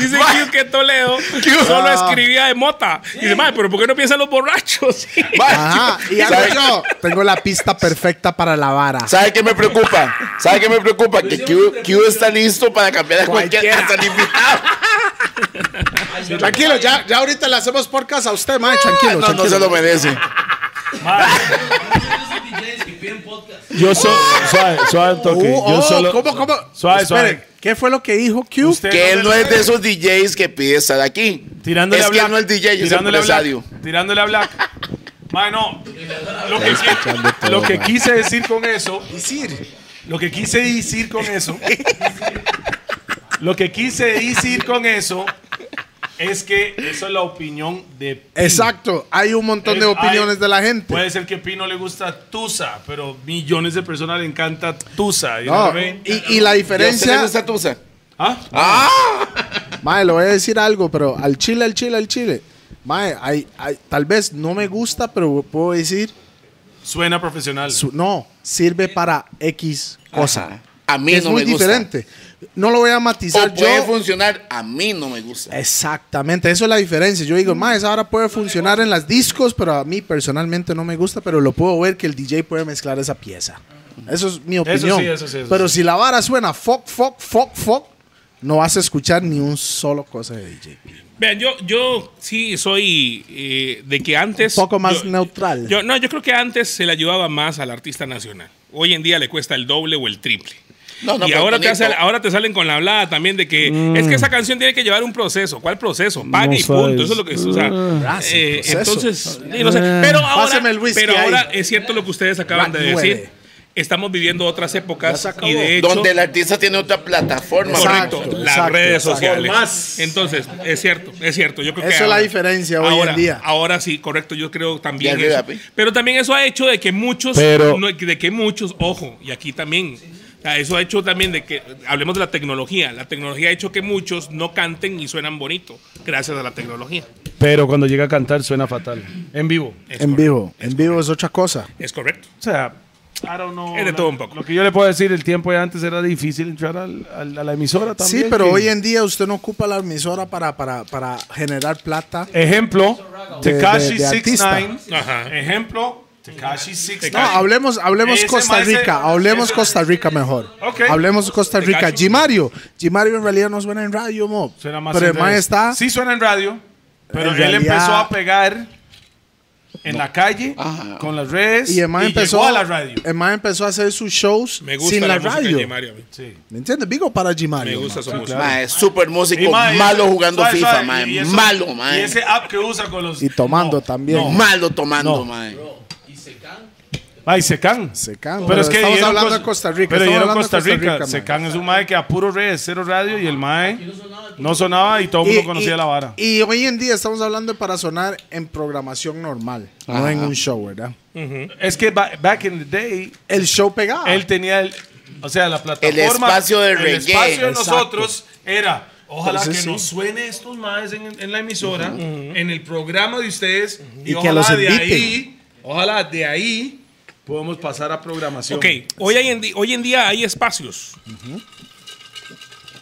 Dice Q que Toledo
Ah.
solo escribía de mota. Y dice, "Mae, pero ¿por qué no piensan los borrachos?
Ajá, y hago
¿Sabe-
yo. Tengo la pista perfecta para la vara.
¿Sabe qué me preocupa? ¿Sabe qué me preocupa? Que Q, Q está listo para cambiar a cualquier hasta el invitado.
Tranquilo, ya, ya ahorita le hacemos podcast a usted, mae. Tranquilo,
No, no
tranquilo.
se lo merece.
DJs que piden podcast.
Yo solo. Suave, suave, un
Uh,
toque. Yo
oh,
solo.
¿Cómo, cómo?
Suave,
Espere,
suave.
¿Qué fue lo que dijo Q?
Usted
Que él no
le-
es de esos DJs que pide estar aquí.
Tirándole
es
a
que
Black.
él no es DJ, es
tirándole a
empresario.
Black. Tirándole a Black. Mae, no. Lo que, lo que quise decir con eso. Lo que quise decir con eso. lo que quise decir con eso. Es que eso es la opinión de. Pi.
Exacto, hay un montón de
Es-
opiniones
hay-
de la gente.
Puede ser que a Pi no le gusta Tusa, pero millones de personas le encanta Tusa. you know
No,
what I mean?
y, y la
¿Y a usted le
diferencia,
gusta Tusa?
¿Ah?
mae, le voy a decir algo, pero al chile, al chile, al chile. Mae, hay- hay- tal vez no me gusta, pero puedo decir,
Suena profesional.
su- no, sirve para X cosa.
Ajá. A mí
es
no
muy
me gusta.
diferente. No lo voy a matizar
O puede
yo.
funcionar, a mí no me gusta.
Exactamente, eso es la diferencia. Yo digo, mae, esa ahora puede funcionar en las discos, pero a mí personalmente no me gusta, pero lo puedo ver que el DJ puede mezclar esa pieza. Eso es mi
sí,
opinión.
eso sí, eso
pero
sí.
si la vara suena fuck, fuck, fuck, fuck, no vas a escuchar ni un solo cosa de DJ.
Vean, yo, yo sí soy eh, de que antes.
Un poco más
yo-
neutral.
Yo, no, yo creo que antes se le ayudaba más al artista nacional. Hoy en día le cuesta el doble o el triple.
No, no,
y
pero
ahora te,
Tonito-
hace- ahora te salen con la hablada también de que
Mm.
es que esa canción tiene que llevar un proceso. ¿Cuál proceso? Pague y punto. Eso es lo que es. o sea,
Ah, eh. sí,
eh,
proceso.
entonces, sí, no sé. Pero ahora,
Pásame el whisky
pero
ahí.
ahora es cierto lo que ustedes acaban
Rack
de decir.
nueve.
estamos viviendo otras épocas
se acabó.
y de hecho
Donde el artista tiene otra plataforma.
correcto,
Exacto,
las
exacto,
redes
exacto.
sociales.
Por más.
Entonces, es cierto, es cierto. Yo creo que
Eso es la
ahora-
diferencia hoy en
ahora-
día.
Ahora sí, correcto, yo creo también.
Ya arriba,
eso.
pi.
Pero también eso ha hecho de que muchos,
Pero-
no, de que muchos, ojo, y aquí también. o sea, Eso ha hecho también de que, hablemos de la tecnología, la tecnología ha hecho que muchos no canten y suenan bonito, gracias a la tecnología.
Pero cuando llega a cantar suena fatal. En vivo.
En vivo. En vivo es otra cosa.
Es correcto.
O sea, I don't know.
Es de todo un poco.
Lo que yo le puedo decir, el tiempo de antes era difícil entrar al- al- a la emisora también.
sí, pero
que-
hoy en día usted no ocupa la emisora para, para, para generar plata.
Ejemplo,
De- de-
Tekashi
de artista.
69.
Ajá. eh,
Ejemplo, Tekashi 69.
No, hablemos, hablemos
Ese
Costa
mae se-
Rica, hablemos
ese-
Costa Rica mejor.
Ok.
Hablemos Costa Rica.
cacho.
Gimario, Gimario en realidad no suena en radio, mo.
Suena más
pero
en
el mae
redes.
está
Sí suena en radio, pero
En
él
realidad- Ah.
empezó a pegar en la calle con las redes
y el mae empezó
llegó a la radio.
El mae empezó a hacer sus shows
Me gusta
sin la,
música de
radio.
Gemario, a mí.
Sí.
¿Me entiendes? Vigo para Gimario.
Me
ma.
gusta su música.
Mae, super músico,
Y, mae,
malo
ese-
jugando
suave,
FIFA,
suave,
mae.
y eso-
malo, mae.
Y ese app que usa con los
Y tomando también.
malo tomando, mae.
Ay, Secan.
Se can,
Pero es que
estamos
dieron
hablando
Cos-
de Costa Rica.
Pero
estamos
dieron
hablando de
Costa Rica.
ma.
Secan es un mae que a puro redes, cero radio y el mae no sonaba y todo el mundo conocía la vara.
y hoy en día estamos hablando para sonar en programación normal, no en un show, ¿verdad?
Es que ba- back in the day
El show pegado.
Él tenía el, o sea, la plataforma.
El espacio de
el
reggae.
espacio de
Exacto.
nosotros era. Ojalá
Entonces,
que
sí.
nos suene estos maes en, en la emisora, en el programa de ustedes y,
Y que
ojalá
los
de
inviten.
ahí, ojalá de ahí podemos pasar a programación.
Ok, hoy, hay en di- hoy en día hay espacios.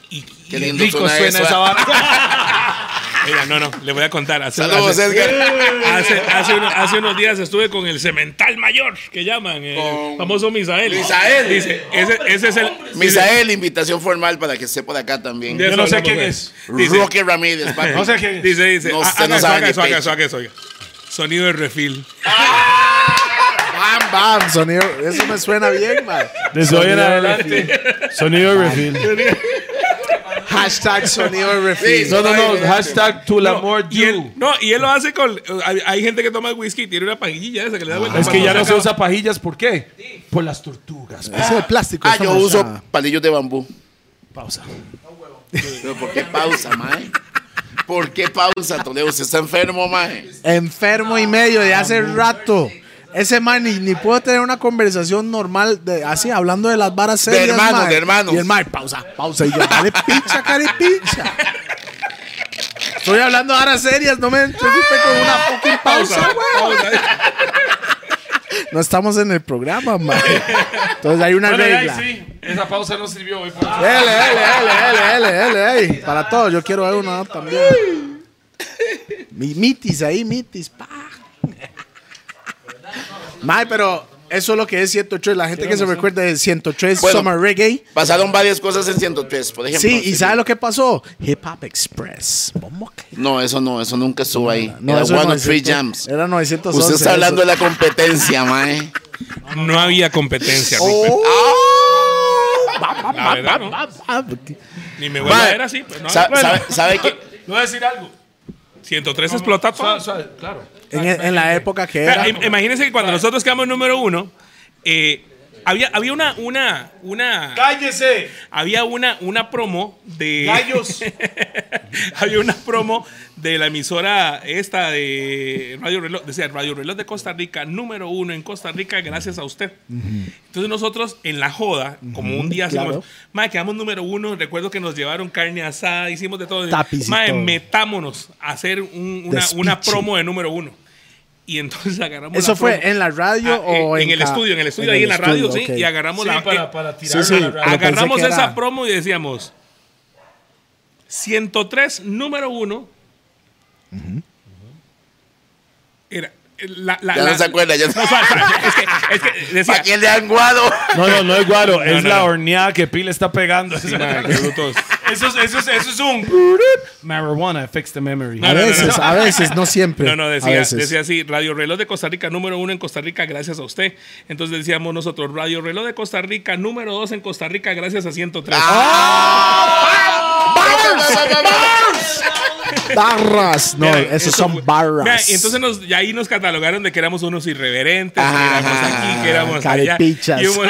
Y, y
Qué lindo
rico
suena
suena
eso,
esa
¿eh?
vara. Oiga, no, no, le voy a contar. Hace,
Saludos,
hace-
Edgar.
hace- hace uno- hace unos días estuve con el cemental mayor, que llaman, el
Con
famoso Misael.
Misael.
Dice, ese, ese es el...
Misael, invitación formal para que esté por acá también.
De-
Yo no sé
Eso
quién
hablamos,
es.
dice-
Roque Ramírez, papi.
No sé quién es.
Dice, dice,
No,
"Ah,
usted no
haga eso,
sabe
haga
qué
eso, haga
pecho".
eso, haga eso, oiga. Sonido de refil.
Bam, bam, sonido. Eso me suena bien, man.
Desde hoy en adelante. Sonido de refil.
Hashtag sonido de refil.
Sí,
No, no, no.
Ay,
Hashtag to la more
Y él,
you.
no, y él lo hace con... Hay, hay gente que toma whisky y tiene una pajillilla esa que le da vuelta.
Es que
cuando
ya no se
acaba.
usa pajillas. ¿Por qué? Por las tortugas.
Ese de plástico.
Ah,
esa
yo
no
uso
está.
palillos de bambú.
Pausa.
Pero ¿por qué pausa, mae? ¿Por qué pausa, Toledo? Usted está enfermo, mae.
Enfermo y medio de hace rato. Ese man ni, ni puedo tener una conversación normal de, así hablando de las varas serias.
hermanos,
man.
de hermanos.
Y el man, pausa, pausa. Y yo, dale pincha, cara pincha. Estoy hablando de varas serias, no me entretupe con una fucking pausa, güey. No estamos en el programa, man. Entonces hay una regla.
sí. Esa pausa no sirvió hoy. pues.
L, L, L, L, L, L, ey. Para todos, yo quiero ver una también. Mi mitis ahí, mitis, pa. Mae, pero eso es lo que es 103. La gente que se recuerda de 103
Bueno.
Summer Reggae.
Pasaron varias cosas en 103, por ejemplo.
Sí, ¿y sabe lo que pasó? Hip Hop Express. Vamos que-
No, eso no, eso nunca estuvo ahí. Era
eso es
One of Three
900,
Jams.
Era 911.
Usted está hablando de
eso.
la competencia, mae.
No había competencia,
Oh.
Rupert.
Oh.
¡Ah!
La verdad, ¿no?
Ah,
Ni me vuelve a
Mae,
ver así. pues, no.
sa-
Bueno,
sabe, sabe que
103 explota todo.
claro.
En, en la época que
Espera,
era.
im- imagínense que cuando nosotros quedamos número uno, eh, había, había una, una, una,
¡Cállese!
había una, una promo de.
Gallos.
había una promo de la emisora esta de Radio Reloj, decía Radio Reloj de Costa Rica, número uno en Costa Rica, gracias a usted. Entonces nosotros en la joda, como un día hacemos,
claro.
"Mae, quedamos número uno, recuerdo que nos llevaron carne asada, hicimos de todo.
Tapiz y
Mae,
todo.
metámonos a hacer un- una,
Despiche.
una promo de número uno. Y entonces agarramos
¿Eso
la
fue
promo.
en la radio
Ah,
o
en,
en
el
ca-
estudio, en el estudio,
en
ahí
el
en la radio,
estudio,
sí,
ok.
y agarramos
Sí,
la
para,
eh,
para
Sí,
tirar
sí.
la-
pero pensé
agarramos
que
esa
era-
promo y decíamos 103 número uno era eh, la, la,
ya
la-
no se acuerda. Ya
No, espera, espera, es que, es que decía
¿Para quién le han guado?
No, no, no es guaro, es
no,
la
no.
horneada que Pil está pegando.
Madre, qué brutos.
eso, es, eso, es, eso es un. Marijuana affects the memory.
A
Ah, no, no, no,
veces,
no.
a veces, no siempre.
No, no,
a
decía,
veces.
decía así, Radio Reloj de Costa Rica, número uno en Costa Rica, gracias a usted. Entonces decíamos nosotros, Radio Reloj de Costa Rica, número dos en Costa Rica,
Ah,
gracias a 103.
¡Vamos!
barras. No,
Mira,
esas
eso
son
fue-
barras.
Mira, y entonces nos, y ahí nos catalogaron de que éramos unos irreverentes,
Ajá,
que éramos aquí, que éramos
carepichas.
allá. Y un mon-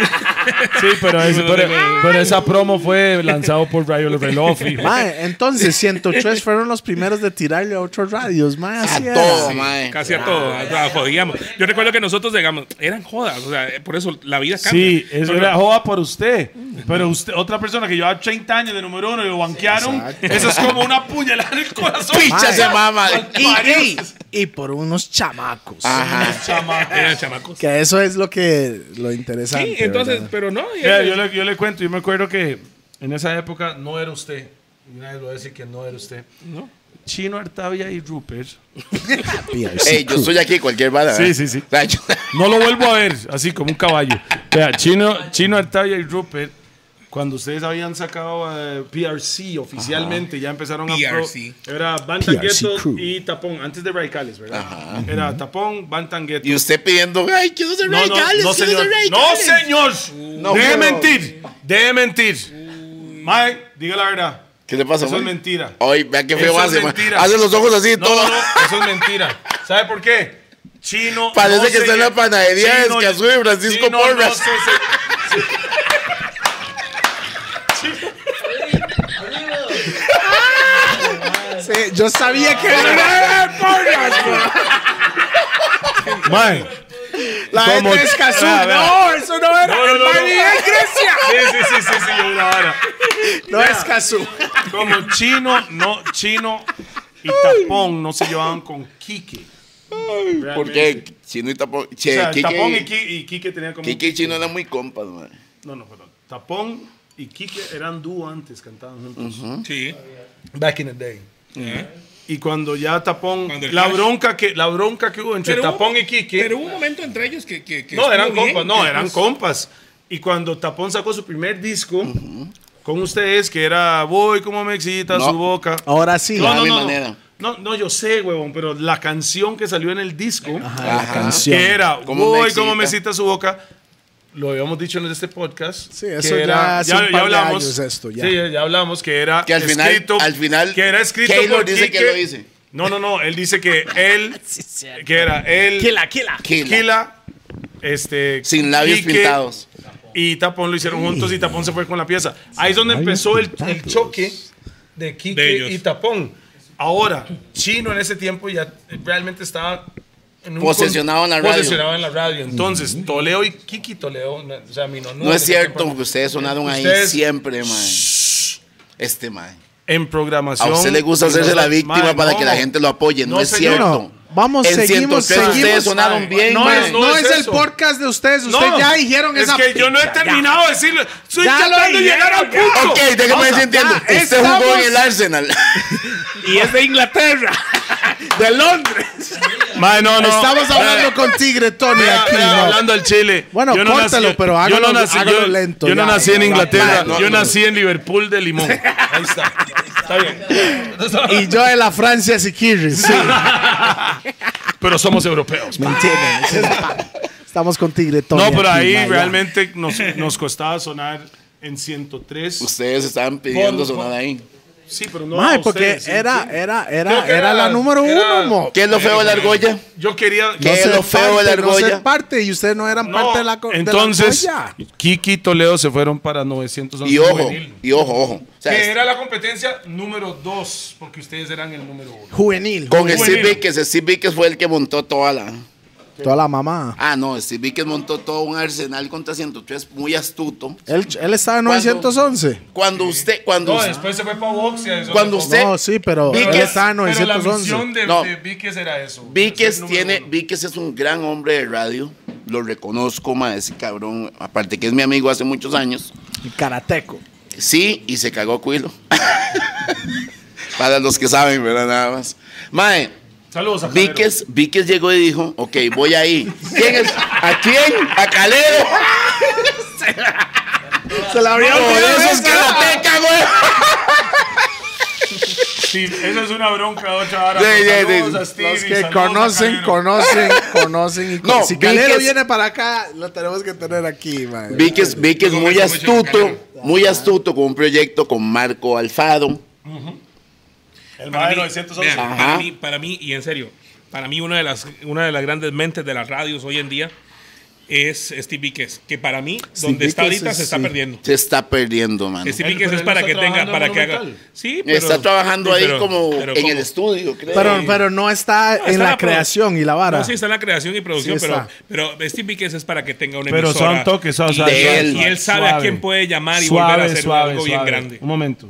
Sí, pero, es-
Y un
pero-
montón de-
pero esa promo fue lanzado por Rayo El Reloj. fijo.
Mae, entonces 103 fueron los primeros de tirarle a otros radios, mae,
A
así era.
todo, mae.
Casi a todo, o sea, jodíamos. Yo recuerdo que nosotros, digamos, eran jodas, o sea, por eso la vida cambia.
Sí, eso
Porque-
era joda por usted. Pero usted, otra persona que llevaba 30 años de número uno y lo banquearon, eso es como una puñalada en el corazón.
Picha se mama.
Y, y-
Y,
y por unos chamacos.
Ajá.
Eran chamacos.
Que eso es lo que lo interesante.
Sí, entonces,
¿verdad?
pero no. y-
Mira, yo, le, yo le cuento, yo me acuerdo que en esa época no era usted. Y nadie lo va a decir que no era usted.
No.
Chino Artavia y Rupert.
PRC
Ey, yo
crew.
estoy aquí cualquier vara.
Sí,
¿verdad?
sí, sí.
O sea, yo-
No lo vuelvo a ver, así como un caballo. Vea, Chino, Chino Artavia y Rupert, cuando ustedes habían sacado eh, PRC oficialmente, ya empezaron
PRC.
a. pro- era
PRC
Bantanguetos
crew.
y Tapón, antes de Radicales, ¿verdad? Era Tapón, Bantanguetos.
Y usted pidiendo, ay, quiero ser
No, no,
radicales,
no,
quiero
señor.
ser radicales.
No, señor. Deje
pero-
mentir. Deje mentir. Mike, diga la verdad.
¿Qué le pasa,
Eso es
mae?
mentira.
Ay, vea qué feo
Eso es
hace, mae.
mentira.
Hace los ojos así,
No,
todo.
no, eso es mentira. ¿Sabe por qué? Chino.
Parece
no
que
se
está en la
lle-
panadería de
Chino-
Escazú y Francisco
Chino no
Porras.
se se-
Sí, yo sabía que
Mae.
la
¿Cómo?
gente de Escazú.
Vea, vea.
No, eso no era.
No, no,
el
no, no.
Barney de Grecia.
Sí, sí, sí, sí, sí, yo una vara.
No es Escazú.
Como chino, no, chino y tapón no se llevaban con Kike.
Porque Chino y Tapón.
O
Che,
sea,
Kike-
tapón y Kike, y Kike tenían como. un-
Kike y Chino eran muy compas, mae.
No, no, perdón. Tapón y Kike eran dúo antes, cantaban juntos.
Sí.
Back in the day. Y cuando ya Tapón,
Cuando el
la
Clash.
bronca que la bronca que hubo entre
Pero
Tapón
hubo-
y Kike,
Pero hubo un momento entre ellos que. que- que
no
estuvo
eran
bien,
compas, no
que- pues,
eran compas. Y cuando Tapón sacó su primer disco con ustedes que era Voy como me excita
No.
su boca.
Ahora sí.
No,
no,
mi
no,
manera.
no. No, no, yo sé, huevón, pero la canción que salió en el disco,
La
Ajá.
canción.
que era
Cómo me
Voy
excita.
como me excita su boca, lo habíamos dicho en este podcast.
Sí,
que
eso ya hace un par de años esto, ya.
Sí, ya hablamos que era
Que al final,
escrito,
al final,
que era escrito
Keylor
por
dice
Quique.
que lo dice.
No, no, no, él dice que él, que era él,
Kila, Kila.
Kila.
Kila, este,
Sin labios
Quique
pintados.
Y Tapón lo hicieron juntos y Tapón se fue con la pieza. Ahí es donde empezó el, el choque de Quique
De ellos.
y Tapón. Ahora, Chino en ese tiempo pues ya realmente estaba en un
Posesionado en la radio.
posesionado en la radio. Entonces, Toleo y Kiki Toleo, no- o sea, mi este nonú
No
en
es
ese
cierto que
tiempo,
ustedes sonaron ahí
Ustedes-
siempre, mae. Este, mae.
En programación.
A usted le gusta hacerse la víctima
Madre,
para
no.
que la gente lo apoye. No,
No,
es
señor.
cierto.
Vamos,
En
seguimos,
103 ustedes
seguimos.
sonaron bien,
No
mae.
es-
No es el
eso.
podcast de ustedes.
No,
Ustedes ya dijeron
es
esa
que yo no he
picha, ya.
terminado de decirlo. Estoy
Ya lo
tratando de
dijeron,
llegar al
ya.
punto.
Ok, déjame decir, entiendo.
ya
Usted jugó
estamos-
en el Arsenal.
Y es de Inglaterra.
De Londres.
Madre, no, no.
Estamos hablando con Tigre Tony
Vea,
aquí.
vea,
¿no?
hablando al Chile.
Bueno,
Yo no nací-
córtalo,
yo-
pero
yo no
hágalo-
nací,
hágalo
yo-
lento,
Yo no
ya.
nací en Inglaterra.
no,
yo
no.
nací en Liverpool de Limón. Ahí está. Está bien.
Y yo de la Francia Siquirri. Sí.
Pero somos europeos.
¿Me entienden? Estamos con Tigre Tony.
No, pero
aquí,
ahí
mae, ya.
realmente nos, nos costaba sonar en 103.
Ustedes estaban pidiendo
Por-
sonar ahí.
Sí, pero no.
Mae,
a
porque
ustedes, ¿sí?
era, era,
Creo
era,
que
era la
era-
número
era-
uno, mo.
¿Qué es lo feo de la argolla?
Yo quería.
¿Qué?
ser
lo feo de
parte,
la
No
argolla?
ser parte y ustedes no eran
No,
parte de la co- de la
entonces,
argolla.
Kiki y Toledo se fueron para 900
Y ojo, y ojo, ojo. O sea,
Que
es-
era la competencia número 2, porque ustedes eran el número 1.
Juvenil.
con Steve
juvenil.
Vickers, Steve Vickers fue el que montó toda la.
Toda la mamá.
Ah, no, Steve Vickers montó todo un arsenal contra 103, muy astuto.
Él, él estaba en
¿Cuándo?
911.
Cuando usted, cuando
No,
usted-
después se fue para Boxia.
Cuando usted-
No, sí, pero
Vickers,
él estaba en
Pero la
911.
misión de,
No.
de Vickers era eso.
Víquez
ser número
tiene,
uno.
Víquez es un gran hombre de radio. Lo reconozco, ma, ese cabrón. Aparte que es mi amigo hace muchos años.
Karateco.
Sí, y se cagó cuilo. Para los que saben, ¿verdad? Nada más. Mae,
Saludos a Calero.
Víquez, Víquez llegó y dijo, ok, voy ahí. ¿Quién es? ¿A quién? ¿A Calero?
Se la había
Por
olvidado
eso es que
esa.
la teca,
eh.
güey.
Sí, eso es una bronca de otra hora.
Sí, sí,
pero
sí.
saludos a Stevie,
Los que
saludos a
conocen,
Calero.
conocen, conocen. Y
No,
si Calero
Víquez-
viene para acá, lo tenemos que tener aquí, man.
Víquez, Víquez muy astuto, muy astuto con un proyecto con Marco Alfaro.
El
Para
mae
mí,
911.
vean,
Ajá.
para, mí, para mí, y en serio, para mí una de las, una de las grandes mentes de las radios hoy en día es Steve Víquez, que para mí, donde está
Víquez
ahorita,
es-
se está
sí.
perdiendo.
Se está perdiendo, mano.
Steve
Él-
Víquez
pero
es
él
para
está
que tenga,
trabajando
para
en
que haga...
Monumental.
Sí,
está trabajando
sí,
ahí
pero-
como
pero
en el
¿cómo?
estudio, creo.
Pero, pero no está
No,
en
está
la,
produ-
creación y la vara.
No, sí, está en la creación y producción,
Sí
pero,
está.
pero Steve Víquez es para que tenga una
Pero
emisora.
son toques, o sea,
de
suave,
él.
y él sabe a
suave.
quién puede llamar y volver a hacer algo bien grande.
Un momento.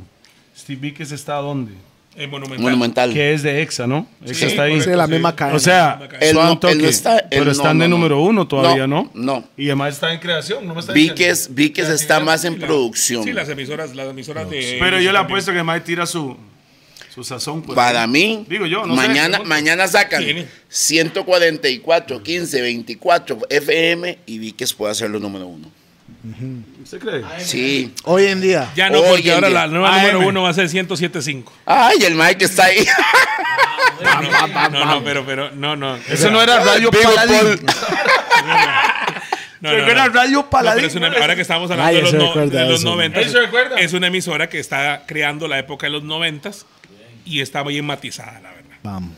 Steve Víquez está dónde?
En Monumental.
Monumental.
Que es de EXA, ¿no? EXA
Sí,
está ahí.
Sí, la misma cadena.
O sea,
Él
Él
son
no- él
toques,
no está- él
pero
no,
están
no,
de
no.
número uno todavía, ¿no?
No, no.
Y además está en creación, no me está
Víquez, Víquez está más en
Sí, la-
producción.
Sí, las emisoras, las emisoras de...
Pero yo le apuesto que Mike tira su, su sazón. pues.
Para mí,
Digo yo, no sé,
mañana,
pregunto.
mañana sacan
Tiene.
144, 15, 24 FM y Víquez puede hacerlo número uno.
¿Usted cree?
Sí.
Hoy en día.
Ya no,
Hoy
porque
en
ahora
día.
la nueva
AM.
número uno va a ser 107.5.
Ay, el Mike está ahí.
No, no, pero, pero, no, no.
Eso no era Radio
Big
Paladín.
Paul.
No, no, no.
Era Radio
No,
Paladín.
pero es una- ahora que estamos hablando
Nadie
de los,
se
no-
recuerda
de los
eso.
90,
Nadie se recuerda.
es una emisora que está creando la época de los 90 y está bien matizada, la verdad.
Vamos.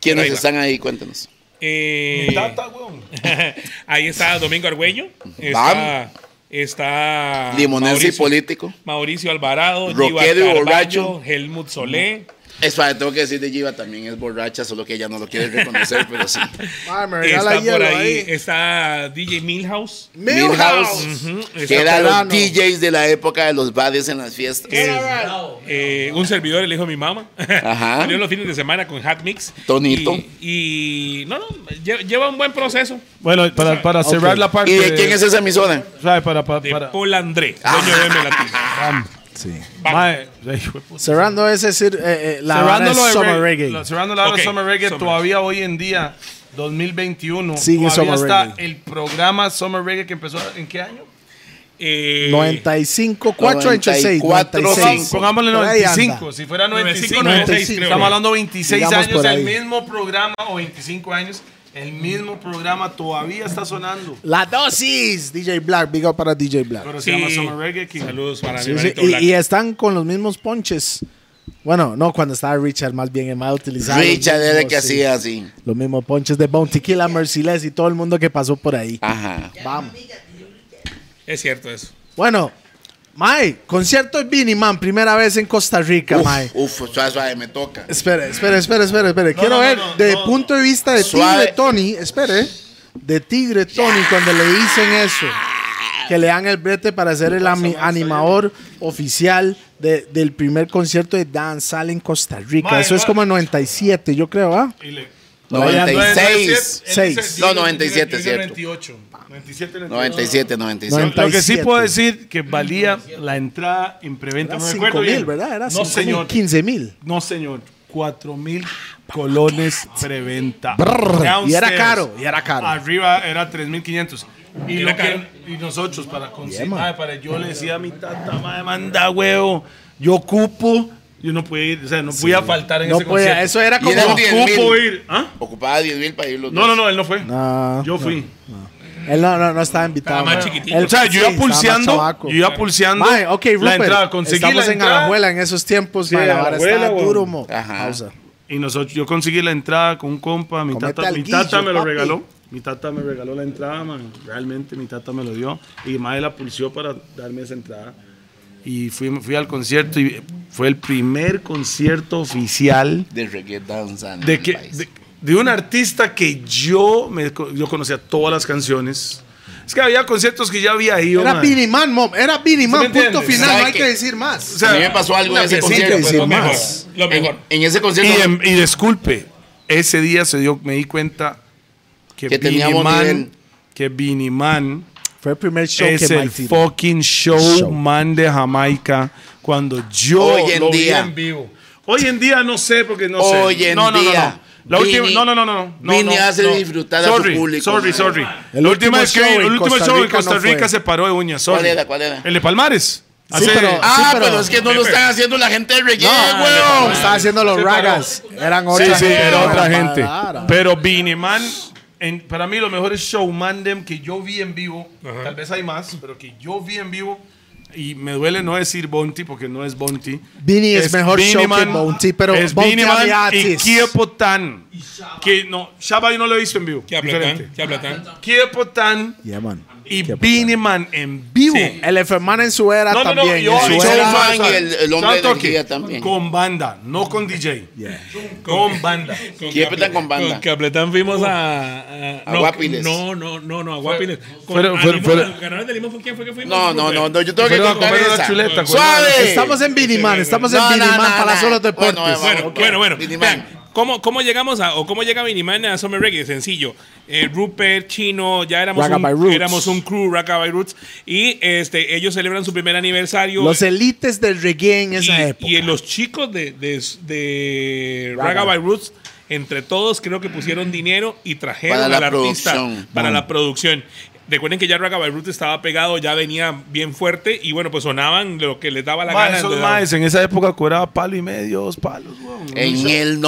¿Quiénes
Ahí va.
están ahí? Cuéntanos.
Eh,
Tata, weón.
ahí está Domingo Argüello. Está, está
Ah, Limonense y
Mauricio-
político.
Mauricio Alvarado,
Roquero y
Giva Carballo,
borracho.
Helmut Solé.
Espera, tengo que decir de Giva también es borracha, solo que ella no lo quiere reconocer, pero sí.
Está por ahí, eh, está DJ Milhouse.
Milhouse,
Ujú,
que era
Catalano.
los DJs de la época de los bares en las fiestas.
que es, eh, un servidor, el hijo de mi mamá.
Ajá.
Salió los fines de semana con Hat Mix.
Tonito.
Y, y- no, no, lle- lleva un buen proceso.
Bueno, para, para cerrar la parte.
¿Y de quién es esa emisora?
Sabe, Para, para,
De
para.
Paul André,
Ah.
dueño de M Latino.
Sí.
Mae, ay, hijo de puta.
Cerrando ese cir- eh, eh, la
Cerrando
vara
lo de
es Summer
reg-
Reggae.
lo- cerrando la hora
Ok,
de Summer Reggae,
Summer.
todavía hoy en día, 2021,
Sigue
todavía
Summer
está
Reggae.
el programa Summer Reggae que empezó en qué año?
Eh,
95, 486,
94,
96.
cinco.
Pongámosle
Por ahí
95,
anda.
si fuera
95,
95,
96, creo.
estamos hablando 26
Digamos
años,
por
el
ahí.
mismo programa o 25 años, el mismo programa todavía está sonando.
La dosis. DJ Black, big up para DJ Black.
Pero
Sí.
se llama Summer Reggae King.
Saludos para
Sí,
mi
sí,
hermanito
Y,
Black.
y están con los mismos ponches. Bueno, no, cuando estaba Richard, más bien el más utilizado.
Richard era el que
sí.
hacía así.
Los mismos ponches de Bounty Killer, Merciless y todo el mundo que pasó por ahí.
Ajá.
Vamos.
Es cierto eso.
Bueno, Mae, concierto de Vinny Man, primera vez en Costa Rica, Mae.
Uf, uf, suave, suave, me toca.
Espera, espera, espera, espera, espera. Quiero
no,
ver,
no,
de
no.
punto de vista de
Suave.
Tigre Tony, espere, de Tigre Tony, cuando le dicen eso, que le dan el brete para ser el ami- animador oficial de- del primer concierto de Danzal en Costa Rica.
Mae,
eso es
mae.
como en 97, yo creo, ¿ah?
Y le-
Seis.
96,
Seis.
No, 97, cierto.
98. 97,
97, 97.
Noventa-
Lo que sí
97.
puedo decir que valía la entrada en preventa.
Era
No
5
recuerdo
mil,
bien.
¿verdad? Era
no,
5 mil,
señor.
15 mil.
No, señor. 4 mil colones preventa.
Y era
Downstairs.
caro, y era caro.
Arriba era 3500. Y,
Era
lo que-
caro.
y nosotros para conseguir,
man.
madre, para yo le decía a mi tata, madre, manda huevo, yo cupo, yo no podía ir, o sea, no podía faltar en
No
ese
podía,
concierto.
eso era como...
era un
Yo
10.000.
cupo ir, ¿ah?
Ocupaba 10 mil para ir los
No, no, no, él no fue.
No,
yo fui.
Ah, él no, no, no estaba invitado.
Estaba más
mae.
chiquitito.
Él-
O sea,
sí,
yo iba
estaba más
pulseando,
chavaco.
yo iba pulseando
Mae, ok, Rupert.
la entrada, conseguí la
Estamos en
entrada.
Alajuela en esos tiempos. mae, la vara
Alajuela,
estaba
weón.
duro, mo.
Ajá.
Pausa.
Y nosotros, yo conseguí la entrada con un compa, mi
Comete
tata, mi
alguillo,
tata me lo
papi.
regaló. Mi tata me regaló la entrada, man. Realmente mi tata me lo dio. Y madre la pulsó para darme esa entrada. Y fui, fui al concierto y fue el primer concierto oficial
de reggae danza.
de, que, de, de un artista que yo, me, co- yo conocía todas las canciones. Es que había conciertos que ya había ido.
Era
man.
Beanie Man, mom. Era Beanie Man.
me
Punto
entiende?
final.
¿Sabe
No hay
qué?
que decir
O
más.
sea,
a mí me pasó algo en ese
piecita y
concierto.
sin
lo mejor.
más.
Pues Lo
En,
mejor.
en ese
y,
concierto
em- y disculpe, ese día se dio, me di cuenta que,
Que
Beanie
teníamos
Man-
nivel.
que Beanie Man
Fue el primer show
es
que
el
Mike tiró.
fucking showman de Jamaica cuando yo
Hoy en
lo vi
día.
en vivo. Hoy en día no sé porque no sé.
Hoy en
no, no, no,
día.
No, La última-
Vini-
no, no, no, no, no.
Vini
no,
hace
no.
disfrutar a su
Sorry,
público,
Sorry,
man.
sorry.
El
La última
último
vez que-
show en
el último
Costa
show en
Rica no
Costa Rica
fue.
se paró de uñas.
¿Cuál
sorry.
era? ¿Cuál era?
El de Palmares.
Sí,
Hace-
pero-
Ah,
Sí,
pero,
pero-
es que no lo están haciendo la gente de reggae,
No,
weón.
estaba haciendo los ragas. Eran otra
Sí, sí, era otra
Para
gente.
dar, ah.
Pero Bineman, en, para mí, los mejores showman dem que yo vi en vivo, tal vez hay más, pero que yo vi en vivo,
y me duele no decir Bounty porque no es Bounty.
Beanie es mejor show que
Man,
Bounty, pero
es
Bounty
Beanie Man
había
y
artists.
Kiepotan. Que no, Shaba yo no lo he visto en vivo.
¿Qué
Diferente.
hablan? ¿Qué hablan?
Kiepotan
Yeah, man.
y Beanie Man en vivo.
Sí.
El Eferman en su era
No, no, no,
también.
yo-
en su
yo-
era-
Showman y el- el hombre de
Santo que-
energía también.
Con banda, no con DJ.
Yeah.
Con banda.
Siempre están con banda. Uh.
Con Capletán fuimos a.
A
no,
Guapiles.
No, no, no, no, a Guapiles. Con,
fueron-
a
fueron-
Limón,
fueron-
¿Los ganadores de Limón con quién fue que fuimos?
No, no, no, no, yo tengo que
Fueron a
contar
comer una
esa.
chuleta, güey.
¡Suave!
Estamos en Beanie Man, estamos en
No,
Beanie
no,
Man
no,
para
no.
solo deportes.
Bueno, bueno,
Bueno,
Ok.
bueno, bueno.
Miniman.
Vean, ¿cómo, ¿Cómo llegamos a, o cómo llega Miniman a Summer Reggae? Sencillo. Eh, Rupert, Chino, ya éramos
Ragga by
un,
Roots.
éramos un crew, Ragga by Roots. Y este, ellos celebran su primer aniversario.
Los elites del reggae en esa
y,
época.
y los chicos de, de, de Raga by Roots, entre todos, creo que pusieron dinero y trajeron
Para
al
la
artista
producción.
para
Mm.
la producción. Recuerden que ya Raga by Roots estaba pegado, ya venía bien fuerte y bueno, pues sonaban lo que les daba la
Ma,
gana.
esos
les daba-
maes en esa época cobraba palo y medio, dos palos, weón.
En el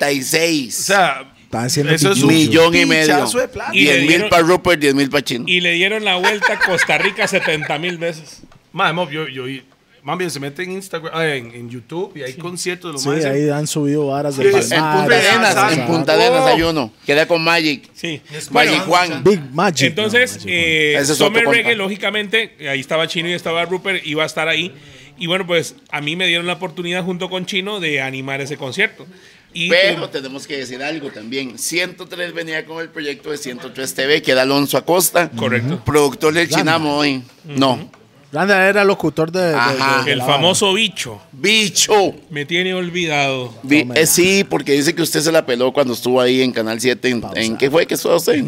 O
96.
sea,
Estaban haciendo
eso es un
Millón y medio.
pichazo de plata.
Y le
10 mil
dieron-
para Rupert, 10 mil para Chino.
Y le dieron la vuelta a Costa Rica 70 mil veces.
Madre, mo, yo, yo, y- más bien se mete en Instagram, ah, en, en YouTube y hay conciertos de los
Sí,
maes. eh.
ahí han subido varas de
Sí, en
En
palmadas.
Punta Arenas, en
Ajá.
Punta Arenas hay uno. Queda con Magic.
Sí.
Magic Juan.
Big Magic.
Entonces,
No, Magic,
eh,
Ese es
Summer
otro
Reggae,
compa.
lógicamente, ahí estaba Chino y estaba Rupert, iba a estar ahí. Y bueno, pues a mí me dieron la oportunidad junto con Chino de animar ese concierto. Y
Pero
tuve-
tenemos que decir algo también. 103 venía con el proyecto de 103 TV, que era Alonso Acosta.
Correcto.
Productor del Chinamo hoy. No.
Grande era locutor de. de-
Ajá.
de- de
el
la
famoso bicho
Bicho.
me tiene olvidado.
Vi- eh, sí, porque dice que usted se la peló cuando estuvo ahí en Canal 7. ¿En, en qué fue que estuvo usted?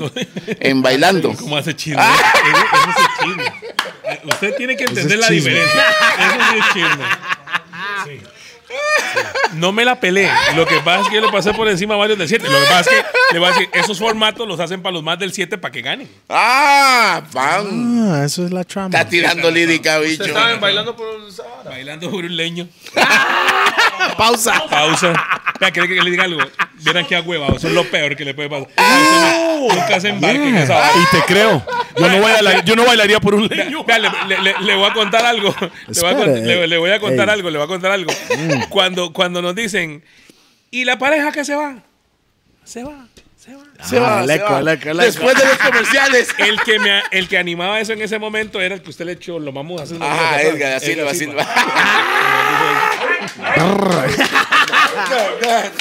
En Bailando.
¿Cómo hace Chino?
Ah.
Eso, eso sí es Chino. Eh, Usted tiene que entender la
chisme.
diferencia. Eso sí es Chino. No me la peleé. Lo que pasa es que yo le pasé por encima a varios del 7. Lo que pasa es que le voy a decir, esos formatos los hacen para los más del 7 para que ganen.
¡Ah! ¡Pam!
banda. Ah, eso es la trama.
Está tirando lírica, bicho.
Estaban bailando por un Sahara.
Bailando por un leño.
Pausa.
Pausa. Vea, ¿quiere que le diga algo? Viera que a huevado. Eso es lo peor que le puede pasar. Usted
¡Oh!
no- Nunca se embarque en esa vaina.
Y te creo. Yo no, bailaría, yo no bailaría por un
Vea,
leño.
vea, le, le- le- le voy a contar algo. Le voy a, con-
Espere,
le- le voy a contar
ey. Mm.
algo, le voy a contar algo. Cuando, cuando nos dicen, ¿y la pareja que se va? Se va, se va.
Se va, Ah, leco, leco, leco.
Después de los comerciales.
El que, me, a- el que animaba eso en ese momento era el que usted le echó lo vamos a hacer.
Ajá, Edgar, así
Edgar
lo
Silva.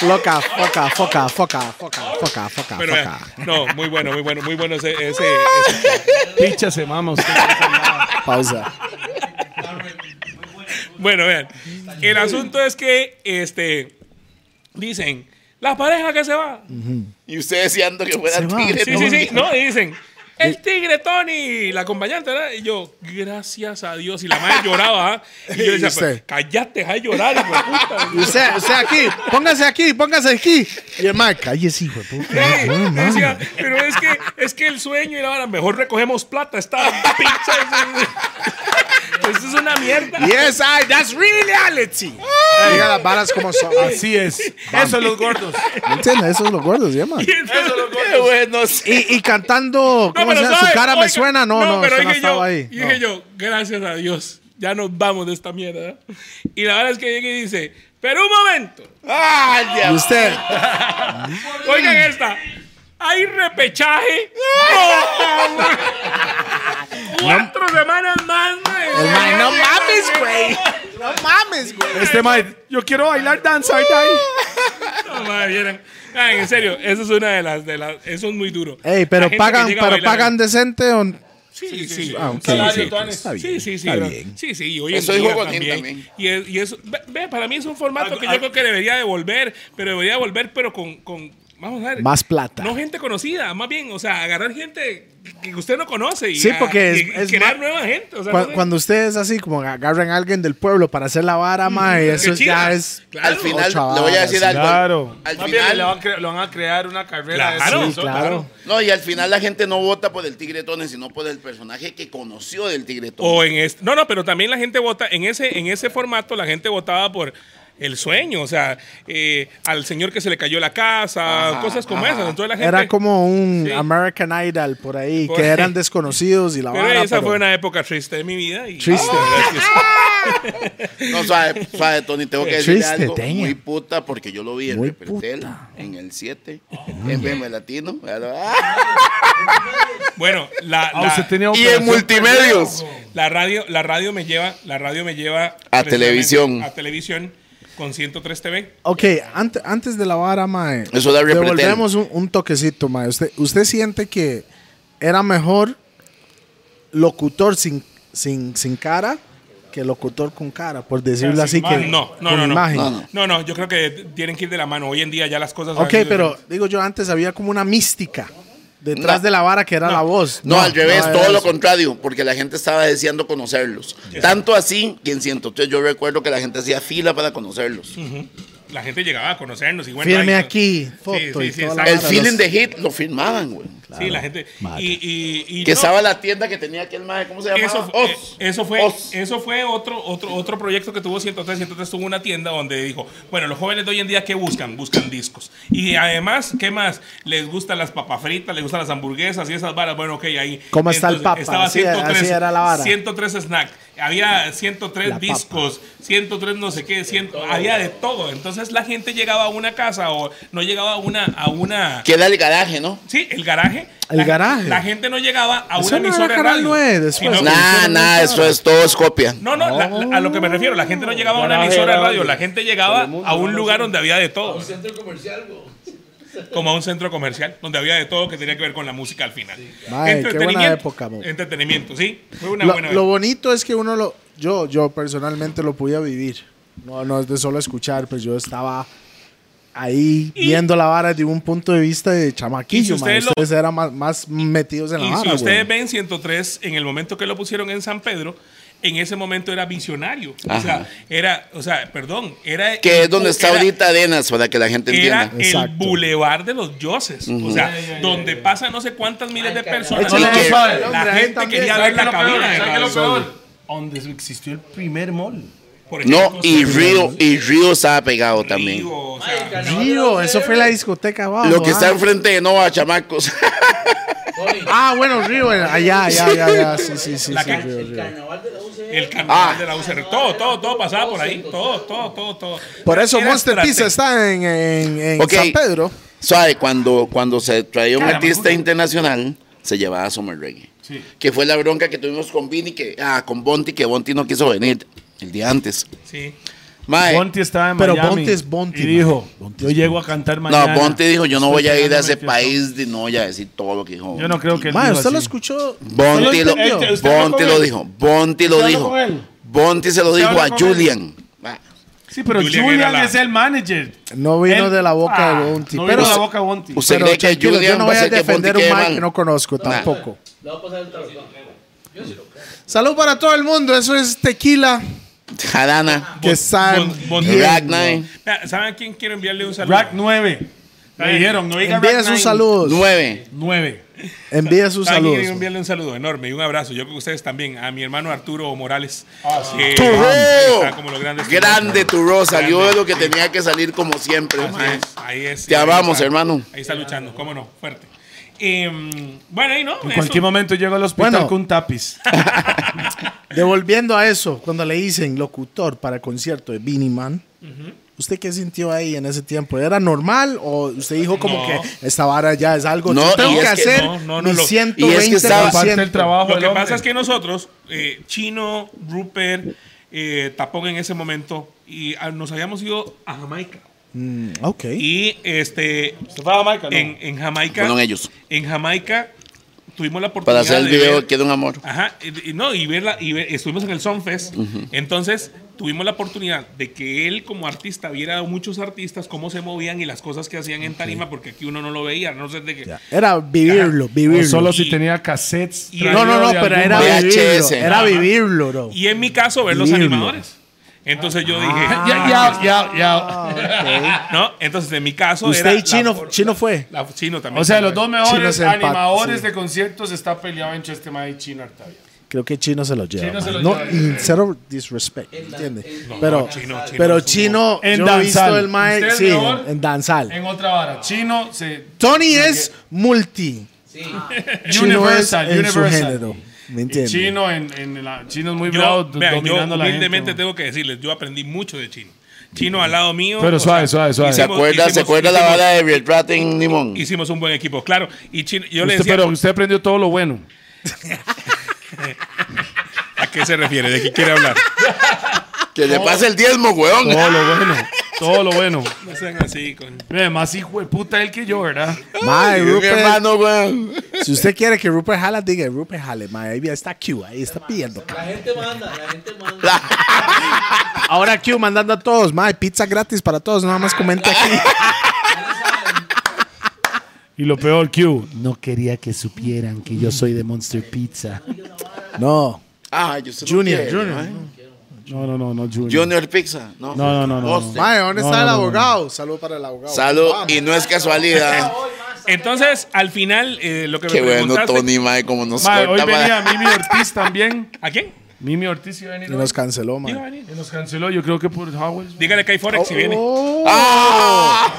Loca, foca, foca, foca, foca, foca, foca,
Pero vea,
foca.
no, muy bueno, muy bueno, muy bueno ese, ese- ese
Picha se mama usted.
Pausa.
Bueno, vean. El asunto es que, este, dicen, la pareja que se va.
Y usted deseando que fuera
Se va,
tigre.
Sí, sí, sí. No, y dicen, el tigre Tony, la acompañante, ¿verdad? Y yo, gracias a Dios. Y la madre lloraba. ¿ah? Y yo
¿Y
decía,
usted?
"Pues, cállate, deja de llorar, hijo de puta.
Y Usted, usted aquí, póngase aquí, póngase aquí. Y el man, cállese, hijo de puta.
Sí,
No, no, no.
decía, pero es que, es que el sueño y la vara, mejor recogemos plata, esta pinche. Esto es una mierda.
Yes, I, that's reality. Diga las balas como son.
Así es. Eso es los gordos.
¿Entiendes? Esos son los gordos, ya, man.
Y entonces-
Qué bueno. sí.
Y, y cantando,
No,
¿cómo se
Ah, pero
llama? Su
¿sabe?
cara me
Oiga,
suena. No, no,
pero
usted no
dije yo,
estaba ahí.
y Dije yo, gracias a Dios, ya nos vamos de esta mierda. Y la verdad es que llega y dice, pero un momento,
¡Ay,
No. Y
diablo!
usted,
oigan esta, hay repechaje. Cuatro semanas más, güey.
man, no mames, güey. No mames, güey.
Este mae, yo quiero bailar danza. Die.
No, madre, vieran. Ah, en serio, eso es una de las, de las, eso es muy duro.
Ey,
La
pero
gente que
pagan,
llega a
pero
bailar-
pagan decente o
Sí, sí, sí.
Ah, ok,
Salario,
sí,
tú
sí,
eres-
está bien,
Sí, sí, sí.
está
¿verdad?
bien.
Sí, sí, y hoy en
Eso dijo
día
Godín
también.
también.
Y, es- y eso, ve, ve, para mí es un formato que yo creo que debería devolver, pero debería devolver, pero con, con vamos a ver.
más plata.
No gente conocida, más bien, o sea, agarrar gente que usted no conoce y,
Sí,
a-
porque es-
y- y
es
crear
más-
nueva gente. O sea, no
Cuando,
sé.
cuando ustedes así como agarran a alguien del pueblo para hacer la vara,
Mm,
mae,
qué
eso
chido.
ya es...
Claro.
Al final,
Ocho
le voy a decir
varas,
algo.
Claro.
Al
Más bien, le
final,
van, a cre- lo van a crear una carrera.
Claro.
de
Sí,
esos,
claro.
no, y al final la gente no vota por el Tigre Tone, sino por el personaje que conoció del Tigre Tone.
O en este, no, no, pero también la gente vota en ese en ese formato la gente votaba por el sueño, o sea, eh, al señor que se le cayó la casa, cosas como esas. Entonces la gente,
Era como un
Sí.
American Idol por ahí,
Por
que
ahí.
eran desconocidos y la
pero
vara,
esa
pero-
fue una época triste de mi vida. Y,
Triste.
No, sabe, sabe, Tony, tengo que decir
Triste,
algo
teña.
muy puta porque yo lo vi en
Muy
Repretel,
puta.
en el 7, en BM Latino. Ah,
Bueno, la,
Ah, usted
la,
tenía
Y en
operación.
multimedios.
la radio, la radio me lleva, la radio me lleva
A
precisamente
televisión.
A televisión con 103 TV.
Ok, ante- antes de la vara, mae.
Eh, Eso da repretel.
Devolvemos un, un toquecito, mae. Usted, usted siente que era mejor locutor sin, sin, sin cara que locutor con cara, por decirlo
sin
así. Que,
imagen. No, no,
con
no, no.
imagen.
No, no.
No, no, yo creo que tienen que ir de la mano. Hoy en día ya las cosas.
Ok,
han-
pero digo yo, antes había como una mística detrás
No.
de la vara que era la voz.
No, al revés,
no era
todo lo
eso.
contrario, porque la gente estaba deseando conocerlos. Tanto así que en 103 yo recuerdo que la gente hacía fila para conocerlos.
La gente llegaba a conocernos y bueno.
Firme
ahí-
aquí, foto
Sí,
y
sí, sí,
toda la
exacto.
El
vara,
feeling
los-
de hit lo firmaban, güey.
Sí, la gente. Y, y, y
Que
no,
estaba la tienda que tenía aquel maje, ¿cómo se llamaba?
eso, fu- eh,
Oz.
eso fue,
Oz.
eso fue otro, otro, otro proyecto que tuvo 103. 103 tuvo una tienda donde dijo, bueno, los jóvenes de hoy en día, ¿qué buscan? Buscan discos. Y además, ¿qué más? Les gustan las papas fritas, les gustan las hamburguesas y esas varas. Bueno, ok, ahí.
¿Cómo está el papa?
Estaba
Así era-
103,
así era la vara.
103 snacks. Había 103
La papa.
discos, 103 no sé qué, 100, había de todo. Entonces la gente llegaba a una casa o no llegaba a una... A una
Que era el garaje, ¿no?
Sí, el garaje.
El
La-
garaje.
La gente no llegaba a
Eso
una
no era
emisora de
Canal
radio.
9 después. Nah.
sino-
Nada,
hicieron
nada,
mucho
eso es todo es copia.
No, no, la- la- a lo que me refiero, la gente no llegaba a una
Garaje,
emisora de
garaje.
radio, la gente llegaba a un lugar donde había de todo. Como a un centro comercial, donde había de todo que tenía que ver con la música al final.
Mae, qué buena
Entretenimiento,
época, mo.
Entretenimiento, sí. Fue una
lo,
buena
lo bonito es que uno lo. Yo, yo personalmente lo pude vivir. No, no es de solo escuchar, pues yo estaba ahí viendo la vara de un punto de vista de
Y si
chamaquillo,
ustedes
ustedes,
lo-
ustedes eran más, más metidos en la
Y si
vara.
ustedes
güey.
ven 103, en el momento que lo pusieron en San Pedro, en ese momento era visionario. O sea,
Ajá.
era, o sea, perdón, era.
Que es donde está
era-
ahorita Arenas, para que la gente
Era
entienda.
el
Exacto.
bulevar de los dioses. O sea, donde pasa no sé cuántas miles de personas.
Ay,
la
que-
gente-
hombre,
la
ahí
gente
también.
quería
¿Sabe
ver
¿Sabe qué
la
lo peor?
cabina. de
¿Sabe qué lo
Carlos Sol,
peor? Donde existió el primer mall.
por
No,
ejemplo,
y
San
Río, y Río estaba pegado también.
Río, o sea,
Río, eso fue la discoteca abajo.
Lo que
ah.
está enfrente de Nova, chamacos.
Ah, bueno, Río, allá, allá, allá, allá. Sí, sí, sí.
La
sí,
calle.
Río,
El
Río.
carnaval de la
Eh.
UCR.
el carnaval
Ah.
de la UCR, todo, todo, todo pasaba por ahí, todo, todo, todo, todo.
Por eso
Era
Monster Pizza
estrategia.
está en, en- en
Ok.
San Pedro.
¿Sabe? Cuando, cuando se traía un artista internacional, se llevaba a Summer Reggae. Que fue la bronca que tuvimos con Vini, que, ah, con Bonti, que Bonti no quiso venir el día antes.
Sí.
Mae,
Bonti estaba en
Pero
Miami.
Bonti es Bonti,
Y dijo, yo llego a cantar
no,
mañana.
Bonti dijo, yo no
Estoy
voy a ir
pegando
a ese
28.
país de no voy a decir todo lo que dijo.
Yo no creo que él
Mae,
dijo
usted lo
así.
escuchó.
Bonti
¿Usted
lo,
lo entendió?
Este- usted habló
Bonti
con
lo
él.
dijo, Bonti lo
¿Usted habló
dijo.
con él?
Bonti se lo dijo
habló
a
con él?
Julian. Ah,
Sí, pero
Julian
Julian,
era la-
es el manager.
No vino
Él-
de la boca
Ah,
de Bonti.
No
pero Pues,
vino de la boca de Bonti.
¿Usted
pero
cree que
tranquilo,
Julian
yo no
va
voy
a
a
hacer que Bonti
defender un
quede
Mike
mal?
que no conozco tampoco.
Le voy a pasar el traductor.
Salud para todo el mundo, eso es tequila.
Jarana.
Que sabe
Bon- Bon-
bien,
Rack
bro.
Nine.
Mira, ¿Saben a quién quiero enviarle un saludo?
Rack 9. Me dijeron, no diga
Envía
Rack
sus
9.
saludos.
9.
9.
Envía sus
Aquí
saludos.
quiero enviarle un saludo enorme y un abrazo. Yo creo que ustedes también. A mi hermano Arturo Morales. que está como
Turro.
los grandes
Grande Turro. Salió
Grande.
de lo que tenía que salir como siempre.
Así
mae.
es, ahí es.
Te
ahí
amamos,
está.
hermano.
Ahí está luchando, cómo no, fuerte. Em, bueno, ahí no.
En
eso.
cualquier momento llego al hospital
Bueno.
con un tapiz.
Devolviendo a eso, cuando le dicen locutor para concierto de Beanie Man, ¿usted qué sintió ahí en ese tiempo? ¿Era normal o usted dijo como
No.
que esta vara ya es algo
No,
que tengo
y
que
es que
hacer?
no, no, no,
mi
lo-
120%.
y es que estaba-
Parte del trabajo.
Lo que
del hombre.
pasa es que nosotros, eh, Chino, Rupert, eh, Tapón en ese momento, y ah, nos habíamos ido a Jamaica.
Mm, ok.
Y este,
¿Se fue a Jamaica, no?
en, en Jamaica.
Fueron ellos.
En Jamaica tuvimos la oportunidad
Para hacer el
de
video
ver-
Quiero un amor.
Ajá, y, y no, y, verla, y ver- estuvimos en el Sunfest. Entonces tuvimos la oportunidad de que él, como artista, viera a muchos artistas cómo se movían y las cosas que hacían en tarima, porque aquí uno no lo veía, no sé de qué.
Ya. Era vivirlo,
O
vivirlo.
solo
Y-
si tenía cassettes.
y-
no,
traído
no, no,
de
pero
algún
era
bar.
VHS,
vivirlo. Era
ajá.
vivirlo, bro.
Y en mi caso, ver los
Vivirlo.
animadores. Entonces yo dije,
Ah,
"Ah, pues,
Ya, ya, ya, ya.
Ah,
¿no? Entonces en mi caso
ok. Usted
era
y Chino,
la-
Chino fue.
la- Chino también.
O sea,
fue.
los dos mejores
Chinos empate,
animadores
sí.
de conciertos está peleado entre este mae y Chino Artavia.
creo que Chino se lo lleva.
Chino se
man.
lo
no,
lleva.
y cero disrespect, ¿entiendes? pero, Chino, pero Chino,
En
yo he visto
danzal.
el Mike,
Usted es
sí,
mejor.
en, en danzal.
En otra vara. Chino se.
Tony es multi. Chino es
Universal.
en su género.
universal.
¿Me
Y
entiendes?
Chino, en, en la, Chino es muy bravo
Yo, vea, yo
dominando a la gente.
humildemente
man.
tengo que decirles, yo aprendí mucho de chino. Chino al lado mío.
Pero
o
suave, suave, suave.
¿Se
hicimos-
acuerda, ¿se
hicimos-
acuerda la
hicimos-
bala de Red Rat en Limón?
Hicimos un buen equipo, claro. Y Chino, yo le
Usted-
decía,
pero usted aprendió todo lo bueno.
¿a qué se refiere? ¿De qué quiere hablar?
Que le pase el diezmo, weón.
Todo lo bueno. todo lo bueno.
No sean así, con...
Mire, más hijo de puta él que yo, ¿verdad?
Mae,
Qué
Rupert,
hermano, weón.
si usted quiere que Rupert jala, diga Rupert jale, mae. Ahí está Q, ahí está pidiendo.
La gente manda, la gente manda.
Ahora Q mandando a todos, mae, pizza gratis para todos, nada más comente aquí.
Y lo peor, Q.
No quería que supieran que yo soy de Monster Pizza.
No,
Ah, yo sé lo
Junior,
que es,
Junior.
mae.
No, no, no, no, Junior.
Junior Pizza. No,
No, no, no, no, no.
Hostia.
mae, ¿dónde está
no,
el
no, no.
abogado? Salud para el abogado.
Salud, y no es casualidad.
Entonces, al final, eh, lo que
Qué
me
bueno,
preguntaste...
Tony, mae, como nos
Ma, Ah, hoy
corta, mae.
venía Mimi Ortiz también.
¿A quién?
Mimi Ortiz iba a venir.
Y
hoy.
nos canceló,
¿Iba a
mae.
venir?
Y nos canceló, yo creo que por Howells.
Dígale que hay Forex
Oh,
si viene.
Ah.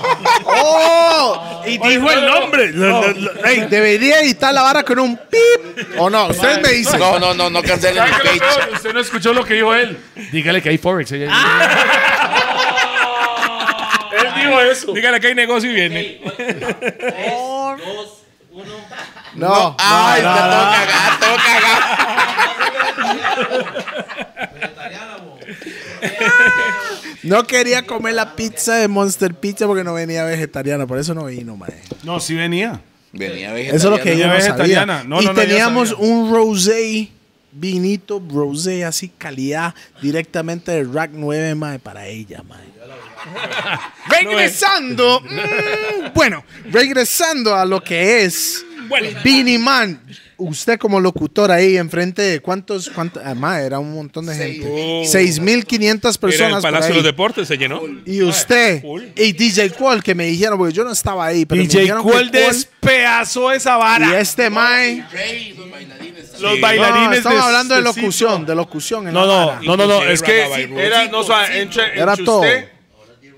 Y dijo el nombre. Ey, debería editar la vara con un pip. O no, ustedes me dicen.
No, no, no, no cancelen mi
¿Sabe qué es lo
page.
peor? Usted no escuchó lo que dijo él. Dígale que hay Forex. ella- él dijo eso.
Dígale que hay negocio y viene.
Dos, uno.
No.
Ay, te toca cagar, te toca cagar.
No quería comer la pizza de Monster Pizza porque no venía vegetariana, por eso no vino, mae.
No, sí venía.
Venía vegetariano.
Eso es lo que yo
Venía
no sabía.
vegetariana. No,
y
no, no, yo
teníamos
sabía.
un rosé, vinito rosé, así calidad, directamente de Rack 9, mae, para ella, mae. regresando, mm, bueno, regresando a lo que es
Bueno.
Beanie Man. Usted como locutor ahí enfrente de cuántos, cuántos, ah, mae, era un montón de gente.
Oh.
6.500
Era el
personas. por
Palacio de
ahí.
los Deportes, se llenó.
Y
Eh,
usted
Cool.
y DJ Qual que me dijeron, porque yo no estaba ahí, pero me
DJ
dijeron que
Cuál
Qual
despedazó esa
y
vara.
este Mae.
Los
Sí. Ah,
bailarines.
No, estamos
de-
hablando de
de sitio.
locución, de locución. en
No,
la
no,
vara.
no, no, no,
Inclusive
es que
Raga Bairro.
era, no, o sea, entre, entre
Era
usted,
todo.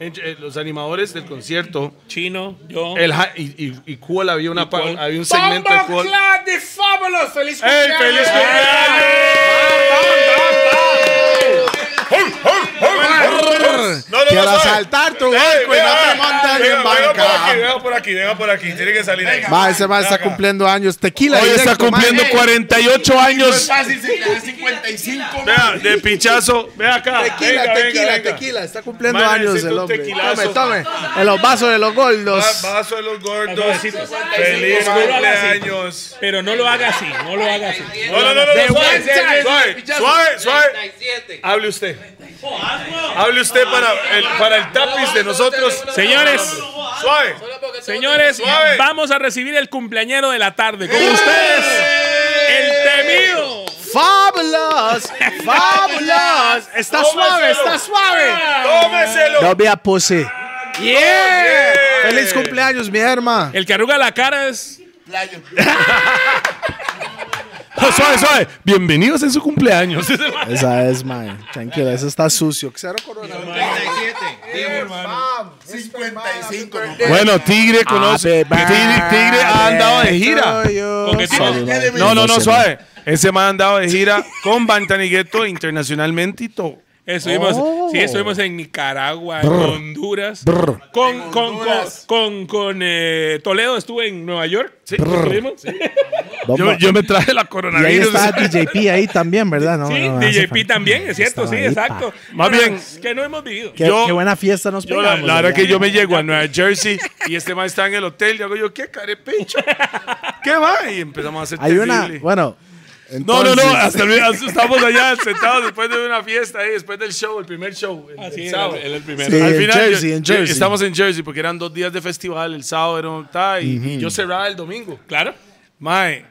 entre, eh, los animadores del concierto,
Chino, yo.
el, hi- y, y, y Cual había una, pa-
Cual.
había un segmento de Cual.
de Fábulos! ¡Feliz
¡Ey, feliz cumpleaños! No,
Quiero asaltar tu barco y no te montas en banca.
venga por aquí, venga por aquí, tiene que salir ahí.
Va, ese Mae está cumpliendo años. Tequila.
Hoy
directo,
está cumpliendo
mae.
48 años.
Fácil, si le 55.
Vea, de pichazo, ve acá.
Tequila, tequila,
venga, venga, venga.
tequila. Está cumpliendo
Mae,
años
necesito
el
un
hombre.
tequilazo.
Tome, tome. En los vasos de los gordos.
Va- Vaso de los gordos. Feliz cumpleaños.
Pero no lo haga así, no lo haga así.
No, no, no, no, no, suave, suave, suave, suave, suave.
37.
Hable usted. Hable usted para el, para el tapiz de nosotros.
Señores,
Suave.
señores,
Suave.
vamos a recibir el cumpleañero de la tarde. Con ustedes, el temido.
Fabulous. Fabulous. Está suave, está suave.
Tómeselo.
No vea pose.
Yeah.
Feliz cumpleaños, mi hermana.
El que arruga la cara es.
Ah, Suave, suave. Bienvenidos en su cumpleaños.
Esa es, mae. Tranquila, ese está sucio. Cero corona.
55.
Bueno, Tigre conoce.
Happy
Tigre, Tigre ha andado de gira.
birthday to
¿Con qué
you.
tipo?
No, no, no, suave. Ese man ha andado de gira con Bantanigueto internacionalmente y todo.
Estuvimos,
Oh.
Sí, estuvimos en Nicaragua, en Honduras. Con, con, con, con, con, eh, Toledo estuve en Nueva York. Sí, estuvimos. Sí,
Yo,
Bomba.
yo me traje la
Y ahí
coronavirus.
está DJP ahí también, ¿verdad? No, no, no, hace
DJP
falta.
también, es cierto,
Estaba
sí,
ahí,
exacto.
pa.
Más
Pero
bien-
es Que no hemos vivido.
Qué,
Yo-
qué buena fiesta nos
Yo, la,
pegamos.
la verdad
¿verdad?
que yo me llego a Nueva Jersey y este man está en el hotel y hago yo, ¿qué carepecho? ¿Qué va? Y empezamos a hacer
Hay una,
terrible.
bueno.
No, no, no,
entonces-
hasta el- hasta estamos allá sentados después de una fiesta, ahí, después del show, el primer show. el- el
Así era,
sábado.
él el primero.
Sí,
Al
en
final,
Jersey,
yo-
en
yo-
Jersey.
estamos en Jersey porque eran dos días de festival, el sábado era un ta, y, y yo cerraba el domingo.
Claro.
Mae,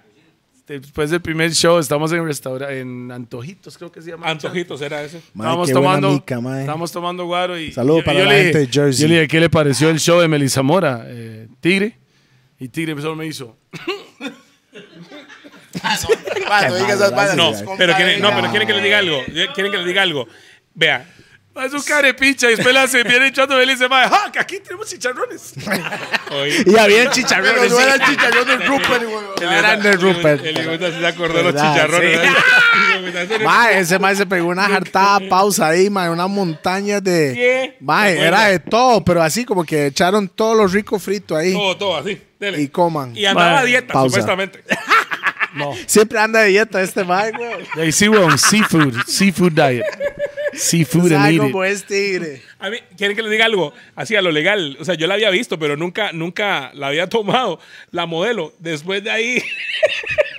este, después del primer show estamos en restaura en Antojitos, creo que se llama.
Antojitos era ese.
Mae,
estábamos
qué buena
tomando,
mica, mae.
estábamos tomando guaro y
Saludo
y
para
yo
la
le dije-
gente de Jersey.
Yo le dije, ¿qué le pareció el show de Melissa Mora, eh, Tigre? Y Tigre empezó me hizo.
Mae, no digas esas varas.
No,
Compa,
pero quieren, no,
venga.
pero quieren que les diga algo. Quieren que les diga algo. Vea.
Es un carepicha y después la se viene echando y dice, "Mae, ja, ¡Ah, que aquí tenemos chicharrones.
Hoy,
Y había chicharrones.
Pero no
sí.
era el chicharrón del Rupert, güey.
Eran de Rupert.
El hijo se acordó de los
¿Verdad?
chicharrones.
Sí. Mae, ese mae se pegó una jartada pausa ahí, mae, una montaña de.
¿Qué?
Mae,
Bueno.
era de todo, pero así como que echaron todos los ricos fritos ahí
Todo, todo así. dele.
y coman.
Y andaba a dieta,
pausa.
supuestamente.
Siempre anda de dieta este mae, güey.
Ahí sí, weón. Seafood. Seafood diet. Seafood and
Sabe
eat it.
cómo es tigre.
A mí, ¿quieren que les diga algo? Así a lo legal. O sea, yo la había visto, pero nunca, nunca la había tomado. La modelo. Después de ahí.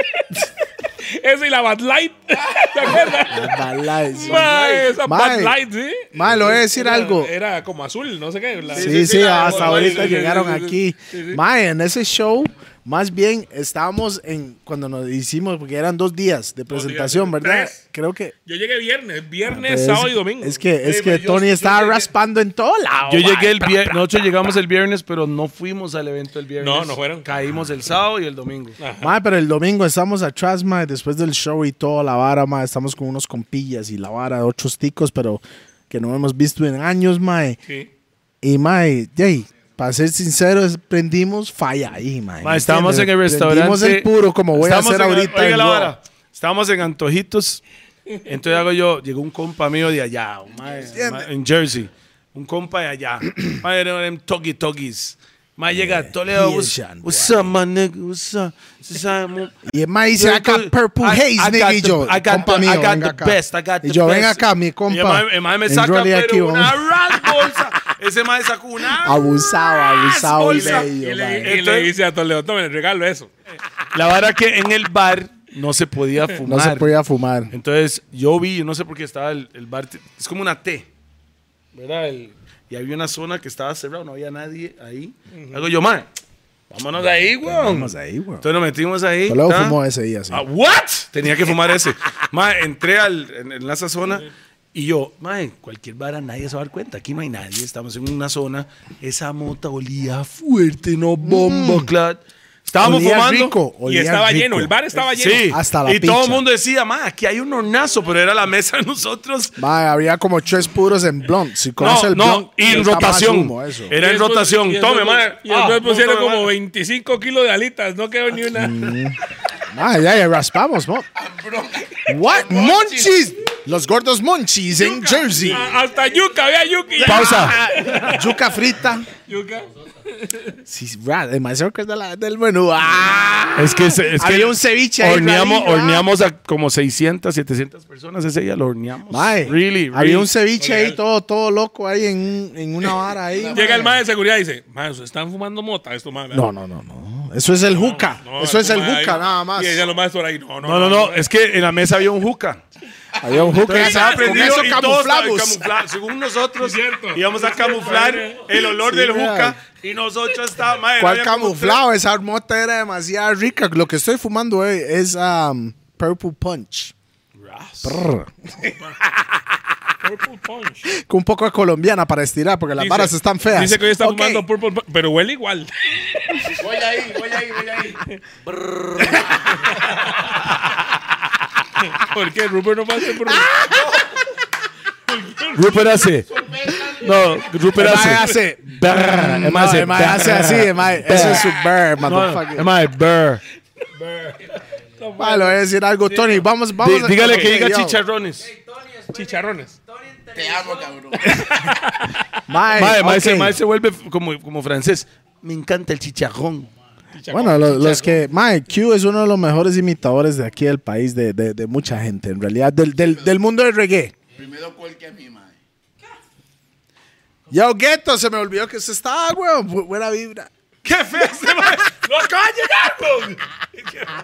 Esa y la Bad Light. ¿Te acuerdas?
Balais.
Mae, esa Bad
Mae.
Light, ¿sí?
Mae, le voy a decir
Era-
algo.
Era como azul, no sé qué. la-
Sí, sí,
la-
hasta
la-
ahorita
sí, sí,
llegaron
sí, sí,
aquí.
sí, sí.
Mae, en ese show, más bien estábamos en cuando nos hicimos, porque eran dos días de presentación,
días,
¿verdad?
tres.
Creo que.
Yo llegué viernes, viernes,
es-
sábado y domingo. pues
Es que, es
Sí,
que
pero yo-
Tony
yo
estaba
llegué-
raspando en todo lado.
Yo
mae.
llegué el viernes, nosotros llegamos el viernes, pero no fuimos al evento el viernes.
No, no fueron.
Caímos el sábado y el domingo.
Mae, pero el domingo estamos atrás, mae, después del show y toda la vara, mae, estamos con unos compillas y la vara, otros ticos, pero que no hemos visto en años, mae.
Sí.
Y mae, yey, para ser sinceros, prendimos falla ahí, mae.
Ma, estábamos en el restaurante.
Prendimos el puro como voy a
Estábamos
hacer
en-
ahorita.
oiga
en
la
Raw.
vara. Estábamos en Antojitos. Entonces hago yo, llegó un compa mío de allá, un ma- ma- en Jersey. Un compa de allá. Madre, era en Toggy Toggies. Más llega a Toledo.
Asian
What's, what's
boy.
up, my nigga? What's up? What's up, mo-"
Y el mae dice, I got purple haze, nigga.
got
y
the-
yo,
I got
compa
the-
mío,
I got
venga
the
acá.
best, I got the
Y yo,
best.
venga acá, mi
Y el
compa.
Ah,
ma- el ma me
En
saca,
Raleigh
pero
aquí,
una
vamos.
ras bolsa. Ese mae sacó una
Abusado, abusado y
bolsa.
bello, mae.
Y le, y le
Entonces-
dice a Toledo, tomen, regalo eso.
La vara que en el bar no se podía
No
fumar.
se podía fumar.
Entonces yo vi, yo no sé por qué estaba el, el bar, es como una T, ¿verdad? El- y había una zona que estaba cerrada, no había nadie ahí. Algo yo, man, vámonos de ahí, weón.
Vamos ahí, güey.
Entonces nos metimos ahí.
Toledo
ta.
fumó ese día, sí.
Ah, ¿What? Tenía que fumar ese. ma, entré al, en, en esa zona y yo, ma, en cualquier vara nadie se va a dar cuenta. Aquí no hay nadie. Estamos en una zona. Esa mota olía fuerte, no bomba, claro. Estábamos
Olía
fumando.
rico,
Mm. Y
olía
estaba
rico.
lleno, el bar estaba lleno.
Sí.
Hasta la
y todo el
picha.
mundo decía, ma, aquí hay un hornazo, pero era la mesa de nosotros.
Mae, había como tres puros en blunt. Si conoces
No,
el
no,
blunt,
y en
está más
rotación.
humo, eso.
Era
Y
en
después-
rotación.
y después-
Tome, ma.
Y después
Ah,
pusieron
tome,
como
ma.
25 kilos de alitas, no quedó ni una.
Mae, ya, ya raspamos, ¿no? What? Monchis. Los gordos monchis en Jersey.
A- Hasta yuca, vea yuki.
Pausa. Yuca frita.
Yuca.
Sí, ra- el maestro que es de la- del menú. ¡Ah!
Es que, se- es que
Había un ceviche ahí
horneamos,
rarito, ah.
horneamos a como 600, 700 personas ese día, lo horneamos.
Mae,
really,
había
really.
un ceviche ahí todo, todo loco ahí en, un- en una vara ahí.
Llega
mae.
el maestro de seguridad y dice, maestro, ¿están fumando mota esto, maestro?
No, no, no, no. Eso es el juca. Eso es el juca, nada más.
Y ella lo maestro ahí, no, no.
No, no, no, Ah, es que en la mesa había un juca.
Había un juca.
Entonces, estaba
Con
prendido
eso
y todos estaban
camuflamos.
camuflados. Según nosotros,
Sí, cierto.
íbamos a camuflar el olor
Sí,
del
real.
juca y nosotros estábamos. mae,
¿Cuál
había como
camuflado? Esa mota era demasiado rica. Lo que estoy fumando hoy es um, Purple Punch. Prr.
Purple punch.
Con un poco de colombiana para estirar porque las
Dice-
varas están feas.
Dice que hoy está
Ok.
fumando purple punch, pero huele igual.
Voy ahí, voy ahí, voy ahí.
Porque Rupert no pasa por
Ah.
tres- Rupert hace. No, Rupert
El
hace.
mae hace.
Brr, el
No,
mae hace
el mae hace
brr.
así. el mae- Eso es su burr, motherfucker.
No, mae, brr.
Mae, le voy a decir algo, Tony. Vamos, vamos.
Dí-
a-
Dígale que
Ok,
diga
yo.
chicharrones.
chicharrones.
Te amo, cabrón.
Mae,
Mae, mae,
ok.
se, mae se vuelve f- como, como francés. Me encanta el chicharrón.
Bueno, lo- los que. Mae, Q es uno de los mejores imitadores de aquí del país, de, de- de mucha gente, en realidad, del, del- del mundo del reggae.
Primero cuál que a mí, madre.
Yo, Gueto, se me olvidó que usted estaba, weón. Bu- Buena vibra.
¡Qué feo este mae! ¡Lo acaba de llegar,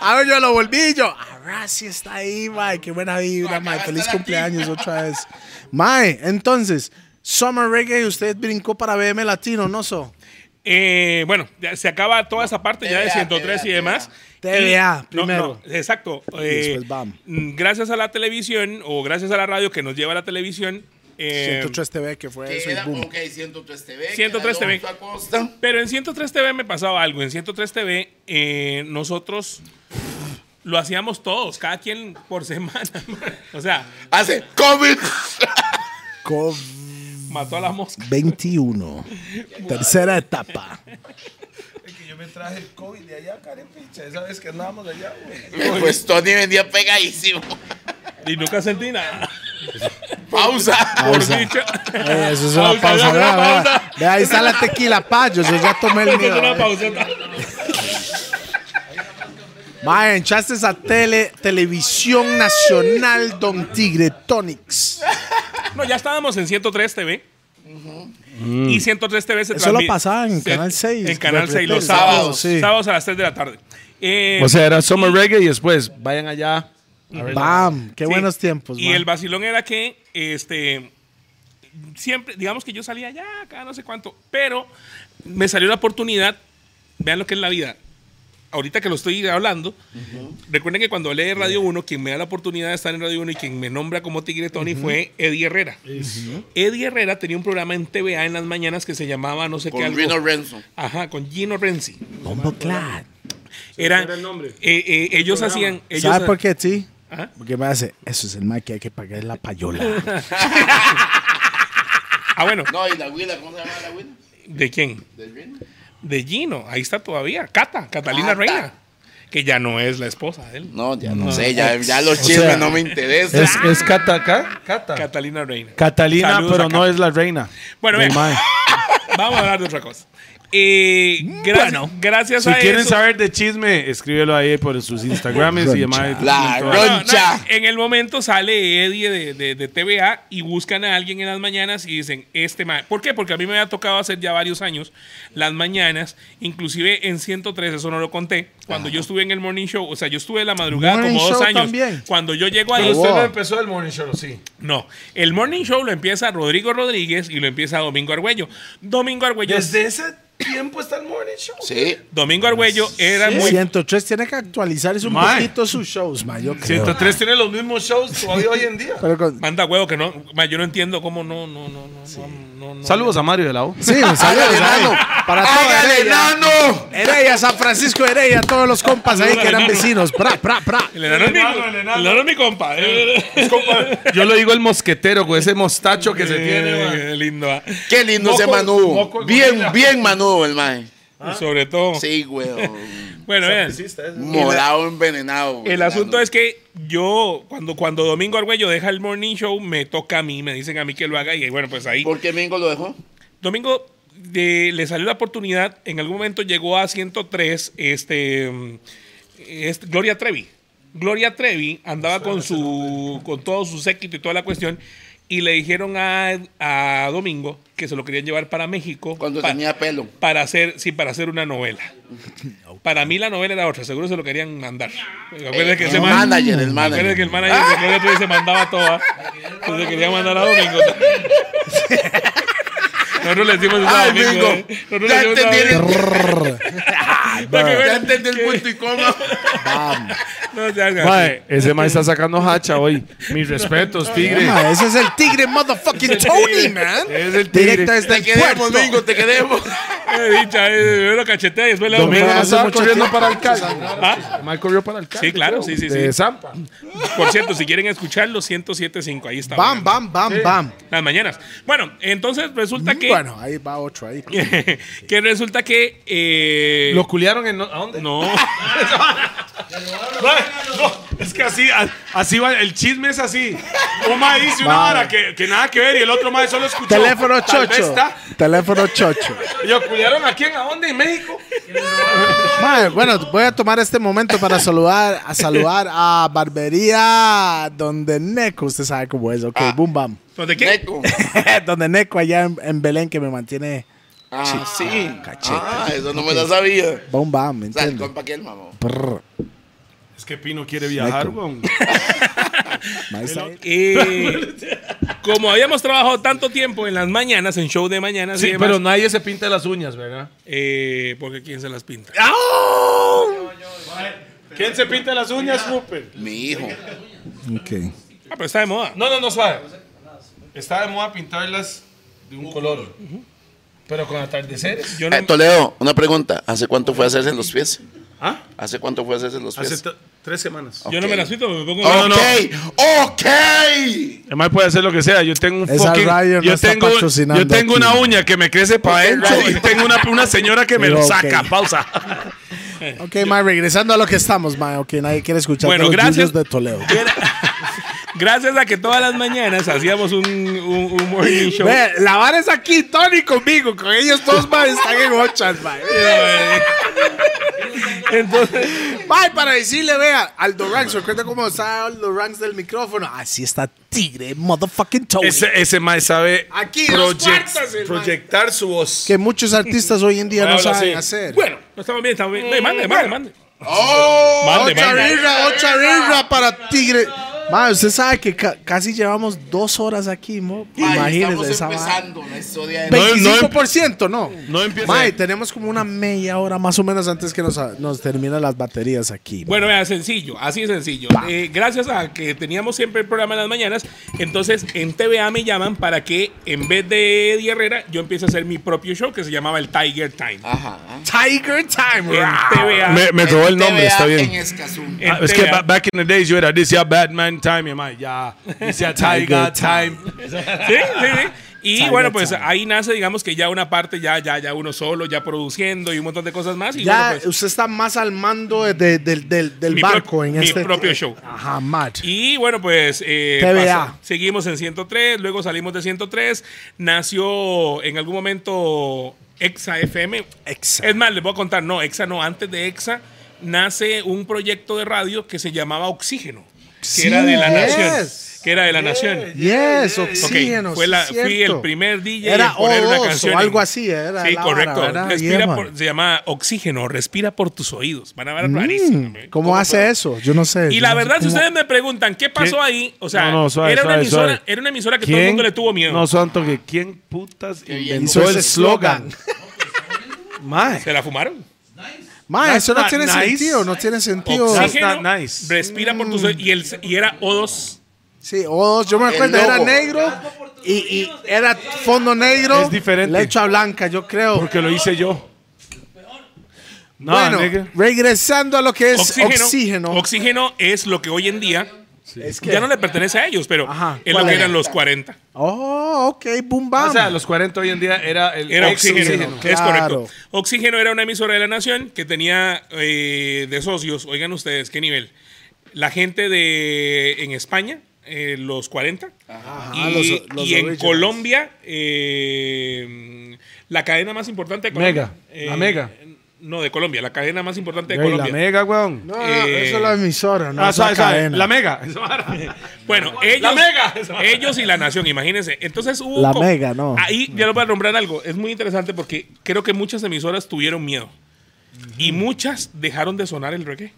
A ver, yo lo volví yo. Ahora sí está ahí, mae. Qué buena vibra, mae. Feliz cumpleaños otra vez. Mae, entonces, Summer Reggae, usted brincó para BM Latino, ¿no, so?
Eh, bueno, ya se acaba toda esa parte ya de
TVA,
103 y
TVA.
demás.
TVA,
Y- no,
primero.
no, exacto. eh,
después bam.
mm, Gracias a la televisión o gracias a la radio que nos lleva a la televisión. eh,
103 TV, que fue eso,
Que
y
era,
boom.
ok, 103 TV. que
103
era
TV.
Alonso Acosta.
Pero en 103 TV me pasaba algo. En 103 TV eh, nosotros lo hacíamos todos, cada quien por semana. o sea,
Hace COVID.
mató a la mosca.
COVID-21. Tercera etapa.
Es que yo me traje el COVID de allá, carepicha. Esa vez que andábamos allá, güey.
Pues Tony vendía pegadísimo.
Y nunca sentí nada.
Pausa.
Por dicho.
Eh, eso es una
Pausa,
pausa.
una
vea, vea.
pausa.
Vea, ahí está la tequila, pa. Yo yo ya tomé el mío.
una
eh.
pauseta.
Mae, entraste a tele, Televisión Nacional Don Tigre Tonics.
No, ya estábamos en 103 TV. Y 103 TV se
Eso lo
transmite-
pasaba en
se-
Canal 6,
En Canal
de
6, los
repente.
sábados.
Sí.
Sábados a las 3 de la tarde. Eh,
O sea, era Summer Reggae y después vayan allá.
Bam, qué
Sí.
buenos tiempos,
Y
mae.
el vacilón era que, este, siempre, digamos que yo salía allá, acá, no sé cuánto, pero me salió la oportunidad, vean lo que es la vida. Ahorita que lo estoy hablando, recuerden que cuando hablé de Radio 1, quien me da la oportunidad de estar en Radio 1 y quien me nombra como Tigre Tony fue Eddie Herrera. Eddie Herrera tenía un programa en TVA en las mañanas que se llamaba no sé Ah, qué
Con
algo.
Rino Renzo.
Ajá, con Gino Renzi.
Bombo Clan.
Era,
era el nombre.
eh, eh, ellos hacían... Ellos
¿Sabes por qué, sí?
Ajá.
Porque me hace, eso es el mae que hay que pagar la payola.
Ah, bueno,
No, y la huila, ¿cómo se llama la huila?
¿de quién?
Del Rino.
de Gino, ahí está todavía, Cata, Catalina
Cata.
Reina, que ya no es la esposa de él.
No, ya no, sé, ya, ya los chismes no me interesan.
Es, es Cata, acá, Cata.
Catalina Reina.
Catalina,
Saludos
pero
a
no es la reina.
Bueno,
del
vea.
mae.
Vamos a hablar de otra cosa. Eh, gracias, gracias
Si
a
quieren
eso-
saber de chisme, escríbelo ahí por sus Instagrams y demás.
La ron-
No, no, eh.
Concha.
en el momento sale Eddie de, de- de TVA y buscan a alguien en las mañanas y dicen, este ma ¿Por qué? Porque a mí me había tocado hacer ya varios años las mañanas, inclusive en 103, eso no lo conté, cuando yo estuve en el Morning Show, o sea, yo estuve de la madrugada
Morning
como dos
Show
años.
también.
Cuando yo llego ahí...
Wow.
empezó el morning show, sí.
No, el Morning Show lo empieza Rodrigo Rodríguez y lo empieza Domingo Argüello. Domingo Argüello,
Desde ese tiempo está el morning show.
Sí.
Domingo Argüello era muy...
103 tiene que actualizar un
Mae.
poquito sus shows, mae, yo creo.
103 tiene los mismos.
Mismos shows todavía hoy en día.
Pero con-
Manda huevo que no, ma, yo no entiendo cómo no, no, no, no, no, no, no.
Saludos a Mario de la O.
Sí, un saludo, enano. Para todo
¡Hágale,
Heredia.
enano!
Heredia, San Francisco Heredia, todos los compas ahí que eran vecinos. Pra, pra, pra.
El enano, es mi- el enano es mi compa.
Yo lo digo el mosquetero
Pues
con ese mostacho que se tiene. mae.
Qué lindo. ah.
Qué lindo ese manudo. bien, bien manudo el mae.
Ah.
Y sobre todo.
Sí, weón.
Bueno, vean.
Morado envenenado.
El asunto es que yo, cuando, cuando Domingo Argüello deja el morning show, me toca a mí, me dicen a mí que lo haga y bueno, pues ahí.
¿Por qué Mingo lo dejó?
Domingo de- le salió la oportunidad, en algún momento llegó a 103, este, mm, este, Gloria Trevi. Gloria Trevi andaba con, su, con todo su séquito y toda la cuestión, y le dijeron a, a Domingo que se lo querían llevar para México.
Cuando
pa-
tenía pelo.
para hacer, sí, para hacer una novela. Para mí la novela era otra, seguro se lo querían mandar. Acuérdense que
el
ese man-
manager, el manager.
acuérdense que el manager de Gloria Trevi se mandaba toda. Entonces quería mandar a Domingo. Nosotros le decimos eso a
Ay,
Domingo.
Mingo.
eh. Nosotros
Ya
le decimos eso a
entendí el-
Domingo. Para que
Ya
vean
entendí el
que-
punto y coma.
No se haga.
Mae, ese mae está sacando hacha hoy. Mis respetos, tigre.
Mae, ese es el tigre motherfucking Tony, man.
Es el tigre.
Directo desde
Te
el
queremos,
puerto.
Mingo, te queremos.
Eh, dicha, eh, yo lo cachetea y después le
Domingo
Hace
no estaba
mucho
corriendo
tiempo.
para alcalde.
Ah,
El mae corrió para alcalde.
Sí, claro,
creo,
sí, sí, sí.
De Zampa.
Por cierto, si quieren escucharlo, 107.5, ahí está.
Bam, bam, bam, bam.
Las mañanas. Bueno, entonces resulta que.
Bueno, ahí va otro ahí.
que resulta que. eh,
Lo culiaron en. no- ¿A dónde?
no.
Es que así, ah, a- así va, el chisme es así. Un mae dice una
Vale.
vara que, que nada que ver y el otro mae solo escuchó.
Teléfono
Tal vez
chocho.
está.
Teléfono chocho.
Y Yo, ¿culiaron a quién? ¿A dónde? ¿En México?
Mae, bueno, voy a tomar este momento para saludar a saludar a Barbería Donde Neco. Usted sabe cómo es. Ok,
Ah.
boom, bam.
¿Dónde qué?
Neco.
donde Neco allá en, en Belén que me mantiene
Ah, sí. Ah, eso no me lo sabía.
boom, bam, ¿me
O sea, el
entiende?
compa que el mamó.
Prr.
Es que Pino quiere viajar,
Meco.
weón.
Mae, está ahí.
Eh, como habíamos trabajado tanto tiempo en las mañanas, en show de mañanas y
Sí,
demás,
pero nadie se pinta las uñas, ¿verdad?
eh, porque quién se las pinta.
¿Quién se pinta las uñas, Rupert?
Mi hijo.
Ok.
Ah, pero está de moda.
No, no, no, suave. Está de moda pintarlas de un color. Pero con atardeceres.
Yo no-
Eh, Toledo, una pregunta. ¿Hace cuánto fue hacerse los pies?
¿Ah?
¿Hace cuánto fue hacerse los pies?
Hace to- Tres semanas.
Yo no me la suito, me pongo.
Ok, ok.
El mae puede hacer lo que sea. Yo tengo un
Esa
fucking.
radio no
yo,
está
tengo,
patrocinando
yo tengo
aquí.
una uña que me crece para adentro y tengo una, una señora que me lo
Ok.
saca. Pausa.
Ok, mae, regresando a lo que estamos, mae. Ok, nadie quiere escuchar
Bueno,
los
gracias.
yuyos de Toledo.
Gracias a que todas las mañanas hacíamos un, un, un morning show.
Ve, la vara es aquí, Tony, conmigo. Con ellos todos, mae, están en ochas, mae.
Entonces,
Mae, para decirle, vea, Aldo Ranks, recuerda cómo está Aldo Ranks del micrófono. Así está Tigre, motherfucking Tony.
Ese, ese Este mae sabe
Aquí, dos
project-
cuartas, el mae.
proyectar su voz.
Que muchos artistas hoy en día no saben hacer.
bueno, no estamos bien, estamos bien. Ey, mande, mande, mande.
Oh,
Mande,
Otra
mande.
birra, otra birra para Tigre. Mae, usted sabe que ca- casi llevamos dos horas aquí, mo.
mae,
Imagínese esa
estamos
vara.
empezando la historia de...
25%, no.
No empiece.
Mae, tenemos como una media hora más o menos antes que nos, nos terminan las baterías aquí.
Bueno, vea, sencillo, así de sencillo. Eh, gracias a que teníamos siempre el programa en las mañanas, entonces en TVA me llaman para que en vez de Eddie Herrera, yo empiece a hacer mi propio show que se llamaba el Tiger Time.
Ah. Ajá.
Tiger Time,
En TVA.
Me, me robó el
TVA
nombre, está
En este
bien.
Escazú.
en
Ah, es que
TVA.
ba- back in the days yo era, this ya Batman time, y mae, ya, this ya Tiger time.
Sí, sí, sí. Y bueno, pues ahí nace, digamos que ya una parte, ya, ya, ya uno solo, ya produciendo y un montón de cosas más. Y
Ya
bueno, pues,
usted está más al mando de- de- del- del- del
Mi
barco
pro-
en
mi
este.
propio show.
Ajá, mad.
Y bueno, pues eh,
TVA.
pasó- seguimos en 103, luego salimos de 103, nació en algún momento Exa FM.
Exa.
Es más, les voy a contar, no, Exa no, antes de Exa nace un proyecto de radio que se llamaba Oxígeno, que era de la
yes.
Nación. Que era de la Nación.
Yes,
Ok,
oxígeno.
fue la-
sí,
fui
cierto.
el primer DJ
Era
en poner una
O2
canción.
o
en-
algo así, era
Sí,
la
correcto.
vara, ¿verdad?
Respira
Yeah,
por-
man.
se llama Oxígeno, respira por tus oídos. Van a ver rarísimo. ¿eh?
Mm, ¿Cómo hace eso? Yo no sé.
Y
yo no
la
sé
verdad, si
cómo-
ustedes me preguntan qué pasó
¿Qué?
ahí, o sea,
No, no, suave,
era, una
suave,
emisora,
suave.
era una emisora que todo el mundo le tuvo miedo.
No, santo, que ¿quién putas
Hizo
inventó
ese
el slogan? mae,
¿Se la fumaron?
Ma, eso no
not
tiene
nice.
sentido, no tiene sentido.
Oxígeno.
Sí,
That's not nice.
Respira por
Mm.
tus oídos. Y, el, y era O2.
O2, yo me acuerdo,
El
era
logo.
negro y, y era fondo negro,
Es diferente.
lecha blanca, yo creo.
porque lo hice yo. No,
bueno,
nigga.
regresando a lo que es
Oxígeno,
oxígeno.
oxígeno. es lo que hoy en día
Es que-
ya no le pertenece a ellos, pero
Ajá,
es lo
¿cuál
que
era?
eran los 40.
Oh, ok, boom, bam.
O sea, los 40 hoy en día era el
Era
ex-
oxígeno. Es
claro.
correcto. Oxígeno era una emisora de la nación que tenía eh, de socios, oigan ustedes, qué nivel. La gente de en España, eh, los 40.
Ajá,
y,
los-
y
los
en
originals.
Colombia, eh, la cadena más importante de Colombia. eh,
Mega, la Mega.
No, de Colombia, la cadena más importante de
Güey, la
Colombia.
mega, weón.
no, no,
eh,
eso es la emisora, no
Ah,
es la
suave, suave.
cadena.
La mega.
Bueno, ellos,
Mega.
ellos y la Nación, imagínense. Entonces hubo
La
como-
Mega, no.
Ahí ya lo voy a nombrar algo. Es muy interesante porque creo que muchas emisoras tuvieron miedo. Y muchas dejaron de sonar el reggae.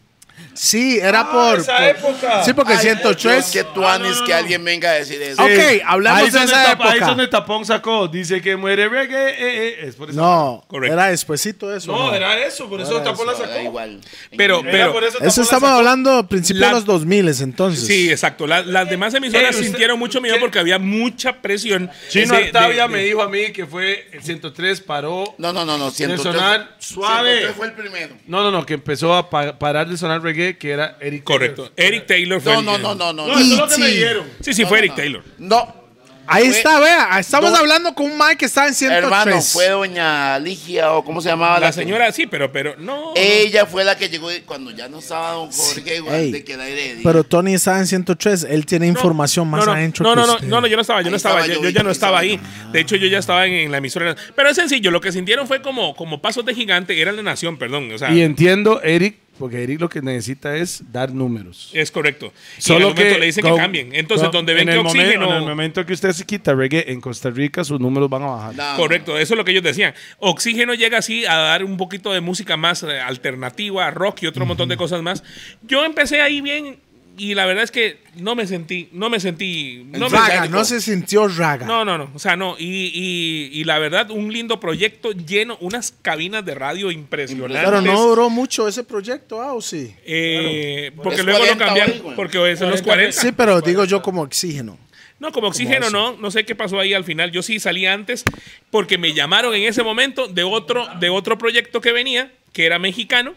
Sí, era
Ah,
por, por- Sí, porque
Dios,
103.
que tú andes que alguien venga a decir eso.
Ok, hablamos
Ahí es
de
donde
esa
Tap- Ahí es
época.
donde Tapón sacó. Dice que muere reggae. eh, eh, Es por eso.
No,
Correcto.
era despuésito eso. ¿no?
era eso. Por eso Tapón la
Da igual.
Pero, pero.
Eso estamos hablando a principios
La-
de los 2000 entonces.
Sí, exacto. La- las demás emisoras
Eh, usted-
sintieron mucho miedo porque había mucha presión.
Chino
ese- de-
Artavia
de-
me dijo a mí que fue el 103, paró.
No, no, no, no. 103,
sonar suave.
103 fue el primero.
No, no, no, que empezó a pa- parar de sonar reggae, que era Eric.
Correcto.
Taylor.
Eric Taylor fue.
No,
el-
no, no, no, no.
No, eso es lo que me
E.T..
dijeron.
Sí, sí, fue Eric Taylor.
No,
Ahí
Fue-
está, vea. Estamos
Do-
hablando con un Mike que está en 103.
hermano, fue doña Ligia o cómo se llamaba la,
La señora sí, pero, pero no.
Ella fue la que llegó y cuando ya no estaba don Jorge igual
Ey,
de que era heredia.
Pero Tony está en 103. Él tiene información más
no, no,
adentro.
No,
que
no, no,
usted.
no, no, yo no estaba, yo
Ahí
no estaba,
estaba
yo,
yo,
yo ya
Vicky,
no estaba
ahí
ahí. De hecho, yo ya estaba en, en la emisora. Pero es sencillo, lo que sintieron fue como, como pasos de gigante, era la nación, perdón. O sea,
Y entiendo, Eric, porque Eric lo que necesita es dar números.
es correcto. Y en algún momento le dicen
con-
que cambien. Entonces,
con-
donde ven
en
que
el momento-
oxígeno.
en el momento que usted se quita reggae en Costa Rica, sus números van a bajar.
No,
Correcto, eso es lo que ellos decían. Oxígeno llega así a dar un poquito de música más eh, alternativa, rock y otro montón de cosas más. Yo empecé ahí bien y la verdad es que no me sentí, no me sentí, no me
raga, no se sintió raga.
No, no, no. O sea, no. Y, y- y la verdad, un lindo proyecto lleno, unas cabinas de radio impresionantes.
pero no duró mucho ese proyecto, ah, ¿o sí?
Eh, porque
Es
luego lo
40
cambiaron.
hoy, güey.
porque hoy son los 40.
Sí, pero digo yo como oxígeno.
No, como oxígeno, no. No sé qué pasó ahí al final. Yo sí salí antes porque me llamaron en ese momento de otro, de otro proyecto que venía, que era mexicano.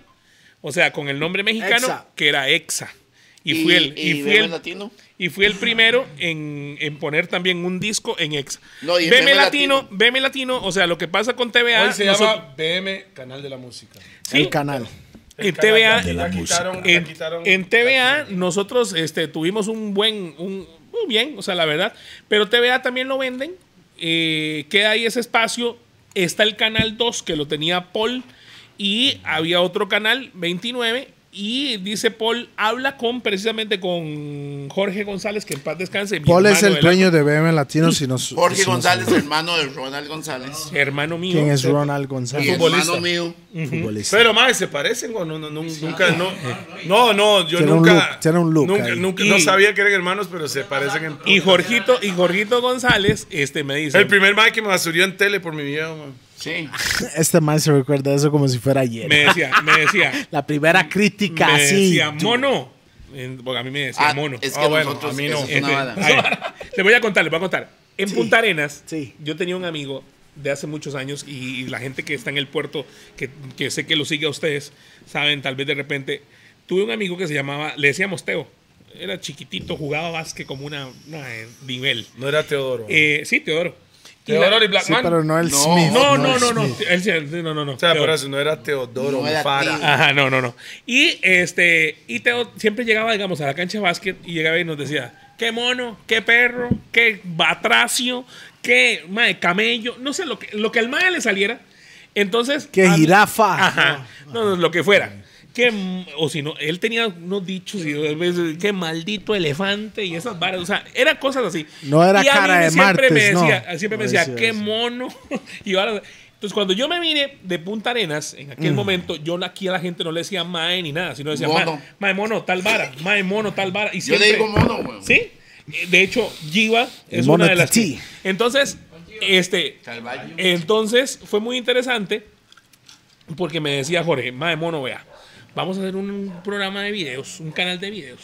o sea, con el nombre mexicano
Exa.
que era Exa. Y, fui el, y, fui
Bebe
el,
latino.
y fui el primero en, en poner también un disco en Exa.
No, y en
Veme
BM
Latino,
Latino.
Veme Latino, o sea, lo que pasa con TVA.
Hoy se
nosotros-
llama BM, Canal de la Música.
Sí,
El canal.
en TVA,
de la quitaron, la
en,
quitaron.
en TVA nosotros este, tuvimos un buen, un, muy bien, o sea, la verdad. Pero TVA también lo venden. eh, queda ahí ese espacio. Está el canal 2 que lo tenía Paul y había otro canal 29 y dice Paul habla con precisamente con Jorge González que en paz descanse. mi
Paul es
hermano
el
de la-
dueño de BM Latino. Si nos,
Jorge
si nos-
González, hermano de Ronald González.
hermano mío.
¿Quién es Ronald González?
Y hermano mío.
Futbolista.
Pero, madre, ¿se parecen o no? no, no, nunca, no. No, no, yo
Tiene un
nunca.
look, tiene un look
Nunca,
ahí.
nunca- no
Y-
sabía que eran hermanos, pero se parecen en.
Y Jorgito, y Jorgito González este, me dice...
El primer madre que me basurió en tele por mi video, man.
Sí.
Este man se recuerda eso como si fuera ayer.
me decía, me decía,
La primera crítica
me
así.
decía mono. En- Porque a mí me decía
Ah,
mono.
es
Ah,
que
bueno,
nosotros
a mí
eso
no.
es una
Este,
vara.
a ver, le voy a contar, le voy a contar. En Punta Arenas,
sí.
yo tenía un amigo de hace muchos años y, y la gente que está en el puerto, que, que sé que lo sigue a ustedes, saben, tal vez de repente, tuve un amigo que se llamaba, le decíamos Teo. Era chiquitito, jugaba básquet como una, una, eh, nivel.
No era Teodoro.
Eh, sí, Teodoro. Y la-
Teodoro y Black
Sí,
Man.
pero no el Smith.
no, no,
el
no, no.
Smith.
Él se- no, no, no.
O sea, por
Teodoro.
eso no era Teodoro
No era
Mufara.
Teo.
Ajá, no, no, no. Y este, y Teo siempre llegaba, digamos, a la cancha de básquet y llegaba y nos decía, qué mono, qué perro, qué batracio, qué mae, camello, no sé, lo que, lo que al mae le saliera. Entonces.
Qué
a-
jirafa.
Ah, Ajá, no, no, lo que fuera. Que, mm, o si no, él tenía unos dichos y a veces, qué maldito elefante y esas varas. O sea, eran cosas así.
No era
Y a mí
cara de
siempre
martes,
me
no.
decía, Siempre me
No
decía,
decía
qué
eso.
mono. y ahora, entonces, cuando yo me vine de Punta Arenas, en aquel
Mm.
momento, yo aquí a la gente no le decía mae ni nada, sino decía
Mono.
mae, mae mono, tal vara, mae mono, tal vara. Y
Yo
siempre,
le digo mono, güey.
Sí. Eh, De hecho, Giva
El
es
mono
una de las.
tití.
Entonces, este,
Calvario.
entonces fue muy interesante porque me decía Jorge, Mae Mono, vea, vamos a hacer un programa de videos, un canal de videos.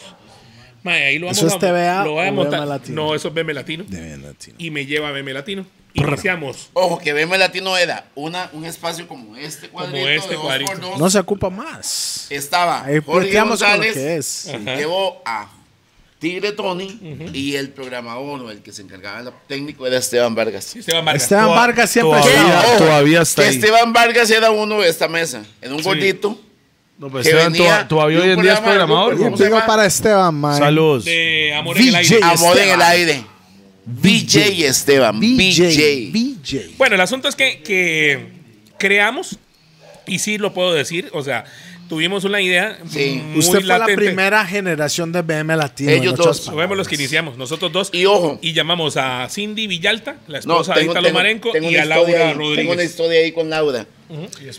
Mae, ahí lo vamos
¿Eso es
a,
TVA
lo voy a
o
montar.
BM Latino?
No, eso es BM Latino. Y me lleva a BM Latino. Iniciamos.
Ojo, que BM Latino era una, un espacio como este cuadrito.
este
de dos
cuadrito.
por dos.
No se ocupa más.
Estaba
Ahí
Jorge
plateamos con lo
González,
que es.
Ajá.
llevó a Tigre Tony y el programador o el que se encargaba del técnico era Esteban Vargas.
Esteban Vargas.
Esteban Vargas siempre
Que,
estaba.
ojo,
todavía está
que
ahí.
Esteban Vargas era uno de esta mesa, era un gordito.
No,
que
pues Esteban,
venía
¿toda- todavía
de un
hoy en día es
programa,
programador.
¿cómo
Un
se
pico
llama?
para Esteban, man.
Saludos.
De Amor en el
VJ.
Aire.
Amor en
Esteban.
el aire. BJ Esteban.
BJ.
BJ.
BJ.
Bueno, el asunto es que, que creamos, y sí lo puedo decir, o sea, tuvimos una idea
Sí.
muy
Usted fue
latente.
la primera generación de BM Latino. en
Ellos
otras
dos.
palabras.
Fuimos los que iniciamos, nosotros dos.
Y ojo.
Y llamamos a Cindy Villalta, la
No,
esposa de Italo Marenco,
tengo
y
una
a Laura
historia ahí,
Rodríguez.
Tengo una historia ahí con Laura.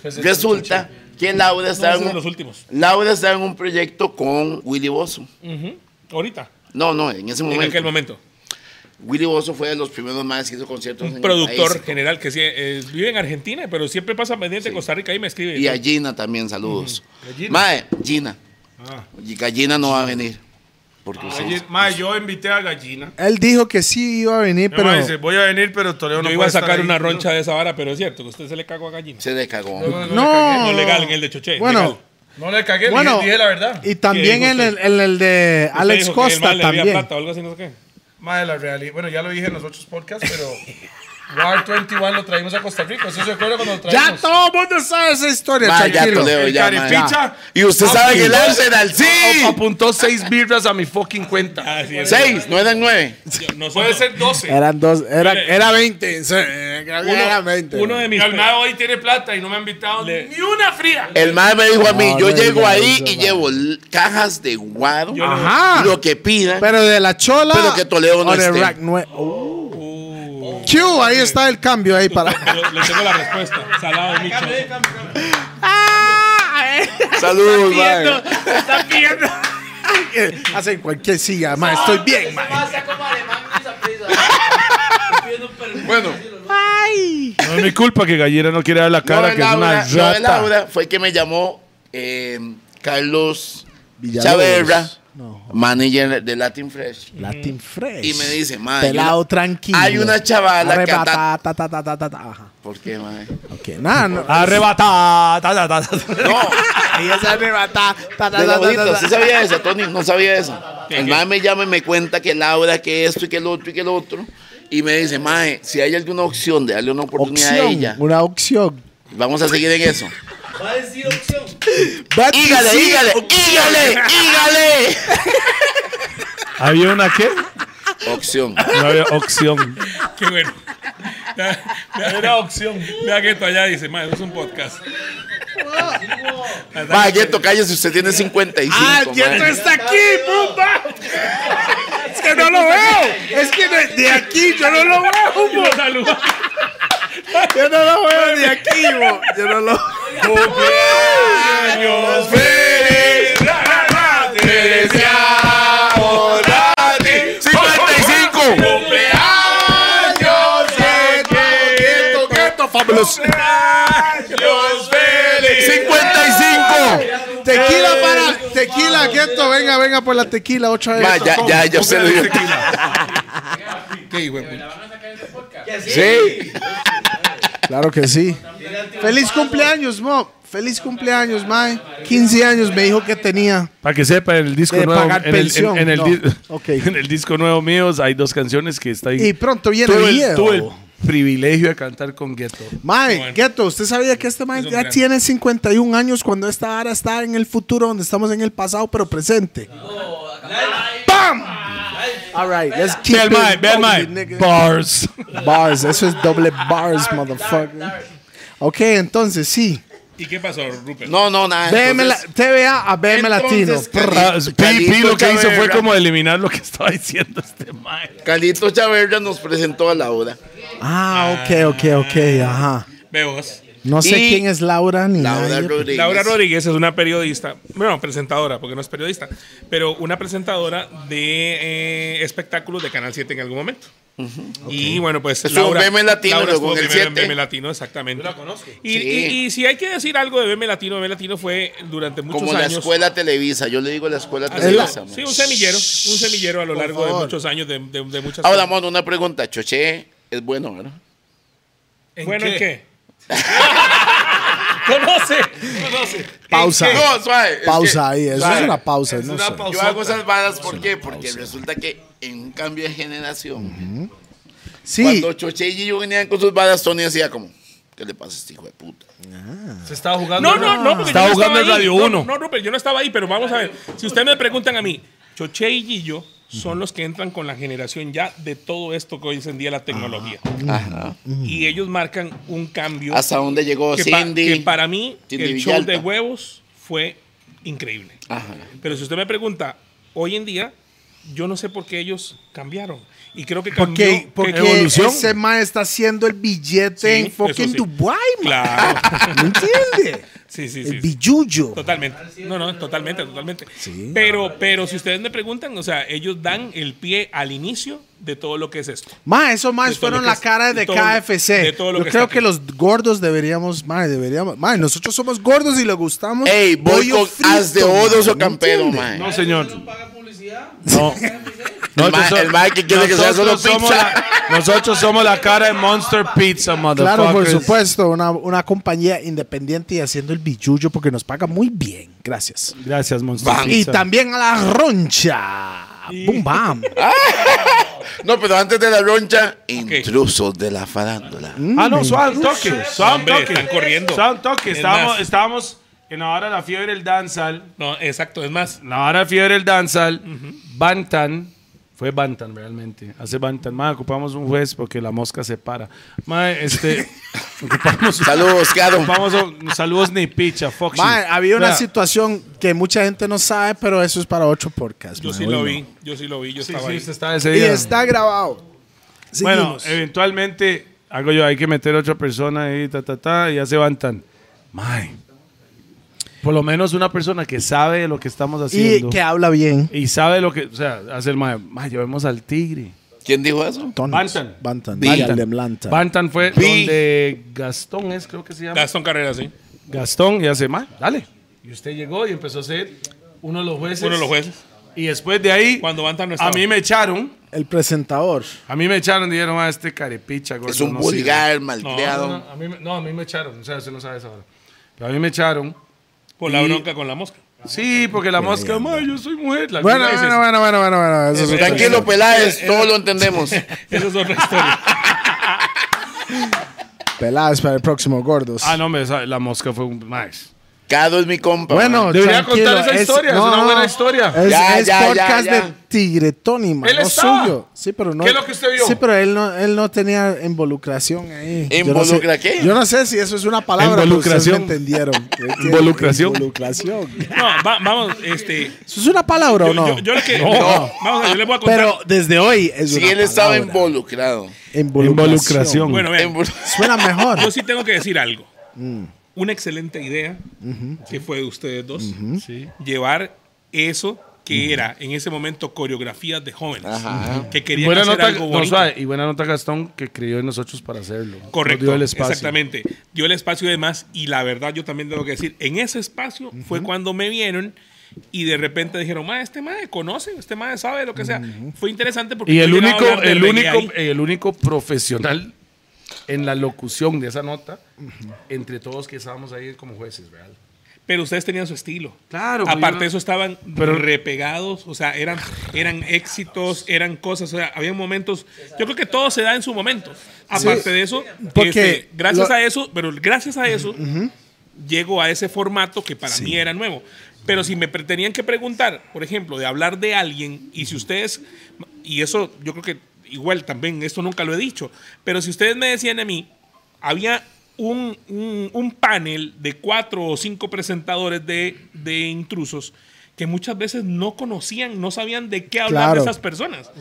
Resulta que Laura estaba,
ese es
en
de
un-
los últimos.
Laura estaba en un proyecto con Willy Bozo.
Ujú. Ahorita,
No, no, en ese
en
momento.
aquel momento.
Willy Bozo fue de los primeros más que hizo conciertos en el
Productor
país.
general que sí, eh, vive en Argentina, pero siempre pasa pendiente de Costa Rica y me escribe.
Y a Gina también, saludos. Mae, Gina.
Ah.
Y Gallina no va a venir. Porque usted-
Oye, Mae, yo invité a Gallina.
Él dijo que sí iba a venir,
Mi
pero.
mae dice, voy a venir, pero Toledo no
Yo iba
puede
a
estar
sacar
ahí".
una roncha de esa vara, pero es cierto que usted se le cagó a gallina.
se le cagó.
No.
No legal en el de Choché.
Bueno,
legal.
No le cagué,
bueno.
dije, dije la verdad.
Y también
¿Qué
en
dijo
el, en el de
Usted
Alex
dijo que el
Costa
mal le debía
también.
plata o algo así, no sé qué.
Mae, la realidad. Bueno, ya lo dije en los otros podcasts, pero War 21 lo traímos a Costa Rica. ¿Usted se acuerda cuando lo
Ya
traímos?
todo el mundo sabe esa historia,
Mae, ya
tranquilo.
Toledo, ya, mae.
Carepicha.
Y usted
Ah,
sabe que el Arsenal, sí.
Apuntó seis birras a mi fucking cuenta.
Ah, sí, es verdad.
Seis, no eran nueve.
Yo- no
Puede
somos-
ser 12.
Eran dos, era,
Mire.
era 20. sí, Era 20.
Uno de
Y
mis.
el mae hoy tiene plata y no me ha invitado
Le-
ni una fría.
El mae me dijo a mí,
No,
yo
no,
llego
no,
ahí
no,
y
no.
llevo l- cajas de guaro,
Yo no-
Ajá.
lo que pidan.
Pero de la chola.
Pero que Toledo no
o de
esté.
Rack nue- Oh. Q, ahí está el cambio ahí para.
Yo- le tengo la respuesta. Salado de Micho.
Ah,
Saludos, mae.
eh. Hacen cualquier silla, ma, estoy bien, ma.
Ah, Pasa como alemán en esa prisa.
Bueno.
No es mi culpa que Gallera no quiere dar la cara,
no,
que es una
Laura, no,
rata.
Laura fue que me llamó eh, Carlos
Villalobos.
Chaverra manager de Latin Fresh.
Latin Fresh.
Y me dice, madre.
Pelado,
yo-
tranquilo.
Hay una chavala que
Arrebata,
anda-
ta, ta, ta, ta, ta, ta. Ajá.
¿Por qué, madre?
Ok, nada, no.
Arrebata. ta, ta, ta, ta.
No,
Ella se arrebata. ta, ta, ta,
de los
ta, ta, ta.
ojitos. ¿Sí sabía eso, Tony? No sabía eso. El madre me llama y me cuenta que Laura, que esto y que el otro y que el otro. Y me dice, madre, si hay alguna opción de darle una oportunidad a ella,
Opción, una opción.
vamos a seguir en eso.
Va a decir opción.
But you
¡Hígale,
see-
hígale, hígale, hígale!
¿Había una qué?
Opción.
No había opción.
Qué bueno. Era opción. Vea que esto allá dice, madre, eso es un podcast.
Vaya, Gueto, cállese, usted tiene 55.
Ah, el
madre.
Yeto está aquí, pumba. Es que no lo veo. Es que de, de aquí yo no lo veo.
Y lo saluda.
Yo no lo veo de aquí, bo. Yo no lo
Cumpleaños feliz, te deseamos a ti.
55.
Cumpleaños
Yeto, Yeto, fabulous.
Cumpleaños feliz.
55.
Tequila para. Tequila, Yeto, venga, venga por la tequila otra vez.
Va, Eh. ya, ya, ya se lo digo.
Que sí.
Sí.
Claro que sí. Feliz cumpleaños, Mo. Feliz cumpleaños, Mae. 15 años me dijo que tenía.
Para que sepa, el disco
De
nuevo.
pagar
en, el,
pensión,
en- en el
no.
di-
Ok.
en el disco nuevo míos hay dos canciones que está ahí.
Y pronto viene
tuve, el,
video.
tuve el privilegio de cantar con Ghetto.
Mae, Gueto, ¿usted sabía que este Mae ya tiene 51 años cuando esta hora está en el futuro, donde estamos en el pasado, pero presente? ¡Pam! All right, let's keep
Ve el
it
mae, ve el mae.
moving, nigga.
Bars.
Bars, eso es doble bars, motherfucker. Ok, entonces sí.
¿Y qué pasó, Rupert?
No, no, nada.
BM la-
entonces-
TVA a BM Latino.
entonces,
Prr.
Ah,
Calito
Pi, Pi lo que hizo fue
Chaverra-
como eliminar lo que estaba diciendo este mae.
Calito Chaverra nos presentó a Laura.
Ah, ok, ok, ok, ajá.
Veo vos.
No sé
Y-
quién es Laura ni
Laura
nadie.
Rodríguez.
Laura Rodríguez es una periodista, bueno, presentadora, porque no es periodista, pero una presentadora de eh, espectáculos de Canal 7 en algún momento. Y bueno, pues
Estuvo en BM Latino, luego en
estuvo
el
primero en
7.
BM Latino, exactamente. la conozco. Y,
Sí.
y- y si hay que decir algo de BM Latino, BM Latino fue durante muchos
Como la
años.
escuela Televisa. Yo le digo la escuela
Así es.
Televisa. man.
sí, un semillero, un semillero a lo largo de
favor.
muchos años, de, de- de muchas
Ahora,
cosas.
mono, una pregunta. Choche es bueno, ¿verdad?
Bueno, ¿en qué? conoce, conoce.
Pausa.
No, suave. es
Pausa
que-
ahí, eso
suave.
es una pausa. no
una
sé.
pausa.
Yo hago esas varas, ¿por qué? Porque resulta que en un cambio de generación,
Sí,
cuando Choche y yo venían con sus varas, Tony hacía como, ¿qué le pasa a este hijo de puta?
Se estaba jugando.
No, no, no, porque
Estaba
yo no
jugando en
estaba ahí.
Radio
No,
Uno.
No, no, Rupert, yo no estaba ahí, pero vamos a ver. Si ustedes me preguntan a mí, Choche y Gillo son los que entran con la generación ya de todo esto que hoy es en día la tecnología.
Ajá.
Y ellos marcan un cambio
Ah. Mm. ¿Hasta dónde llegó
que, pa-
Cindy?
que para mí
Cindy
el show
Villalta.
de huevos fue increíble.
Ajá.
Pero si usted me pregunta, hoy en día, yo no sé por qué ellos cambiaron. Y creo que cambió.
porque, porque
que-
evolución.
ese mae está haciendo el billete
Sí,
en
eso
fucking
sí.
Dubai, mae.
Claro.
¿Me entiende?
Sí, sí, sí.
El billuyo.
Totalmente. No, no, totalmente, totalmente. Pero, pero si ustedes me preguntan, o sea, ellos dan el pie al inicio de todo lo que es esto.
Mae, esos
De
maes
todo
fueron
lo que
la
es-
cara
de
de
todo-
KFC.
de todo lo
Yo
que
creo
está
que
aquí.
los gordos deberíamos, mae, deberíamos. Mae, nosotros somos gordos y le gustamos.
Ey, voy
pollo
con as de
frito,
odos
mae,
o
¿me
campero,
entiende?
man.
No, señor.
Paga publicidad.
No.
El ma- el ma que quiere que sea
Nosotros
solo
somos
pizza.
la- nosotros somos la cara de Monster Pizza, motherfuckers.
Claro, por supuesto, una, una compañía independiente y haciendo el billullo porque nos paga muy bien. Gracias.
Gracias, Monster Pizza.
Y también a la roncha. Boom, bam.
No, pero antes de la roncha, intrusos de la farándula.
Mm.
Ah, no, suave un toque. Suave un
Hombre,
toque.
están corriendo.
Suave un toque.
Es
Estábamos,
más.
estábamos en la hora de la fiebre del danzal.
No, exacto, es más.
En la hora de la fiebre del danzal. Bantan. Fue Bantan realmente. Hace Bantan. Más ocupamos un juez porque la mosca se para. Más este. ocupamos un-
Saludos, Caro.
Ocupamos un- saludos ni picha. Fuck
Mae,
you.
había una
Vea,
situación que mucha gente no sabe, pero eso es para otro podcast.
Yo
mae,
sí
hoy
lo
no.
vi, yo sí lo vi, yo
Sí,
estaba
sí,
ahí.
usted estaba ese
Y
día.
está grabado.
eh,
Bueno,
Seguimos.
eventualmente hago yo, hay que meter a otra persona ahí, ta, ta, ta, y ya se van tan. Mae. Por lo menos una persona que sabe de lo que estamos haciendo.
y
Y,
que habla bien.
sabe lo que. O sea, hace el mae. Mae, llevemos al tigre.
¿Quién dijo eso?
Bantan.
Bantan.
Bantan.
Bantan. de Atlanta.
Bantan fue
Vi.
donde Gastón es, creo que se llama.
Gastón Carrera, sí.
Gastón, y hace, mae, dale. Y usted llegó y empezó a ser uno de los jueces.
Uno de los jueces.
Y después de ahí,
Cuando Banta no
a
estaba.
mí me echaron.
El presentador.
A mí me echaron y dijeron, "Ah, este carepicha, gordo.
Es un
no sirve".
vulgar,
No,
malcriado.
no, no, a mí me- no, a mí me echaron. O sea, usted no sabe eso ahora. Pero a mí me echaron.
Por la
Y-
bronca con la mosca.
Sí, porque la mosca, "Ma, yo soy mujer. La
Bueno,
vida es
bueno,
esa.
bueno, bueno, bueno, bueno, eso es otra
Tranquilo, Peláez, todo lo entendemos.
Esa es otra historia.
historia. Peladas para el próximo, gordos.
Ah, no, me, la mosca fue un más.
Cado es mi compa.
Bueno,
Debería
tranquilo,
contar esa historia, es una buena historia.
Es,
Ya,
es
ya, ya,
podcast
ya.
de Tigretónima,
Él
no
estaba.
suyo. Sí, pero no.
¿Qué es lo que usted vio?
Sí, pero él no, él no tenía involucración ahí. Yo no sé-
¿Involucra qué?
Yo no sé si eso es una palabra. pero ustedes
Involucración.
me entendieron.
Involucración.
Involucración.
No, va- vamos, este.
¿Eso es una palabra o
Yo,
no?
yo, yo le que. Vamos a yo le voy a contar.
pero desde hoy es
si
una
él estaba
palabra.
involucrado.
Involucración.
bueno, vean,
Invol-
Suena mejor.
yo sí tengo que decir algo.
Mm.
Una excelente idea que fue de ustedes dos. Llevar eso que era en ese momento coreografías de jóvenes que querían
Buena
hacer
nota,
algo
no,
bonito.
suave, y buena nota Gastón que creyó en nosotros para hacerlo. Nos
Correcto,
dio el espacio.
exactamente. Dio el espacio y demás. Y la verdad, yo también tengo que decir, en ese espacio fue cuando me vieron y de repente dijeron, ma, este mae conoce, este mae sabe lo que sea. Fue interesante porque
Y
yo
el
llegaba a
único,
hablar de
el
reggae
único,
ahí.
el único profesional en la locución de esa nota, entre todos que estábamos ahí como jueces, real.
Pero ustedes tenían su estilo.
Claro, pues,
Aparte
yo no-
de eso, estaban
Pero-
repegados, o sea, eran, eran éxitos, eran cosas, o sea, había momentos. Yo creo que todo se da en su momento. Aparte de eso,
porque
este, gracias
lo-
a eso, pero gracias a eso, llego a ese formato que para mí era nuevo. Pero si me pre- tenían que preguntar, por ejemplo, de hablar de alguien, y si ustedes, y eso yo creo que igual también, esto nunca lo he dicho, pero si ustedes me decían a mí, había un, un- un panel de cuatro o cinco presentadores de, de intrusos que muchas veces no conocían, no sabían de qué hablar
Claro.
de esas personas.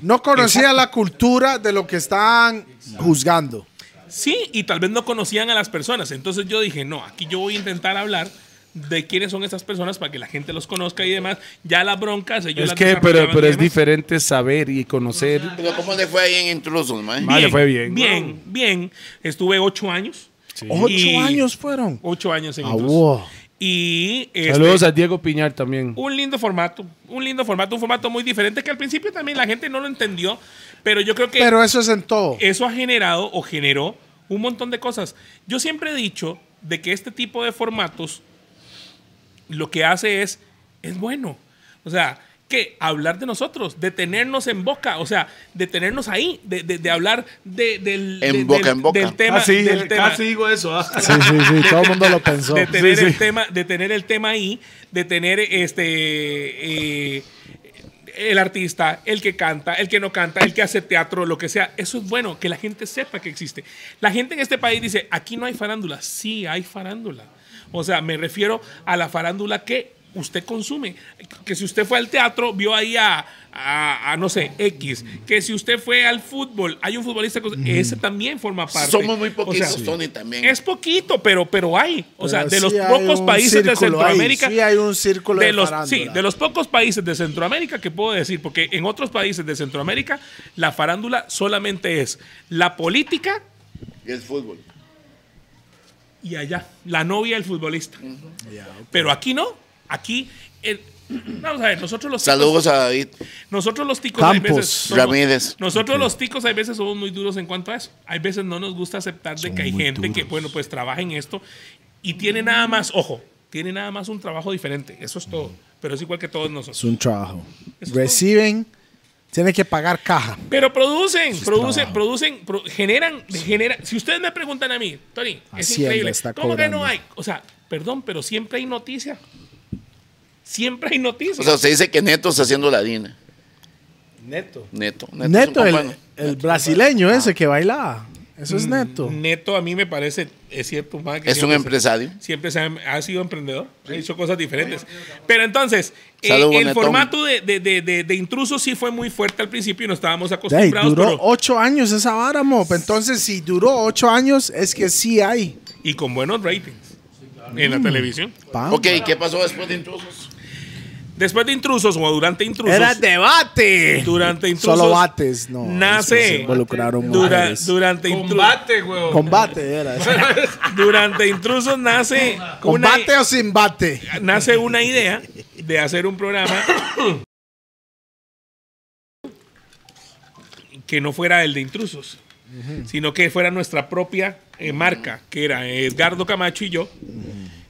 No conocía la cultura de lo que están juzgando.
Sí, y tal vez no conocían a las personas. Entonces yo dije, no, aquí yo voy a intentar hablar de quiénes son estas personas para que la gente los conozca y demás. Ya las broncas, ellos
Es
las
que, pero,
desarrollaban
pero
y
es
demás.
diferente saber y conocer.
Pero ¿cómo le fue ahí en Intrusos, man?
Vale, fue bien.
Bien, bien. Estuve ocho años.
Ocho
Y-
años fueron.
Ocho años en
Ah,
Intrusos.
wow.
Y este,
Saludos a Diego Piñar también.
un lindo formato, un lindo formato, un formato muy diferente que al principio también la gente no lo entendió, pero yo creo que
Pero eso es en todo.
eso ha generado o generó un montón de cosas. Yo siempre he dicho de que este tipo de formatos lo que hace es, es bueno. O sea, que hablar de nosotros, de tenernos en boca, o sea, de tenernos ahí, de, de- de hablar de- del,
En
de-
boca,
del-
en boca.
del tema.
Ah,
Casi,
eh,
del tema.
Ah, casi digo eso. ah.
Sí, sí, sí. Todo el mundo lo pensó.
de tener
sí.
el tema de tener el tema ahí de tener este eh, el artista el que canta el que no canta el que hace teatro lo que sea eso es bueno que la gente sepa que existe la gente en este país dice aquí no hay farándula sí hay farándula o sea me refiero a la farándula que usted consume que si usted fue al teatro vio ahí a, a- a, no sé X que si usted fue al fútbol hay un futbolista que ese también forma parte
Somos muy
O
poquitos,
sea,
Tony, también.
es poquito, pero, pero hay. O sea,
Pero
de los
sí hay
pocos
un
países de
círculo ahí,
Centroamérica.
sí hay un círculo de
los,
farándula.
Sí, de los pocos países de Centroamérica que puedo decir, porque en otros países de Centroamérica la farándula solamente es la política
Y el fútbol.
y allá, la novia del futbolista. Pero aquí no, aquí... el- vamos a ver, nosotros los
Saludos a David.
nosotros los ticos
Campos,
hay veces somos-
Ramírez.
Nosotros los ticos hay veces somos muy duros en cuanto a eso. Hay veces no nos gusta aceptar de que hay gente que, bueno, pues trabaja en esto y tiene nada más, ojo, tiene nada más un trabajo diferente. Eso es todo. Pero es igual que todos nosotros.
Es un trabajo.
Eso es
Reciben, tiene que pagar caja.
Pero producen, producen, producen, pro- generan, generan. Si ustedes me preguntan a mí, Tony, es
Hacienda
increíble.
está
¿Cómo que no
cobrando.
hay? O sea, perdón, pero siempre hay noticia. Siempre hay noticia.
O sea, se dice que Neto está haciendo la DINA.
Neto.
Neto. Neto, es un Ah.
Neto, el,
cubano.
el brasileño ese que bailaba. Eso
Mm,
es neto.
Neto a mí me parece, es cierto, más que
Es un
siempre se-
empresario.
siempre se ha, ha sido emprendedor, ha hecho cosas diferentes. Pero entonces, eh,
Saludos,
el
Netón.
formato de, de, de, de, de intruso sí fue muy fuerte al principio y no estábamos
Ey,
acostumbrados.
duró
pero-
ocho años esa vara, mop. Entonces, si duró ocho años, es que sí hay.
y con buenos ratings en
Mm.
la televisión.
Pam.
Ok, ¿qué pasó después de Intrusos?
Después de intrusos o durante intrusos.
Era debate.
durante intrusos.
Solo bates, no. después se
Nace.
involucraron
dura-
mujeres.
durante, intru-
Combate, güey.
Combate era.
durante intrusos nace. una-
¿Combate o sin bate?
nace una idea de hacer un programa que no fuera el de intrusos, sino que fuera nuestra propia eh, marca, que era Edgardo Camacho y yo.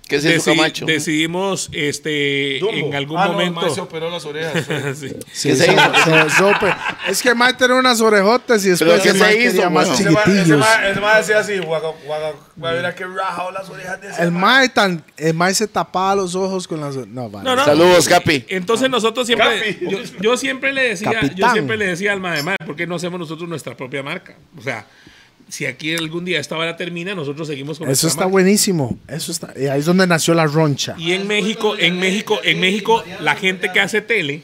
¿Qué es eso,
Deci-
Camacho? ¿Qué
Decidimos este, en algún
Ah, no, el mae se
momento.
operó las orejas.
Sí.
se hizo?
se- se- so- pe- es que Mike tenía unas orejotas y después
¿qué
el
se
mae
hizo,
quería más
weón?
Ese mae- Ese
chiquitillos.
mae- ese mae hacía así, guaga, guaga, guaga, mira que rajado las orejas de ese
El
mae.
Mike tan, el mae se tapaba los ojos con las no, vale.
No, no.
Saludos, Capi.
Entonces nosotros siempre,
Capi.
yo, yo siempre le decía, yo
Capitán.
siempre le decía al madre, ¿por qué no hacemos nosotros nuestra propia marca? O sea, si aquí algún día esta hora termina, nosotros seguimos con
Eso
nuestra
está
marca.
buenísimo. Eso está. y ahí es donde nació la roncha.
Y en México, en México, en México, la gente que hace tele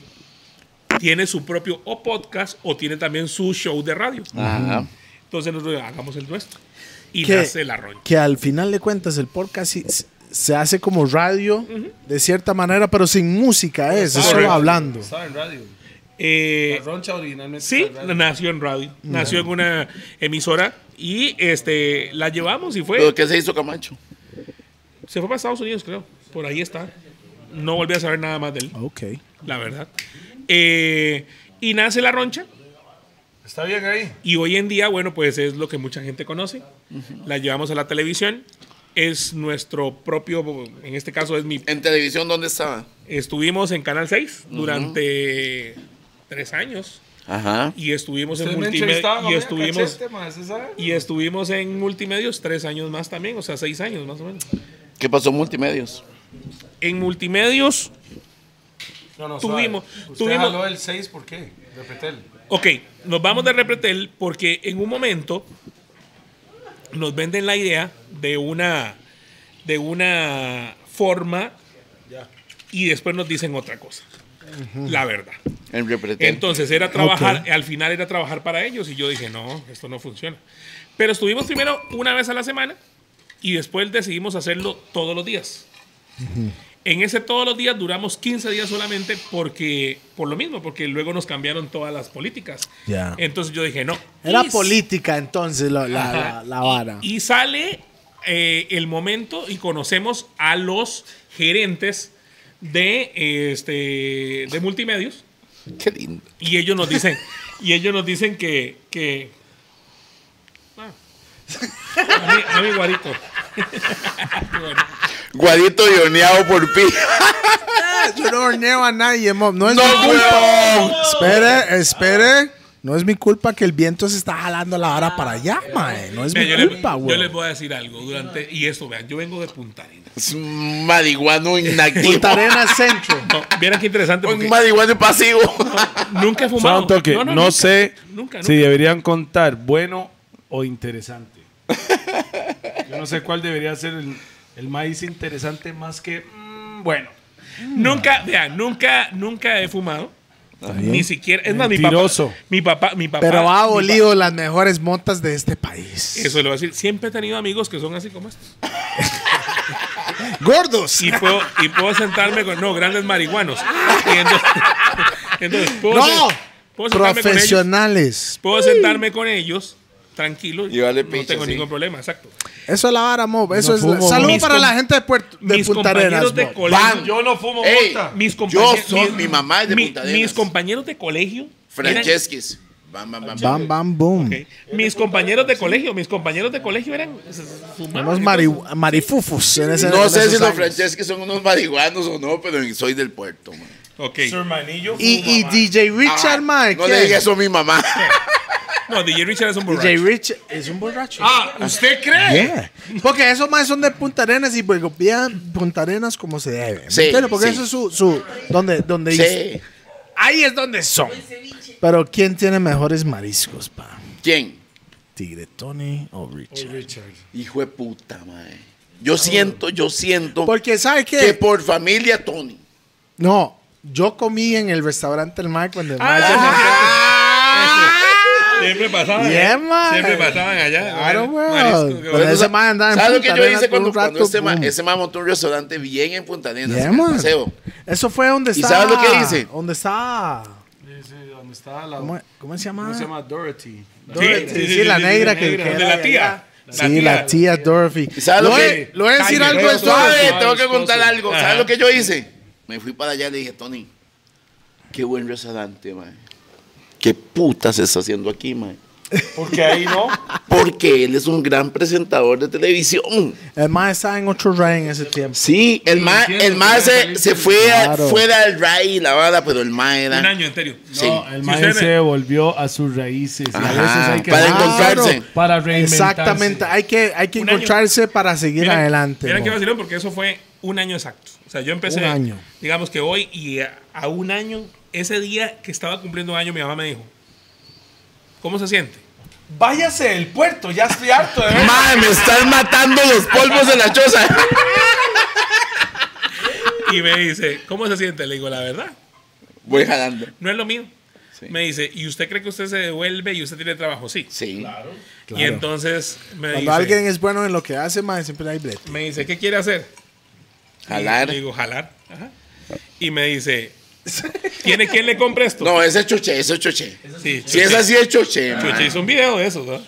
tiene su propio o podcast o tiene también su show de radio.
Ajá.
Entonces nosotros hagamos el nuestro. Y
que,
nace la roncha.
que al final de cuentas el podcast sí- s- se hace como radio de cierta manera, pero sin música es, es solo
Correcto.
hablando.
Estaba en radio.
Eh,
La roncha originalmente.
Sí,
estaba en radio.
nació en radio, nació en una emisora y este la llevamos y
¿Pero
fue
qué se hizo, Camacho?
se fue para Estados Unidos, creo. Por ahí está. No volví a saber nada más de él,
Ok.
la verdad. Eh, y nace la roncha
Está bien ahí.
y hoy en día, bueno, pues es lo que mucha gente conoce. La llevamos a la televisión. Es nuestro propio, en este caso es mi...
¿En televisión dónde estaba?
Estuvimos en Canal 6 durante tres años
Ajá.
y estuvimos en
Ustedes me entrevistaban a
multimedia y
mí a
estuvimos...
cachete, mae, ¿se sabe?
Y estuvimos en multimedios tres años más también, o sea, seis años más o menos.
¿Qué pasó en multimedios?
En multimedios,
No, no,
Tuvimos-
suave. Usted
tuvimos-
jaló el 6, ¿por qué? Repetel.
ok, nos vamos de Repretel porque en un momento nos venden la idea de una, de una forma y después nos dicen otra cosa. La verdad.
En Repretel.
Entonces era trabajar, al final era trabajar para ellos y yo dije, no, esto no funciona. Pero estuvimos primero una vez a la semana y después decidimos hacerlo todos los días. En ese todos los días duramos 15 días solamente porque, por lo mismo, porque luego nos cambiaron todas las políticas.
Ya.
Entonces yo dije, no.
Era
Y-
política entonces la, la- la- la vara.
Y sale eh, el momento y conocemos a los gerentes de, este, de multimedios.
Qué lindo.
Y ellos nos dicen, y ellos nos dicen que. que Ah. A mí- a mí, guarito. Qué bueno.
Guadito ioneado por pi.
Yo no horneo a nadie, mom. No es
¡No,
mi
weón!
culpa. Espere, espere. No es mi culpa que el viento se está jalando la vara para allá, mae. No es
Mira,
mi
yo, le-
culpa,
yo
güey.
les voy a decir algo durante. Y esto, vean, yo vengo de Punta Arenas.
Es un marihuano inactivo.
Punta Arenas Centro.
No, vieran qué interesante.
Un
porque
marihuano pasivo.
nunca he
Solo
fumado.
un toque. No,
nunca,
sé
Nunca,
si
nunca.
deberían contar bueno o interesante. Yo no sé cuál debería ser el, el maíz interesante más que mm, bueno.
Nunca, vean, nunca, nunca he fumado. Ni siquiera. Es más, mi papá.
Mentiroso.
Mi papá, mi papá.
Pero ha
mi
abolido las mejores montas de este país.
papá- Eso le voy a decir. Siempre he tenido amigos que son así como estos.
Gordos.
y puedo, y puedo sentarme con. No, grandes marihuanos. Y entonces, entonces, puedo,
No,
sen- puedo sentarme con ellos.
Profesionales.
Puedo sentarme con ellos tranquilo.
Y vale
no
pinche,
tengo
sí.
ningún problema, exacto.
Eso es la vara, Mob. Eso es. la-
fumo.
Saludos
Mis
para
com-
la gente de, Puerto, de
mis
Punta
compañeros
Arenas.
de
Mob.
colegio.
Van.
Yo no fumo
Ey,
mota.
Mis
yo
compañeros.
soy mi mamá es de
mi-
Punta Arenas.
Mis compañeros de colegio. eran-
Francesquis. Bam, bam, bam.
Bam, bam, boom.
Ok. Mis compañeros de colegio, mis compañeros de colegio eran s- s- fumaban,
Unos mari-
entonces-
marifufus en ese
No
en
sé
esos
si los
años.
Francesquis son unos marihuanos o no, pero soy del puerto, man.
Ok.
Su hermanillo fuma,
Y, y
man.
DJ Richard,
Ah,
Mike.
No le digas eso a mi mamá.
No, DJ Richard es un borracho.
DJ Richard es un borracho.
Ah, ¿usted cree?
Yeah. Porque esos más son de Punta Arenas y porque pillan Punta Arenas como se debe. ¿me
Sí,
entiendes? Porque
sí.
eso es su. su donde, donde
Sí.
Ahí es donde son. Pero ¿quién tiene mejores mariscos, pa?
¿Quién?
¿Tigre Tony o Richard?
Hijo de puta, mae. Yo siento, yo siento
Porque, ¿sabe Ah, qué?
que por familia Tony.
No, yo comí en el restaurante del Mike cuando el Mike
Siempre pasaban.
Ah. Yeah,
eh.
man.
Siempre pasaban allá.
Claro,
Bueno,
weón.
marisco, qué
Pero
bueno.
ese man andaba en
¿Sabes lo
Punta
que yo
Arenas
hice
por
cuando,
un rato,
cuando este ma,
boom.
ese ma montó un restaurante bien en Punta Arenas?
Yeah,
en el
man.
paseo.
Eso fue donde
¿Y
está.
sabes lo que hice?
¿Dónde está?
Sí, sí, donde está la-
¿Cómo, cómo se llama?
¿cómo se llama? Dorothy.
Sí,
Sí, sí, la negra que- que
de
era
la tía.
allá. sí, la tía Dorothy.
¿Y sabes lo
Lo
que-
he- lo voy a decir
Calle,
algo
pero
de
Pues,
eso.
suave.
suave,
suave,
tengo que contar
esposo.
algo.
Ajá.
¿Sabes lo que yo hice? Me fui para allá y le dije, Tony, qué buen restaurante, mae. ¿qué puta se está haciendo aquí, mae?
Porque ahí no.
Porque él es un gran presentador de televisión.
El mae estaba en otro rey en ese tiempo.
Sí, el mae el mae se, se fue
Claro.
fuera del Ray y la vara, pero el mae
Un
era.
año entero.
Sí.
No, el
Si
man
usted me-
se volvió a sus raíces. y a
Ajá,
veces hay que
para
Claro,
encontrarse.
Para reinventarse.
Exactamente. Hay que, hay que
Un año.
encontrarse para seguir
Miren-
adelante.
Miren
mo.
qué vacilón, porque eso fue un año exacto. O sea, yo empecé,
Un año.
digamos que hoy y a, a un año, ese día que estaba cumpliendo año, mi mamá me dijo, ¿cómo se siente?
Váyase del puerto, ya estoy harto de ver.
Mae, me están matando los polvos de la choza.
Y me dice, ¿cómo se siente? Le digo, la verdad,
Voy jalando.
no es lo mío.
Sí.
Me dice, ¿y usted cree que usted se devuelve y usted tiene trabajo? Sí.
Sí.
Y entonces me
Cuando
dice,
alguien es bueno en lo que hace, mae, siempre hay blete.
me dice, ¿qué quiere hacer?
Jalar.
Y le digo, jalar. Ajá. Y me dice, ¿tiene quien le compre esto?
No, ese es choche, ese es choche.
Sí,
Si es así, es choche. mae.
Chuchi hizo un video de eso, ¿no?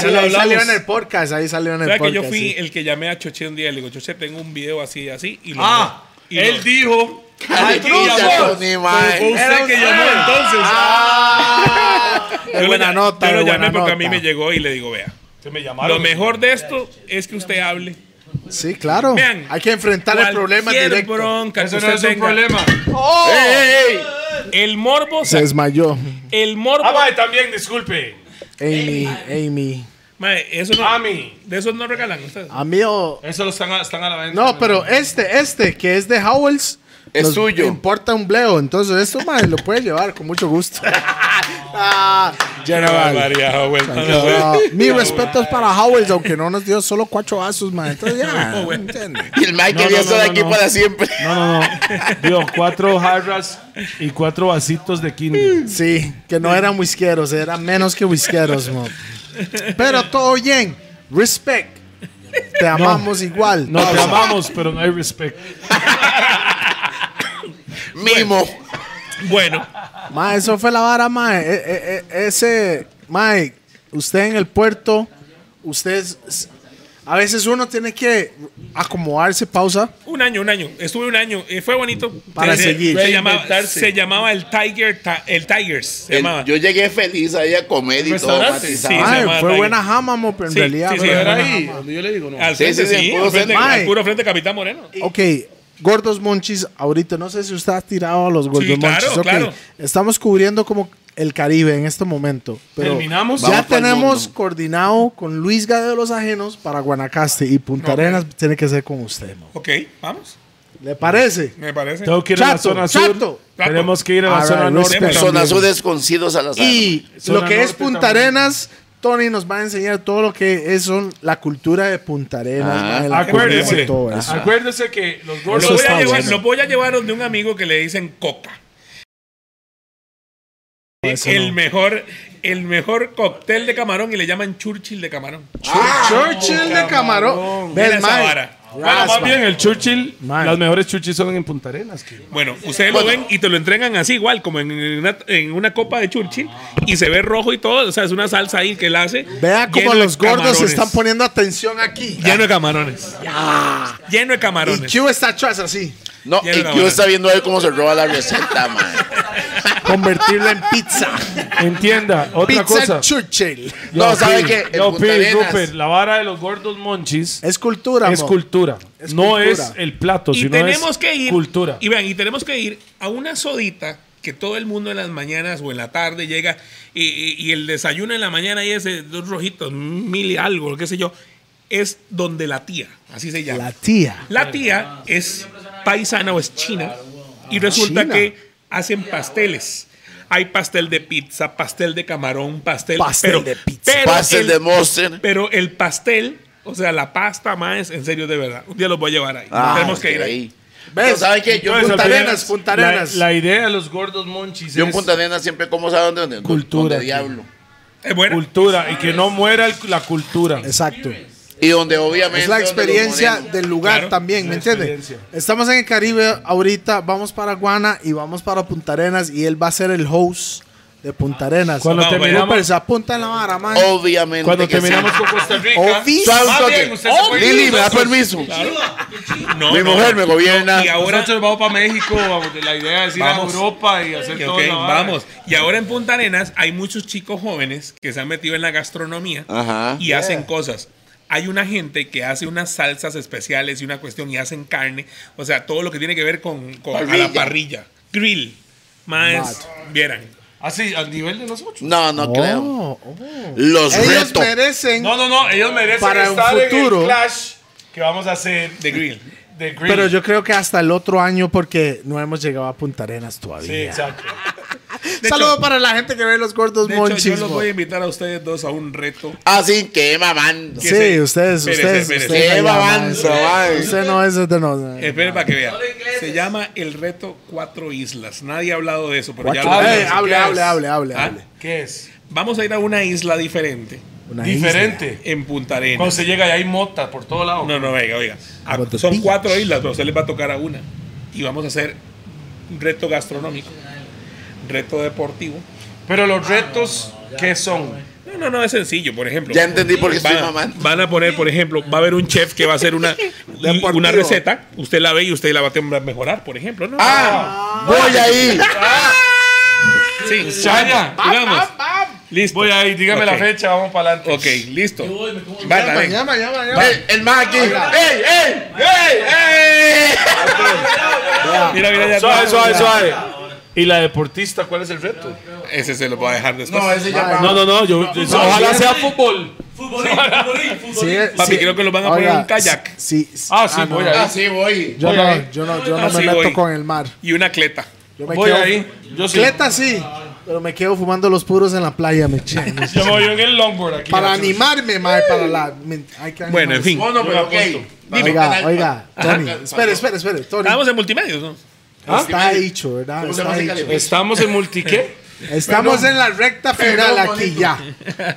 Sí,
lo
ahí
hablamos.
salió en el podcast. Ahí salió en el
O sea,
podcast.
que yo fui
sí.
el que llamé a Choche un día y le digo, Choche, tengo un video así, así. Y lo
Ah,
y
él
lo-
dijo.
Ay,
¿quién
ya,
llamó?
Tony, mae.
Fue usted que llamó entonces.
yo lo
Ah. buena
llam-
nota,
Yo lo
de
llamé
buena
porque a mí
nota.
me llegó y le digo, vea,
Se me
lo
llamaron.
mejor de esto es que usted hable.
Sí, claro.
Vean,
hay que enfrentar el problema
cualquier
directo.
bronca que
Eso no
usted
es un
tenga.
problema.
Ey, ey, ey.
El morbo,
Se desmayó.
el morbo.
Ah, mae, también, disculpe.
Amy, Amy.
Mae, eso no,
Ami.
de eso no regalan ustedes.
Amigo.
Eso lo están a, están a la venta.
No, pero este, este, que es de Howells.
Es
nos
suyo.
Importa un bleo. Entonces, esto, mae, lo puede llevar con mucho gusto. ah, general.
María, güey.
Ah, mi respeto es para Howells, aunque no nos dio solo cuatro asos, mae. Entonces, ya. entiende.
Y el mae
No,
quería
no, no,
estar
no,
aquí
no.
para siempre.
No, no, no. Vio, cuatro jarras y cuatro vasitos de kinder.
Sí, que no eran whiskeros, eran menos que whiskeros, mo. Pero todo bien. Respect. Te amamos igual.
No, te
Pausa.
amamos, pero no hay respeto.
Mimo. Eh,
Bueno,
Ma, eso fue la vara, ma. E- e- e- ese, ma, usted en el puerto, usted es- s- a veces uno tiene que acomodarse, pausa.
un año, un año. Estuve un año. eh, fue bonito.
Para
Se-
seguir.
Se llamaba,
Reinventarse.
se llamaba el Tiger, Ta- el Tigers. Se
El-
llamaba.
yo llegué feliz ahí a comer y todo
Restaurante,
matizado.
sí.
Ma,
se llama
fue
Tiger.
buena jama, mo, pero en
Sí,
realidad.
sí, sí,
fue
era
buena
Ahí,
jama.
donde yo le digo, no.
Al
Sí,
frente,
sí,
sí,
sí, puro
al frente,
centro.
al puro frente Capitán Moreno.
Ok, gordos monchis, ahorita no sé si usted ha tirado a los gordos
claro,
monchis. ok.
claro.
Estamos cubriendo como el Caribe en este momento. Pero
Terminamos.
Ya
Vamos pa'l
tenemos
mundo.
coordinado con Luis Gade de los Ajenos para Guanacaste y Punta Arenas tiene que ser con usted. mo.
Ok, vamos.
¿Le parece?
Me parece.
Tengo que ir a la
Chato,
zona sur.
chato.
Tenemos que ir a la
Alright,
zona norte.
respect.
también.
Zona sur desconocidos a las
Y
Zona
lo que es
norte
Punta
también.
Arenas, Tony nos va a enseñar todo lo que es son la cultura de Punta Arenas.
Ah,
mae, la
acuérdese.
comida y todo eso.
Acuérdese que los
lo,
gordos
Eso
voy
está
a llevar,
bueno.
lo voy a llevar donde un amigo que le dicen coca. el mejor el mejor cóctel de camarón y le llaman Churchill de camarón.
Ah, Churchill de camarón.
Mira
Ves,
esa
mae.
vara.
Bueno, más
Raspa.
bien el Churchill,
Man.
las mejores Churchill son en Punta Arenas. que-
Bueno, ustedes lo ven y te lo entregan así igual, como en una, en una copa de Churchill y se ve rojo y todo, o sea, es una salsa ahí que él hace.
Vea
lleno
cómo
de
los gordos
camarones.
se están poniendo atención aquí.
lleno de camarones. Lleno de
Y
camarones.
Q está atrás así.
No,
Ya
y
no,
yo
no.
está viendo a ver cómo se roba la receta, mae.
Convertirla en pizza.
Entienda, otra
pizza
cosa.
Churchill.
No, ¿sabe
Phil,
qué? En
Yo,
Punta
Phil,
Arenas.
Rupert, la vara de los gordos monchis
Es cultura,
es
mo.
cultura.
Es
No
cultura.
es el plato,
y
sino
tenemos
es
que ir
cultura.
y vean y tenemos que ir a una sodita que todo el mundo en las mañanas o en la tarde llega y, y- y el desayuno en la mañana y ese dos rojitos mil y algo qué sé yo es donde la tía así se llama
La tía.
la tía es paisana o es china y resulta
China.
que hacen pasteles. Hay pastel de pizza, pastel de camarón, pastel,
Pastel
pero-
de pizza.
pero
Pastel
el-
de monster.
Pero el pastel, o sea, la pasta más, en serio, de verdad. Un día los voy a llevar ahí.
Ah,
Tenemos que ir
ok.
ahí.
No, ¿sabe qué? Yo en
Entonces,
Punta
la-
Arenas.
Punta
la-
Arenas.
La, idea de los gordos monchis
Yo en
es
Punta Arenas siempre como sabe dónde, dónde
Cultura,
Donde diablo.
Es bueno.
cultura y que no muera el- la cultura.
Exacto.
Y donde obviamente
Es la
donde los
experiencia
moneros-
del lugar
Claro,
también, ¿me entiendes?
experiencia.
Estamos en el Caribe ahorita, vamos para Guana y vamos para Punta Arenas y él va a ser el host de Punta Arenas.
Cuando
No,
terminamos,
Rupert, se apunta en la vara, man.
Oh, Obviamente.
cuando
que sí.
terminamos con Costa Rica.
Obvio.
Suave un
Más
toque.
bien, usted se fue
Lili,
y-
me da permiso.
No,
Mi
no,
mujer
no.
me gobierna.
Y ahora,
Nosotros vamos para México, vamos, la idea es ir
Vamos.
a Europa y hacer
Ok,
todo.
ok, vamos. Y ahora en Punta Arenas hay muchos chicos jóvenes que se han metido en la gastronomía
Ajá.
y hacen cosas. Hay una gente que hace unas salsas especiales y una cuestión y hacen carne. O sea, todo lo que tiene que ver con, con- a la
Parrilla.
parrilla. Grill. Más vieran.
Así, Ah, al nivel de nosotros.
No, no creo.
Oh, oh.
Los
Ellos
reto.
merecen.
No, no, no, ellos merecen
Para un
estar en
futuro.
el clash que vamos a hacer
De grill.
de Green.
Pero yo creo que hasta el otro año porque no hemos llegado a Punta Arenas
Sí,
todavía.
exacto.
Saludos para la gente que ve los gordos
De hecho, yo
monchis.
los
bo.
voy a invitar a ustedes dos a un reto.
Así que mamán.
Sí,
se-
ustedes,
Espérese,
ustedes,
espérese.
ustedes
Qué
allá,
babanza,
man.
man.
Usted no es de no.
Esperen para que vean.
Solo ingleses.
Se llama el reto Cuatro Islas. Nadie ha hablado de eso, pero ya
Cuatro-
lo
Ey,
hablamos.
eh, Hable,
¿qué
hable,
es?
hable, hable,
Ah,
hable.
¿Qué es?
Vamos a ir a una isla diferente
Una
Diferente.
en Punta Arenas.
Cuando se llega y hay mota por todo lado.
No, no, venga, oiga. A-
Como
son
Topinga.
cuatro islas, pero a usted les va a tocar a una. Y vamos a hacer un reto gastronómico, reto deportivo.
Pero los retos, ¿qué son?
No, no, no, es sencillo, por ejemplo.
Ya entendí por qué estoy
Van a,
mamando.
van a poner, por ejemplo, va a haber un chef que va a hacer una,
Deportivo.
una receta. Usted la ve y usted la va a tem- mejorar, por ejemplo. ¿no?
Ah, voy ahí.
sí.
Vaya.
Digamos. Listo.
Voy ahí, dígame
Ok.
la fecha, vamos para adelante.
Ok, listo. Vaya, venga.
Eh, El más aquí. ¡Ey, ey! ¡Ey, ey!
Mira, mira, ya.
Suave, suave, suave. ¿Y la deportista, cuál es el reto?
Ese se lo voy a dejar después.
No, no, no, yo, ojalá sea fútbol.
Futbolín, futbolín, futbolín.
Papi, creo que los van a poner en kayak.
Sí, sí,
Ah, sí, voy
no.
ahí.
Así voy.
Yo no, yo no, yo no
Así
me meto
voy.
con el mar.
Y una cleta.
Yo me
Voy
quedo,
ahí. Yo sí.
Cleta sí, pero me quedo fumando los puros en la playa, me che. me che.
Yo me voy en el longboard aquí.
Para animarme, mae, para la. me- hay que
Bueno, en
animarse.
fin.
Bueno, pero ok.
Oiga, oiga, Tony. Espere, espere, espere, Tony.
Estábamos en multimedios, ¿no?
Está dicho, ¿verdad?
¿Cómo se
Está
llama ese
dicho.
calibre?
Estamos en multiqué.
Estamos en la recta final
Perdón,
aquí
bonito.
ya.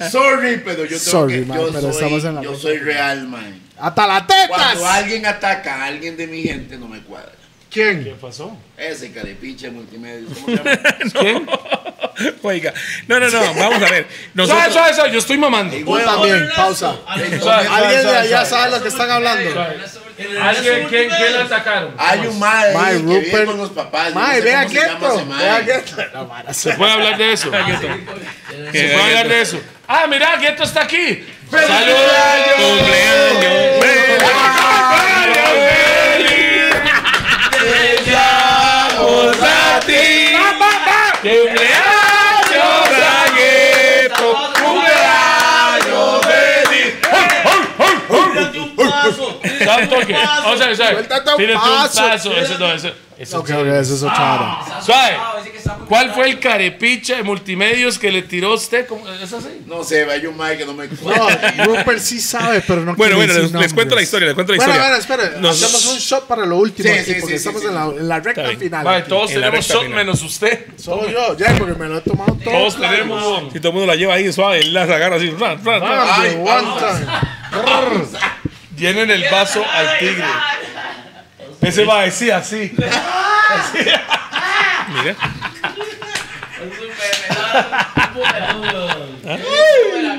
Sorry, pero yo tengo
Sorry,
que-
man,
yo
pero
soy,
estamos en la
Yo
meta.
soy real, man.
Hasta las
Cuando
tetas.
alguien ataca a alguien de mi gente, no me cuadra.
¿Quién?
pasó?
Ese carepiche multimedia. ¿cómo se llama?
Oiga, no, no, no, vamos a ver.
Suave,
Nosotros,
suave, suave, yo estoy mamando.
Tú también, pausa.
Suave, suave,
Alguien de
suave,
allá
suave.
sabe lo que están hablando.
¿Alguien quién, quién la atacaron?
Hay un mae
Mae,
ahí que vive
Rupert.
con los papás. yo no
Mae,
sé
vea
cómo se llama
Ghetto.
ese mae.
Vea Ghetto.
¿Se puede hablar de eso? Ah, ¿Se puede hablar de eso? Ah, mira, Gueto está aquí. ¡Saludos!
cumpleaños.
Tírate Eh, un paso. tírate
Da un
un
toque.
paso.
Vamos a ver, suave.
Suéltate un
Tírate
paso.
un paso. Eso no, eso. eso
Ok, ok, eso es otra hora.
Suave.
Ah, ese que está muy
¿Cuál fue el carepicha de multimedios que le tiró a usted? ¿Cómo- ¿Es así?
No sé, hay un mae que no me cuadra.
No, Rupert sí sabe, pero no quiere
Bueno, bueno,
decir
les, les
nombres.
cuento la historia, les cuento la
Bueno,
historia.
bueno, espera.
Nos-
Hacemos un shot para lo último
Sí,
aquí,
sí,
porque
sí,
estamos
sí,
en, la, en la recta
bien.
final.
Vale,
aquí.
todos
en la
tenemos
recta
shot
final.
menos usted.
Solo yo, ya, porque me lo he tomado todo.
Todos tenemos.
Si todo el mundo la lleva ahí suave, él las agarra así. ra, ra, ra.
Ay, aguanta.
Llenen el vaso al tigre. Ese va a decir así.
Mira.
Es un bebedor, un bebedor.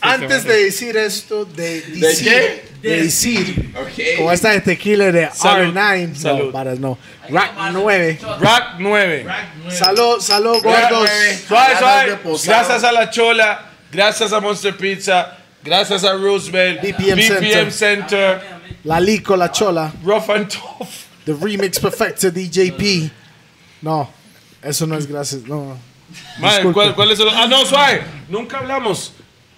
Antes de decir esto, de decir,
qué?
de decir, como
Ok.
esta de tequila de
Salud,
R9,
salud.
no, para no, Rack 9.
Rack 9.
Salud, salud,
Rack
gordos.
nueve.
Suave,
Ganas
suave.
de posado.
Gracias a La Chola, gracias a Monster Pizza, gracias a Roosevelt,
BPM
BPM Center,
La Lico, la Chola,
Rough and Tough.
The Remix Perfecto, DJP. No, eso no es gracias, no.
Madre,
Disculpe.
¿cuál, cuál es el- Ah, no, suave. Nunca hablamos.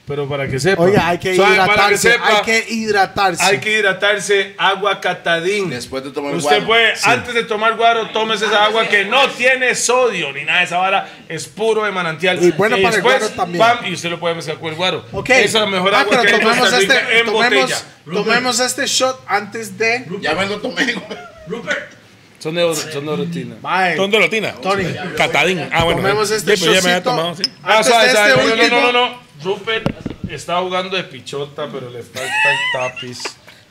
Pero para que sepa.
Oiga, hay que
Suave, para que
hidratarse,
sepa,
hay que hidratarse.
hay que hidratarse. Agua catadín.
Después de tomar
Usted
guaro.
puede, antes de tomar guaro, tómese esa agua que no tiene sodio ni nada de esa vara, es puro de manantial.
Y bueno para el
después,
guaro también.
pam, y usted lo puede mezclar con el guaro.
Ok.
Esa es la mejor
Ah,
agua
pero
que hay en
tomemos
Costa Rica
este,
en
tomemos,
botella.
tomemos este shot antes de.
Ya me lo tomé, güey.
Rupert.
Son de, son de rutina.
Mae,
Son dolotina.
Tony.
Catadín. Ah, bueno.
tomemos
eh.
este
Sí, pero ya me había
shotcito.
tomado, sí.
Ah,
Antes de
suave,
este
suave, no,
último.
no, no, no, no. Rupert está jugando de pichota, pero le falta el tapiz.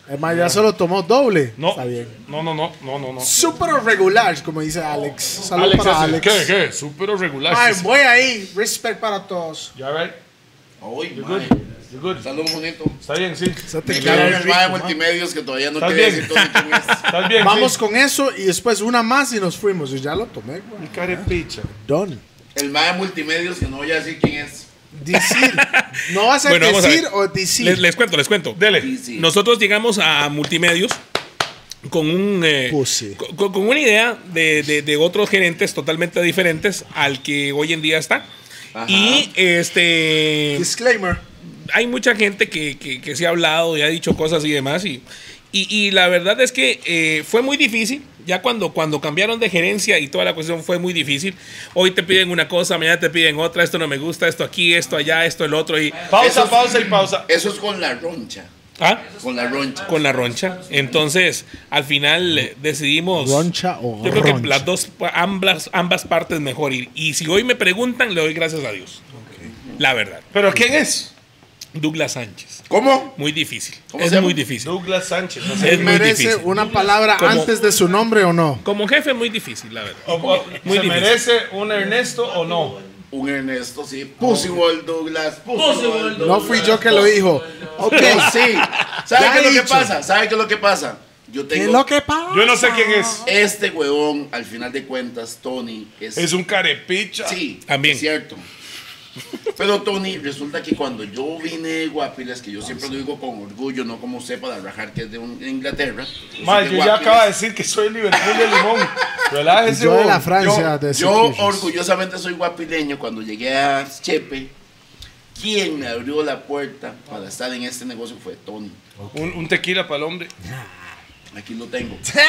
El Eh, mae ya solo tomó doble.
No,
Está bien.
no, no, no, no, no. no.
Súper regular, como dice Alex. Salud para
hace-
Alex.
¿Qué, qué? Súper regular.
Mae, voy ahí. Respect para todos.
Ya, right?
Uy,
You're
mae.
good. You're good.
Saludos, bonito.
Está bien, sí.
Me quedaron el mae de multimedios que todavía no
¿Estás
te voy a
bien?
decir todo quién es.
Estás bien.
Vamos
sí.
con eso y después una más y nos fuimos. Y ya lo tomé, güey.
Carepicha.
Done.
El mae de multimedios que no voy a decir quién es.
Decir. ¿No vas a
Bueno, vamos a
decir
ver.
o decir?
Les, les cuento, les cuento.
Dele.
Sí.
Nosotros llegamos a Multimedios con un eh,
Puse.
co- co- con una idea de, de- de otros gerentes totalmente diferentes al que hoy en día está. Y este
Disclaimer.
hay mucha gente que, que- que se ha hablado y ha dicho cosas y demás. Y, y, y la verdad es que eh, fue muy difícil. Ya cuando, cuando cambiaron de gerencia y toda la cuestión fue muy difícil. Hoy te piden una cosa, mañana te piden otra. Esto no me gusta, esto aquí, esto allá, esto el otro. Y,
Pausa,
Eso es-
pausa y pausa.
Eso es con la roncha.
¿Ah?
Con la roncha.
Con la roncha. Entonces, al final eh, decidimos.
Roncha o
Yo creo que
roncha.
las dos, ambas, ambas partes mejor. Y, y si hoy me preguntan, le doy gracias a Dios. La verdad.
¿Pero quién es?
Douglas Sánchez.
¿Cómo?
Muy difícil.
¿Cómo
Es
se llama?
muy difícil.
Douglas Sánchez. no sé.
Es muy
¿Merece
difícil.
una palabra
Como-
antes de su nombre o no?
Como jefe muy difícil, la verdad.
O- o-
Muy
¿Se
difícil.
merece un Ernesto o no?
Un Ernesto, sí. Pussywall Douglas. Pussywall Douglas.
No fui yo que lo dijo. Ok.
No, sí.
Ya
¿Sabe qué es
he
lo que
dicho.
pasa? ¿Sabe qué es lo que pasa? Yo
¿Qué es
tengo
lo que pasa?
Yo no sé quién es.
este huevón, al final de cuentas, Tony es,
Es un carepicha.
Ah,
sí,
También.
es cierto. Pero Tony, resulta que cuando yo vine de Guapiles, que yo siempre lo digo con orgullo, no como usted para rajar que es de un- de Inglaterra.
Mae,
soy
yo ya acaba de
Guapiles.
decir que soy Liverpool de Limón. Relájese.
Yo de la
huevón.
Francia.
Yo
de Syracuse.
orgullosamente soy guapileño. Cuando llegué a Chepe, quien me abrió la puerta para estar en este negocio fue Tony.
Un, un tequila para el hombre.
Aquí lo tengo. Entonces,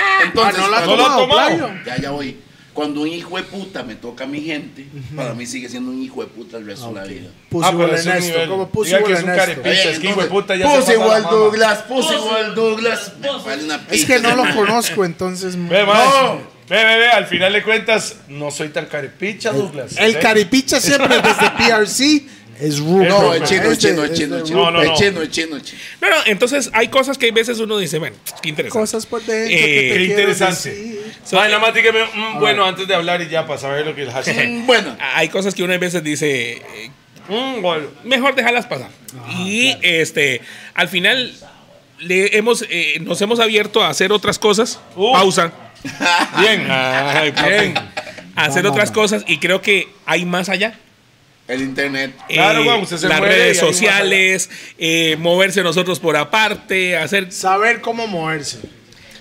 Ah, no la ha
cuando-
No lo ha
tomado,
tomado.
Playo.
Ya, ya voy. Cuando un hijo de puta me toca a mi gente, para mí sigue siendo un hijo de puta el resto de la vida.
Puse
Ah, pero
igual
es un
Ernesto.
nivel.
¿Cómo puse
Diga que
igual
es un
Ernesto?
carepita. Picha, es que hijo de puta, ya se
puse
pasa la
igual
mama.
Douglas, puse igual Douglas. Me vale una
Es
picha
que no
ese
lo
man.
conozco, entonces.
Ve, mae.
No.
Ve, ve, ve. Al final de cuentas, no soy tan carepicha, Douglas. ¿Eh?
El
Ve.
caripicha siempre desde PRC es rudo. este
No,
el
es chino, es chino, es chino, es chino.
No, no, no.
Es chino, es chino, es chino.
No, no, entonces hay cosas que hay veces uno dice, bueno, qué interesante.
Cosas por dentro que
Eh,
te
qué
Qué
quiero
interesante.
decir.
Mae, nada más dígame, mm, bueno, antes de hablar y ya para saber lo que es el hashtag.
Mm, Bueno,
Hay cosas que uno a veces dice, eh,
Mm, bueno.
mejor dejarlas pasar. y este, al final le hemos, eh, nos hemos abierto a hacer otras cosas.
Uh.
Pausa.
Bien. Ay, bien.
A hacer
Vamos.
otras cosas y creo que hay más allá. Eh,
el internet.
Claro, bueno, usted se
las
muere y
redes
ahí más allá.
sociales, eh, moverse nosotros por aparte, hacer
Saber cómo moverse.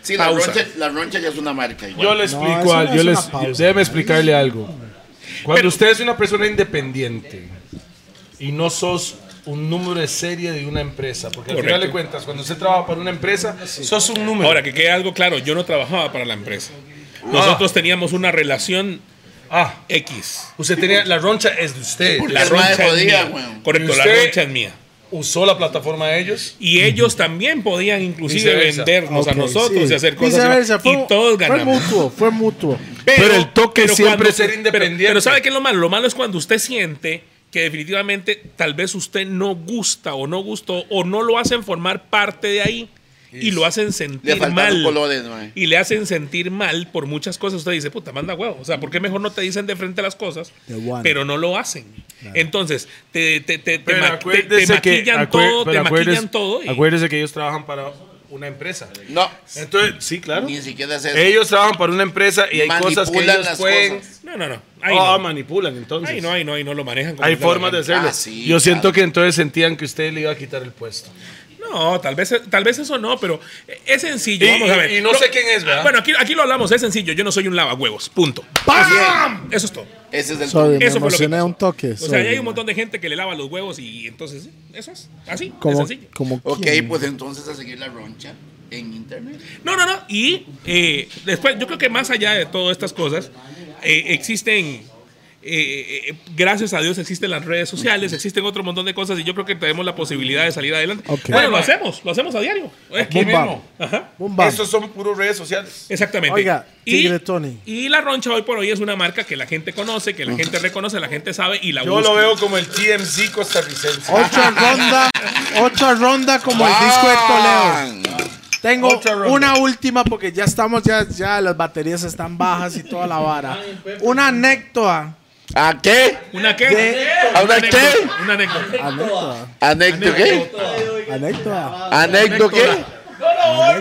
Sí, la
Pausa.
roncha, la roncha ya es una marca. igual.
Yo le
No,
explico
eso no
algo.
es
Yo
una
les,
pausa.
déjeme explicarle algo. Cuando usted es una persona independiente y no sos un número de serie de una empresa, porque al final
Correcto.
de cuentas, cuando usted trabaja para una empresa, sos un número.
Ahora, que quede algo claro, yo no trabajaba para la empresa. Nosotros teníamos una relación
ah,
X.
usted tenía la roncha es de usted.
Porque
La
el mae
roncha es
podía,
mía.
weón.
Correcto,
¿Y
la
usted?
roncha es mía.
Usó la plataforma de ellos.
Y ellos también podían inclusive
Viceversa.
vendernos
Ok,
a nosotros
sí.
y hacer cosas.
Viceversa, fue-
y todos
Fue
ganamos.
mutuo, fue mutuo.
Pero el toque siempre es ser
pero-
independiente.
Pero, ¿sabe qué es lo malo? Lo malo es cuando usted siente que definitivamente tal vez usted no gusta o no gustó o no lo hacen formar parte de ahí y lo hacen
Le
sentir
faltaron
mal.
colores, mae.
y le hacen sentir mal por muchas cosas. Usted dice, puta, manda huevo. O sea, ¿por qué mejor no te dicen de frente las cosas?
De one.
Pero no lo hacen. Entonces, te, te, te, te
Pero
ma- te- te
acuérdese que-
maquillan
acuer-
todo, te
pero acuérdese-
maquillan todo. y-
Acuérdese que ellos trabajan para una empresa.
No,
Entonces, sí, claro.
ni siquiera es eso.
Ellos trabajan para una empresa y hay cosas que
Manipulan
ellos
las
pueden.
cosas.
No, no, no. Ahí
Ah,
no.
manipulan entonces.
Ahí no, ahí no, ahí no lo manejan. como
Hay
les da la
formas de
gana.
hacerlo.
Ah, sí,
Yo siento
claro.
que entonces sentían que usted le iba a quitar el puesto.
No, tal vez, tal vez eso no, pero es sencillo.
Y-
Vamos a ver.
y no
Lo-
sé quién es, ¿verdad?
Bueno, aquí, aquí lo hablamos, es sencillo. Yo no soy un lavahuevos. Punto.
Pues
¡Bam!
Eso es todo.
Ese es el
Sorry, me
Eso fue lo que
emocioné
pasó.
un toque.
O sea,
sorry.
ahí hay un montón de gente que le lava los huevos y entonces, sí, eso es. Así, es
Como,
sencillo.
como
Ok,
quién.
pues entonces a seguir la roncha en internet.
No, no, no. Y eh, después, yo creo que más allá de todas estas cosas, eh, existen, eh, eh, gracias a Dios, existen las redes sociales, existen otro montón de cosas y yo creo que tenemos la posibilidad de salir adelante.
Ok.
Bueno, lo hacemos, lo hacemos a diario. Eh,
Boom, bam.
Ajá.
Boom, bam.
Estos son puros redes sociales.
Exactamente.
Oiga,
y,
Tigre Tony.
y la roncha hoy por hoy es una marca que la gente conoce, que la gente reconoce, la gente sabe y la
Yo
busca.
lo veo como el TMZ costarricense.
Ah.
Otra ronda, otra ronda como el disco de Toledo.
Toledo.
Tengo
Otra ronda.
una última porque ya estamos, ya, ya las baterías están bajas y toda la vara. Una anécdota.
¿A qué?
¿Una qué?
De-
¿A una qué?
Una anécdota.
Anécdota.
¿Anécdota qué?
Anécdota.
¿Anécdota qué?
Anécdota. Todo el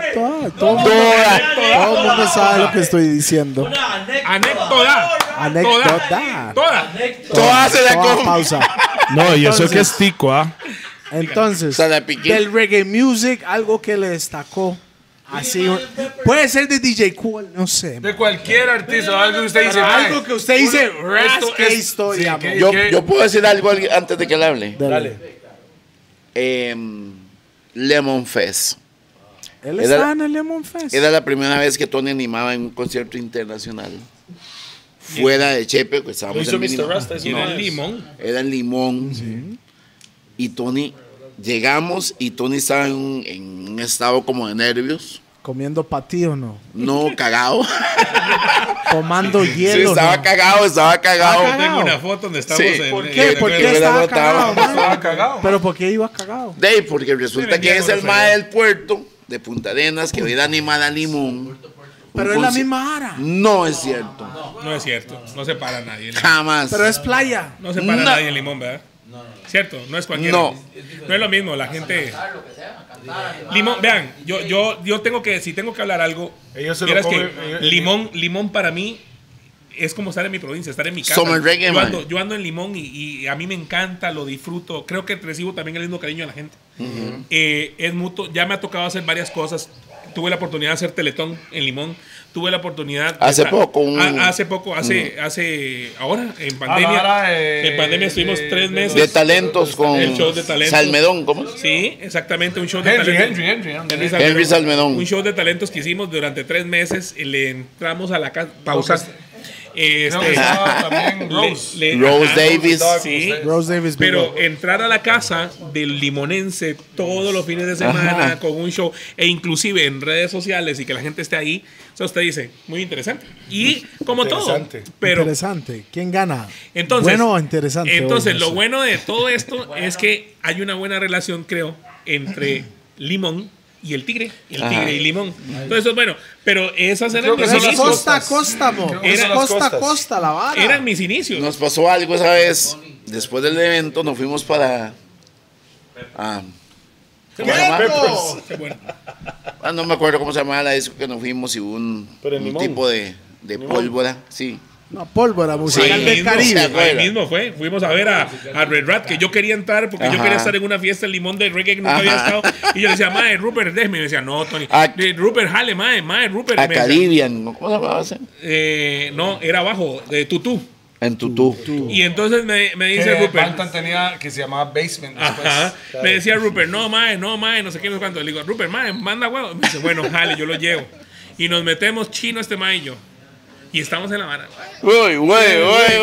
mundo-
Toda.
todo el mundo sabe lo que estoy diciendo.
Una anécdota.
Anécdota.
Anécdota.
Toda.
Toda se la
Toda
come.
pausa.
Ah. No, y eso
Entonces-
que es tico, ¿ah?
Entonces,
Se la piqué.
del reggae music, algo que le destacó. Así, puede ser de DJ Cool, no sé.
De cualquier artista, o algo que usted dice.
Pero
"Mae,
algo que usted dice, "Ras,
esto
qué
es-
historia,
sí,
amor".
qué-
Yo,
qué-
yo puedo decir algo al- antes de que le hable.
Dale.
Em, Lemon Fest.
Él
Era-
estaba en el Lemon Fest.
Era la primera vez que Tony animaba en un concierto internacional. Fuera de Chepe, pues estábamos en Minimum.
Y era limón.
Era en Limón. Y Tony, llegamos y Tony estaba en, un- en un estado como de nervios.
Comiendo patío, no.
No, cagado.
Tomando
Sí,
hielo.
estaba
no.
cagado, estaba
Ah,
cagado.
Tengo una foto donde estamos
Sí.
en- eh,
¿Por
en-
¿Qué?
en-
¿Por
Yo
qué
me la
estaba
botaba.
cagado, man?
ah,
Estaba cagado.
Pero ¿por qué iba cagado?
De ahí, porque resulta que es el mae del puerto de Punta Arenas que viene a animar a Limón.
Pero
Un
es la
conci-
misma ara.
No es cierto.
No es cierto. No se para nadie.
Jamás.
Pero es playa.
No se para
No.
nadie en limón, ¿verdad? Cierto, no es cualquiera.
No.
No es lo mismo, la gente. Limón, vean, yo, yo, yo tengo que, si tengo que hablar algo,
Ellos se lo
vieras
comen, eh,
que
ellos-
limón, limón para mí es como estar en mi provincia, estar en mi casa.
Somos reggae,
yo, ando,
man.
yo ando en limón y, y a mí me encanta, lo disfruto. Creo que recibo también el mismo cariño de la gente. Eh, es mutuo, ya me ha tocado hacer varias cosas. Tuve la oportunidad de hacer teletón en limón. Tuve la oportunidad. de
Hace
estar-
poco, un-
a- hace poco, hace, hace. Ahora, en
la
pandemia.
vara, eh,
en pandemia estuvimos
de-
tres
de
meses.
de talentos con
El show de talentos.
Salmedón, ¿cómo es?
Sí, exactamente, un show de
Henry,
talentos.
Henry, Henry, Henry.
Henry
Henry Salmedón.
Un show de talentos que hicimos durante tres meses. y Le entramos a la casa. Pausa.
Creo que
Este,
estaba también
le-
Rose.
le-
Rose
ajá,
Davis.
Sí.
Rose Davis.
Pero
vivo.
entrar a la casa del limonense todos los fines de semana con un show e inclusive en redes sociales y que la gente esté ahí, eso usted dice, muy interesante. Y como
Interesante.
todo, pero
interesante. ¿Quién gana?
entonces,
bueno o interesante.
Entonces,
hoy,
lo
José?
bueno de todo esto es que hay una buena relación, creo, entre Limón y el Tigre. El
Ajá.
Tigre y Limón. Entonces, eso es bueno, pero esas eran
Creo que
mis
Pero
son las
es
inicios.
costa a costa, mo.
Creo que
Es
son las
costa a
costas.
costa la vara.
Eran mis inicios.
Nos pasó algo esa vez. Después del evento nos fuimos para. ah, ¿Cómo se llama?
Qué bueno.
Ah, no me acuerdo cómo se llamaba la disco que nos fuimos y hubo un, un tipo de, de pólvora. Sí.
Una pólvora musical
Sí.
del
O
Caribe.
sea,
Ahí mismo fue. Fuimos a ver a, a Red Rat, que yo quería entrar porque yo
Ajá.
quería estar en una fiesta en Limón de reggae que nunca había
Ajá.
estado. Y yo le decía, mae, Rupert, déjeme. Y me decía, no, Tony.
A-
de- Rupert, jale, mae, mae, Rupert.
A
Me decía,
Caribbean. ¿no? ¿Cómo se llamaba ese?
eh, no, era abajo, de Tutú.
En Tutú.
Y entonces me, me
Que
dice
Eh,
Rupert.
Bantan tenía que se llamaba Basement después.
Ajá. Pues, Me decía Rupert, no, mae, no, mae, no sé qué, no sé cuánto. Le digo, Rupert, mae, manda huevo. Me dice, bueno, jale, yo lo llevo. Y nos metemos chino este mae y yo. Y estamos en la vara.
Uy, güey, güey,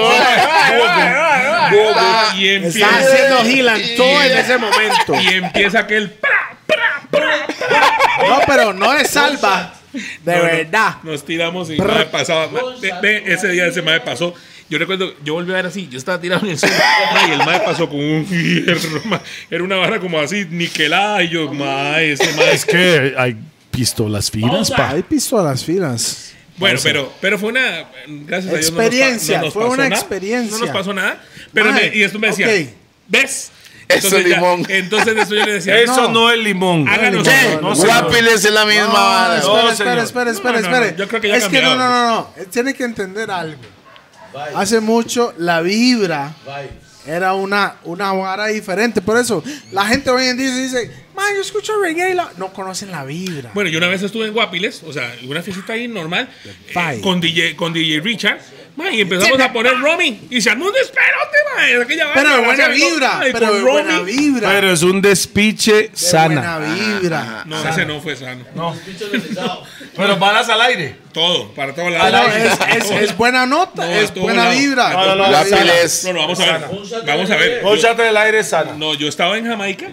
Y
Estaba
empieza,
haciendo Gilan todo en ese momento.
y empieza aquel. pra, pra, pra, pra.
No, pero no es salva. De
No, no.
verdad.
Nos tiramos y mae pasaba. mae, ve- ve, ese día ese mae pasó. Yo recuerdo, yo volví a ver así, yo estaba tirado en el suelo mae, y el mae pasó con un hierro, mae. era una barra como así, niquelada, y yo, mae, ese mae
Es que hay pistolas finas, pa.
Hay pistolas finas.
Bueno, pero, pero fue una. Gracias a Dios. no nos pa-
Experiencia, fue
pasó
una
nada,
experiencia.
No nos pasó nada. Pero
Mae,
me- y esto me decía,
ok.
¿ves?
Eso
ya-
limón.
entonces de eso yo le decía,
Eso no, es
Ah,
limón.
háganos.
¿Qué?
No, señor.
Guapiles es la misma vara.
espera,
No,
espera,
señor.
espera,
No,
espera,
no, no,
espera.
yo creo que ya
es que no,
cambiaron.
no, no, no. Tiene que entender algo. Hace mucho la vibra era una, una vara diferente. Por eso la gente hoy en día se dice, man, yo escucho reggae. y la-". No conocen la vibra.
Bueno, yo una vez estuve en Guapiles, o sea, una fiesta ahí normal, eh,
Bye.
con, DJ, con DJ Richard. mae, y empezamos a poner Romy. Y se armó un desperote, mae, aquella
pero
vaina,
de buena
gracias a Dios,
vibra.
mae,
Pero
con
de buena
Romy.
vibra.
Pero es un despiche
de
sana.
buena vibra.
No, ese no fue sano.
Pero balas al aire.
Todo, para todos
Pero
lados.
es, es- es buena nota,
No,
es
todo
buena
lado.
vibra.
No, no, no,
Buena
Guapiles.
vibra.
No, no, vamos a ver. Vamos a ver.
Un shot del aire es sana.
No, yo estaba en Jamaica,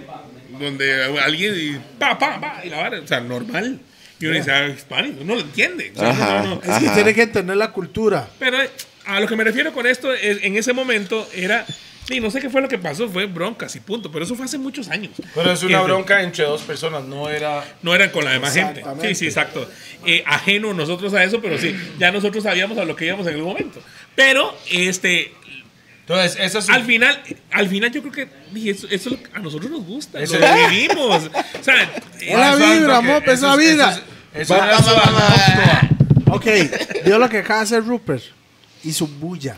donde alguien y pa, pa, pa, y la vara, o sea, normal. Y uno dice, ah, hispánico, uno lo entiende. O sea,
Ajá.
no, no, no.
Es que
Ajá.
tiene que entender la cultura.
Pero eh, a lo que me refiero con esto, es, en ese momento era Sí, no sé qué fue lo que pasó, fue broncas y punto, pero eso fue hace muchos años.
Pero es una
Que-
bronca entre dos personas, no era.
No eran con la demás gente. Sí, sí, exacto. Eh, ajeno nosotros a eso, pero sí, ya nosotros sabíamos a lo que íbamos en algún momento. Pero, este,
Entonces, eso es.
al final, al final yo creo que dije, eso, eso es lo que a nosotros nos gusta, lo vivimos. O sea, eh,
Hola, vibra, mop, esa vida.
Eso era su
Ok, vio lo que acaba de hacer Rupert y su bulla.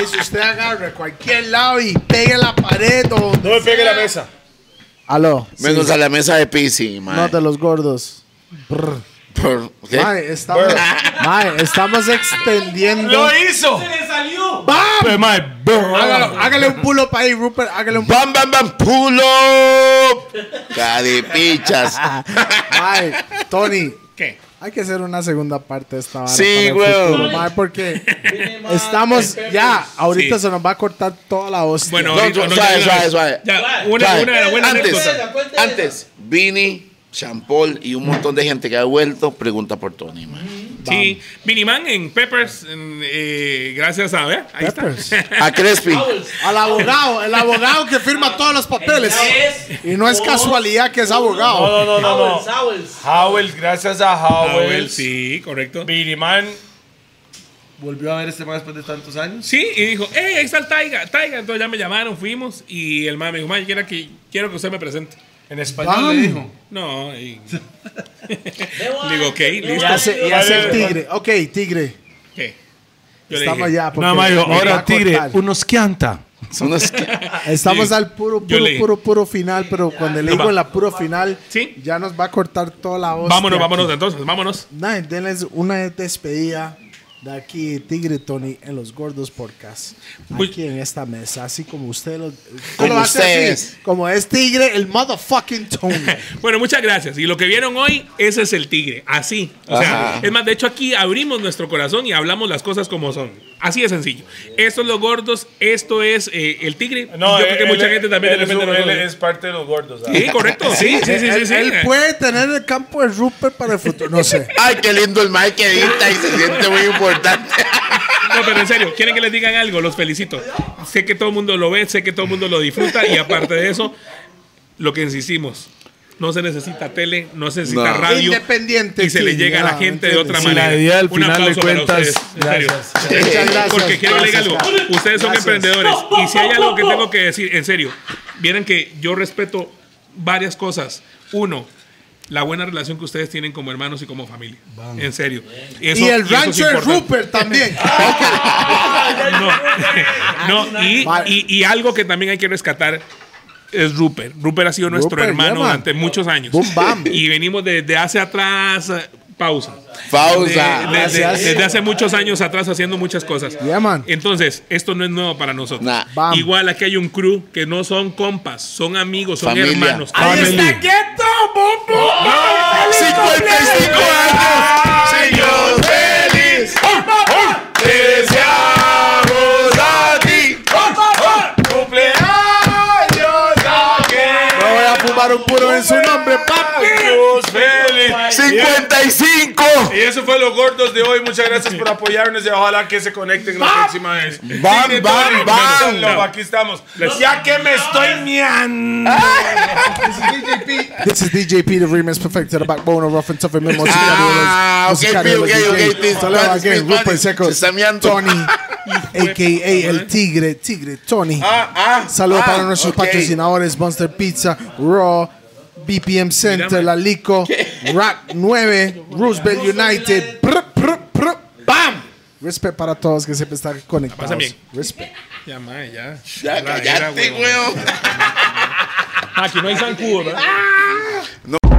Eso usted agarra a cualquier lado y pegue la pared o
No me pegue la mesa.
Aló.
Menos
sí,
a la mesa de Pisi, mae.
No de los gordos. Brr.
Por- ¿qué?
Mae, estamos, Mae, estamos extendiendo.
hizo!
¡Se le salió!
Pero, mae, brr.
Hágalo, hágale un pulo para ahí, Rupert. Hágale un pulo.
¡Bam, bam, bam! ¡Pull up! Caripichas.
Mae, Tony.
¿Qué?
Hay que hacer una segunda parte de esta vara.
Sí,
para el
weón.
futuro, mae, porque estamos ya. Ahorita
Sí.
se nos va a cortar toda la hostia.
bueno,
No,
ahorita-
no,
no, ya
suave,
de una
suave,
vez.
suave.
Ya, una,
Suave.
una de las buenas
antes,
anécdotas.
anécdotas.
antes, Vini, Champol y un montón de gente que ha vuelto, pregunta por Tony, mae.
Sí, Miniman en Peppers, en, eh, gracias a ver, ahí
Peppers.
está.
A Crespi.
Al abogado, el abogado que firma todos los papeles.
Tres,
Y no es
Oh.
dos,
casualidad que es abogado.
No, no, no, no.
Howells,
no.
Howells.
Howell, gracias a
Powell,
Howell.
sí, correcto.
Biriman.
Volvió a ver este man después de tantos años.
Sí, y dijo, eh, ahí está el Taiga, Taiga. Entonces ya me llamaron, fuimos y el man me dijo, man, quiero que, quiero que usted me presente.
En español le dijo.
No, y-
Rewind,
Digo, ok,
rewind,
listo.
Y hace, y hace el
Vale, vale.
tigre. Ok, tigre.
¿qué? Yo le
Estamos
dije,
allá. porque
No, Mayo,
me va
ahora
a
tigre,
cortar. Ah,
unos quianta.
Unos que-
Estamos
Sí.
al puro,
Yo
puro,
leí.
puro, puro final. Pero cuando le
No,
digo
va.
en la puro final,
Sí.
ya nos va a cortar toda la hostia.
Vámonos,
aquí.
vámonos entonces, vámonos.
Nah, denles una despedida de aquí, Tigre Tony, en los Gordos Podcast.
Uy.
Aquí en esta mesa, así como usted lo. usted
Como
lo hace así,
ustedes.
como es Tigre, el motherfucking Tony.
Bueno, muchas gracias. Y lo que vieron hoy, ese es el tigre. Así. O sea,
Ajá.
es más, de hecho, aquí abrimos nuestro corazón y hablamos las cosas como son. Así de sencillo. Esto es los gordos, esto es eh, el tigre. Yo creo que
él-
mucha gente también
él
de
es
repente
un-
nos-
él es parte de los gordos. ¿sabes?
Sí, correcto. Sí, sí, sí, sí.
él,
sí.
él puede tener el campo de Rupert para el futuro. No sé.
Ay, qué lindo el Mike que edita y se siente muy importante.
No, pero en serio, quieren que les digan algo, los felicito. Sé que todo el mundo lo ve, sé que todo el mundo lo disfruta y aparte de eso, lo que insistimos, no se necesita tele, no se necesita
No.
radio.
Independiente
Y se le
aquí,
llega a
ya,
la gente
¿me
de otra
entiendes?
Si
manera.
la idea al
Un
final de
aplauso para
cuentas.
ustedes, en serio.
gracias.
Muchas gracias.
Porque quiero decir algo.
Gracias, Carlos.
Ustedes son
Gracias.
emprendedores. Y si hay algo que tengo que decir, en serio, vieran que yo respeto varias cosas. Uno, la buena relación que ustedes tienen como hermanos y como familia. En serio. Eso-
y
eso
el
es
rancho de
importante.
Rupert también.
No, y,
Vale.
y- y algo que también hay que rescatar es Rupert. Rupert ha sido nuestro
Rupert,
hermano
yeah, man.
durante muchos años.
Boom, bam.
Y venimos desde hace atrás, eh, pausa.
Pausa.
De- desde-
Gracias.
desde hace muchos años atrás haciendo muchas cosas.
Yeah, man.
Entonces, esto no es nuevo para nosotros.
Nah.
Bam.
Igual aquí hay un crew que no son compas, son amigos, son
Familia.
hermanos.
Ahí
está Ghetto, Bobo.
55 años, señor feliz. Te deseamos a ti.
Cumpleaños.
No voy a fumar un puro en su nombre, papi.
feliz.
55.
Y eso fue los gordos de hoy. Muchas gracias por apoyarnos y ojalá que se conecten la próxima vez.
Bam,
Tigre,
bam,
Tony,
bam.
Gonzalo, Aquí estamos. Ya que me estoy miando.
This is DJP, the remix perfected, the backbone of rough and tough and memo.
Ah, ok, ok, ok, ok.
Saludos
Mis
again,
manos,
Rupert Seco,
se está meando.
Tony, a.k.a.
eh.
El Tigre, Tigre, Tony.
Ah, ah,
Saludos
ah,
para nuestros
ok.
patrocinadores, Monster Pizza, Raw, BPM Center, La Lico, Rack 9, Roosevelt United. Prr, prr, prr. ¡Bam! Respect para todos que siempre están conectados.
bien.
Respect.
Ya, mae, ya.
Ya,
Era, era,
cállate,
huevón.
weón.
Aquí no hay zancudo, ¿verdad?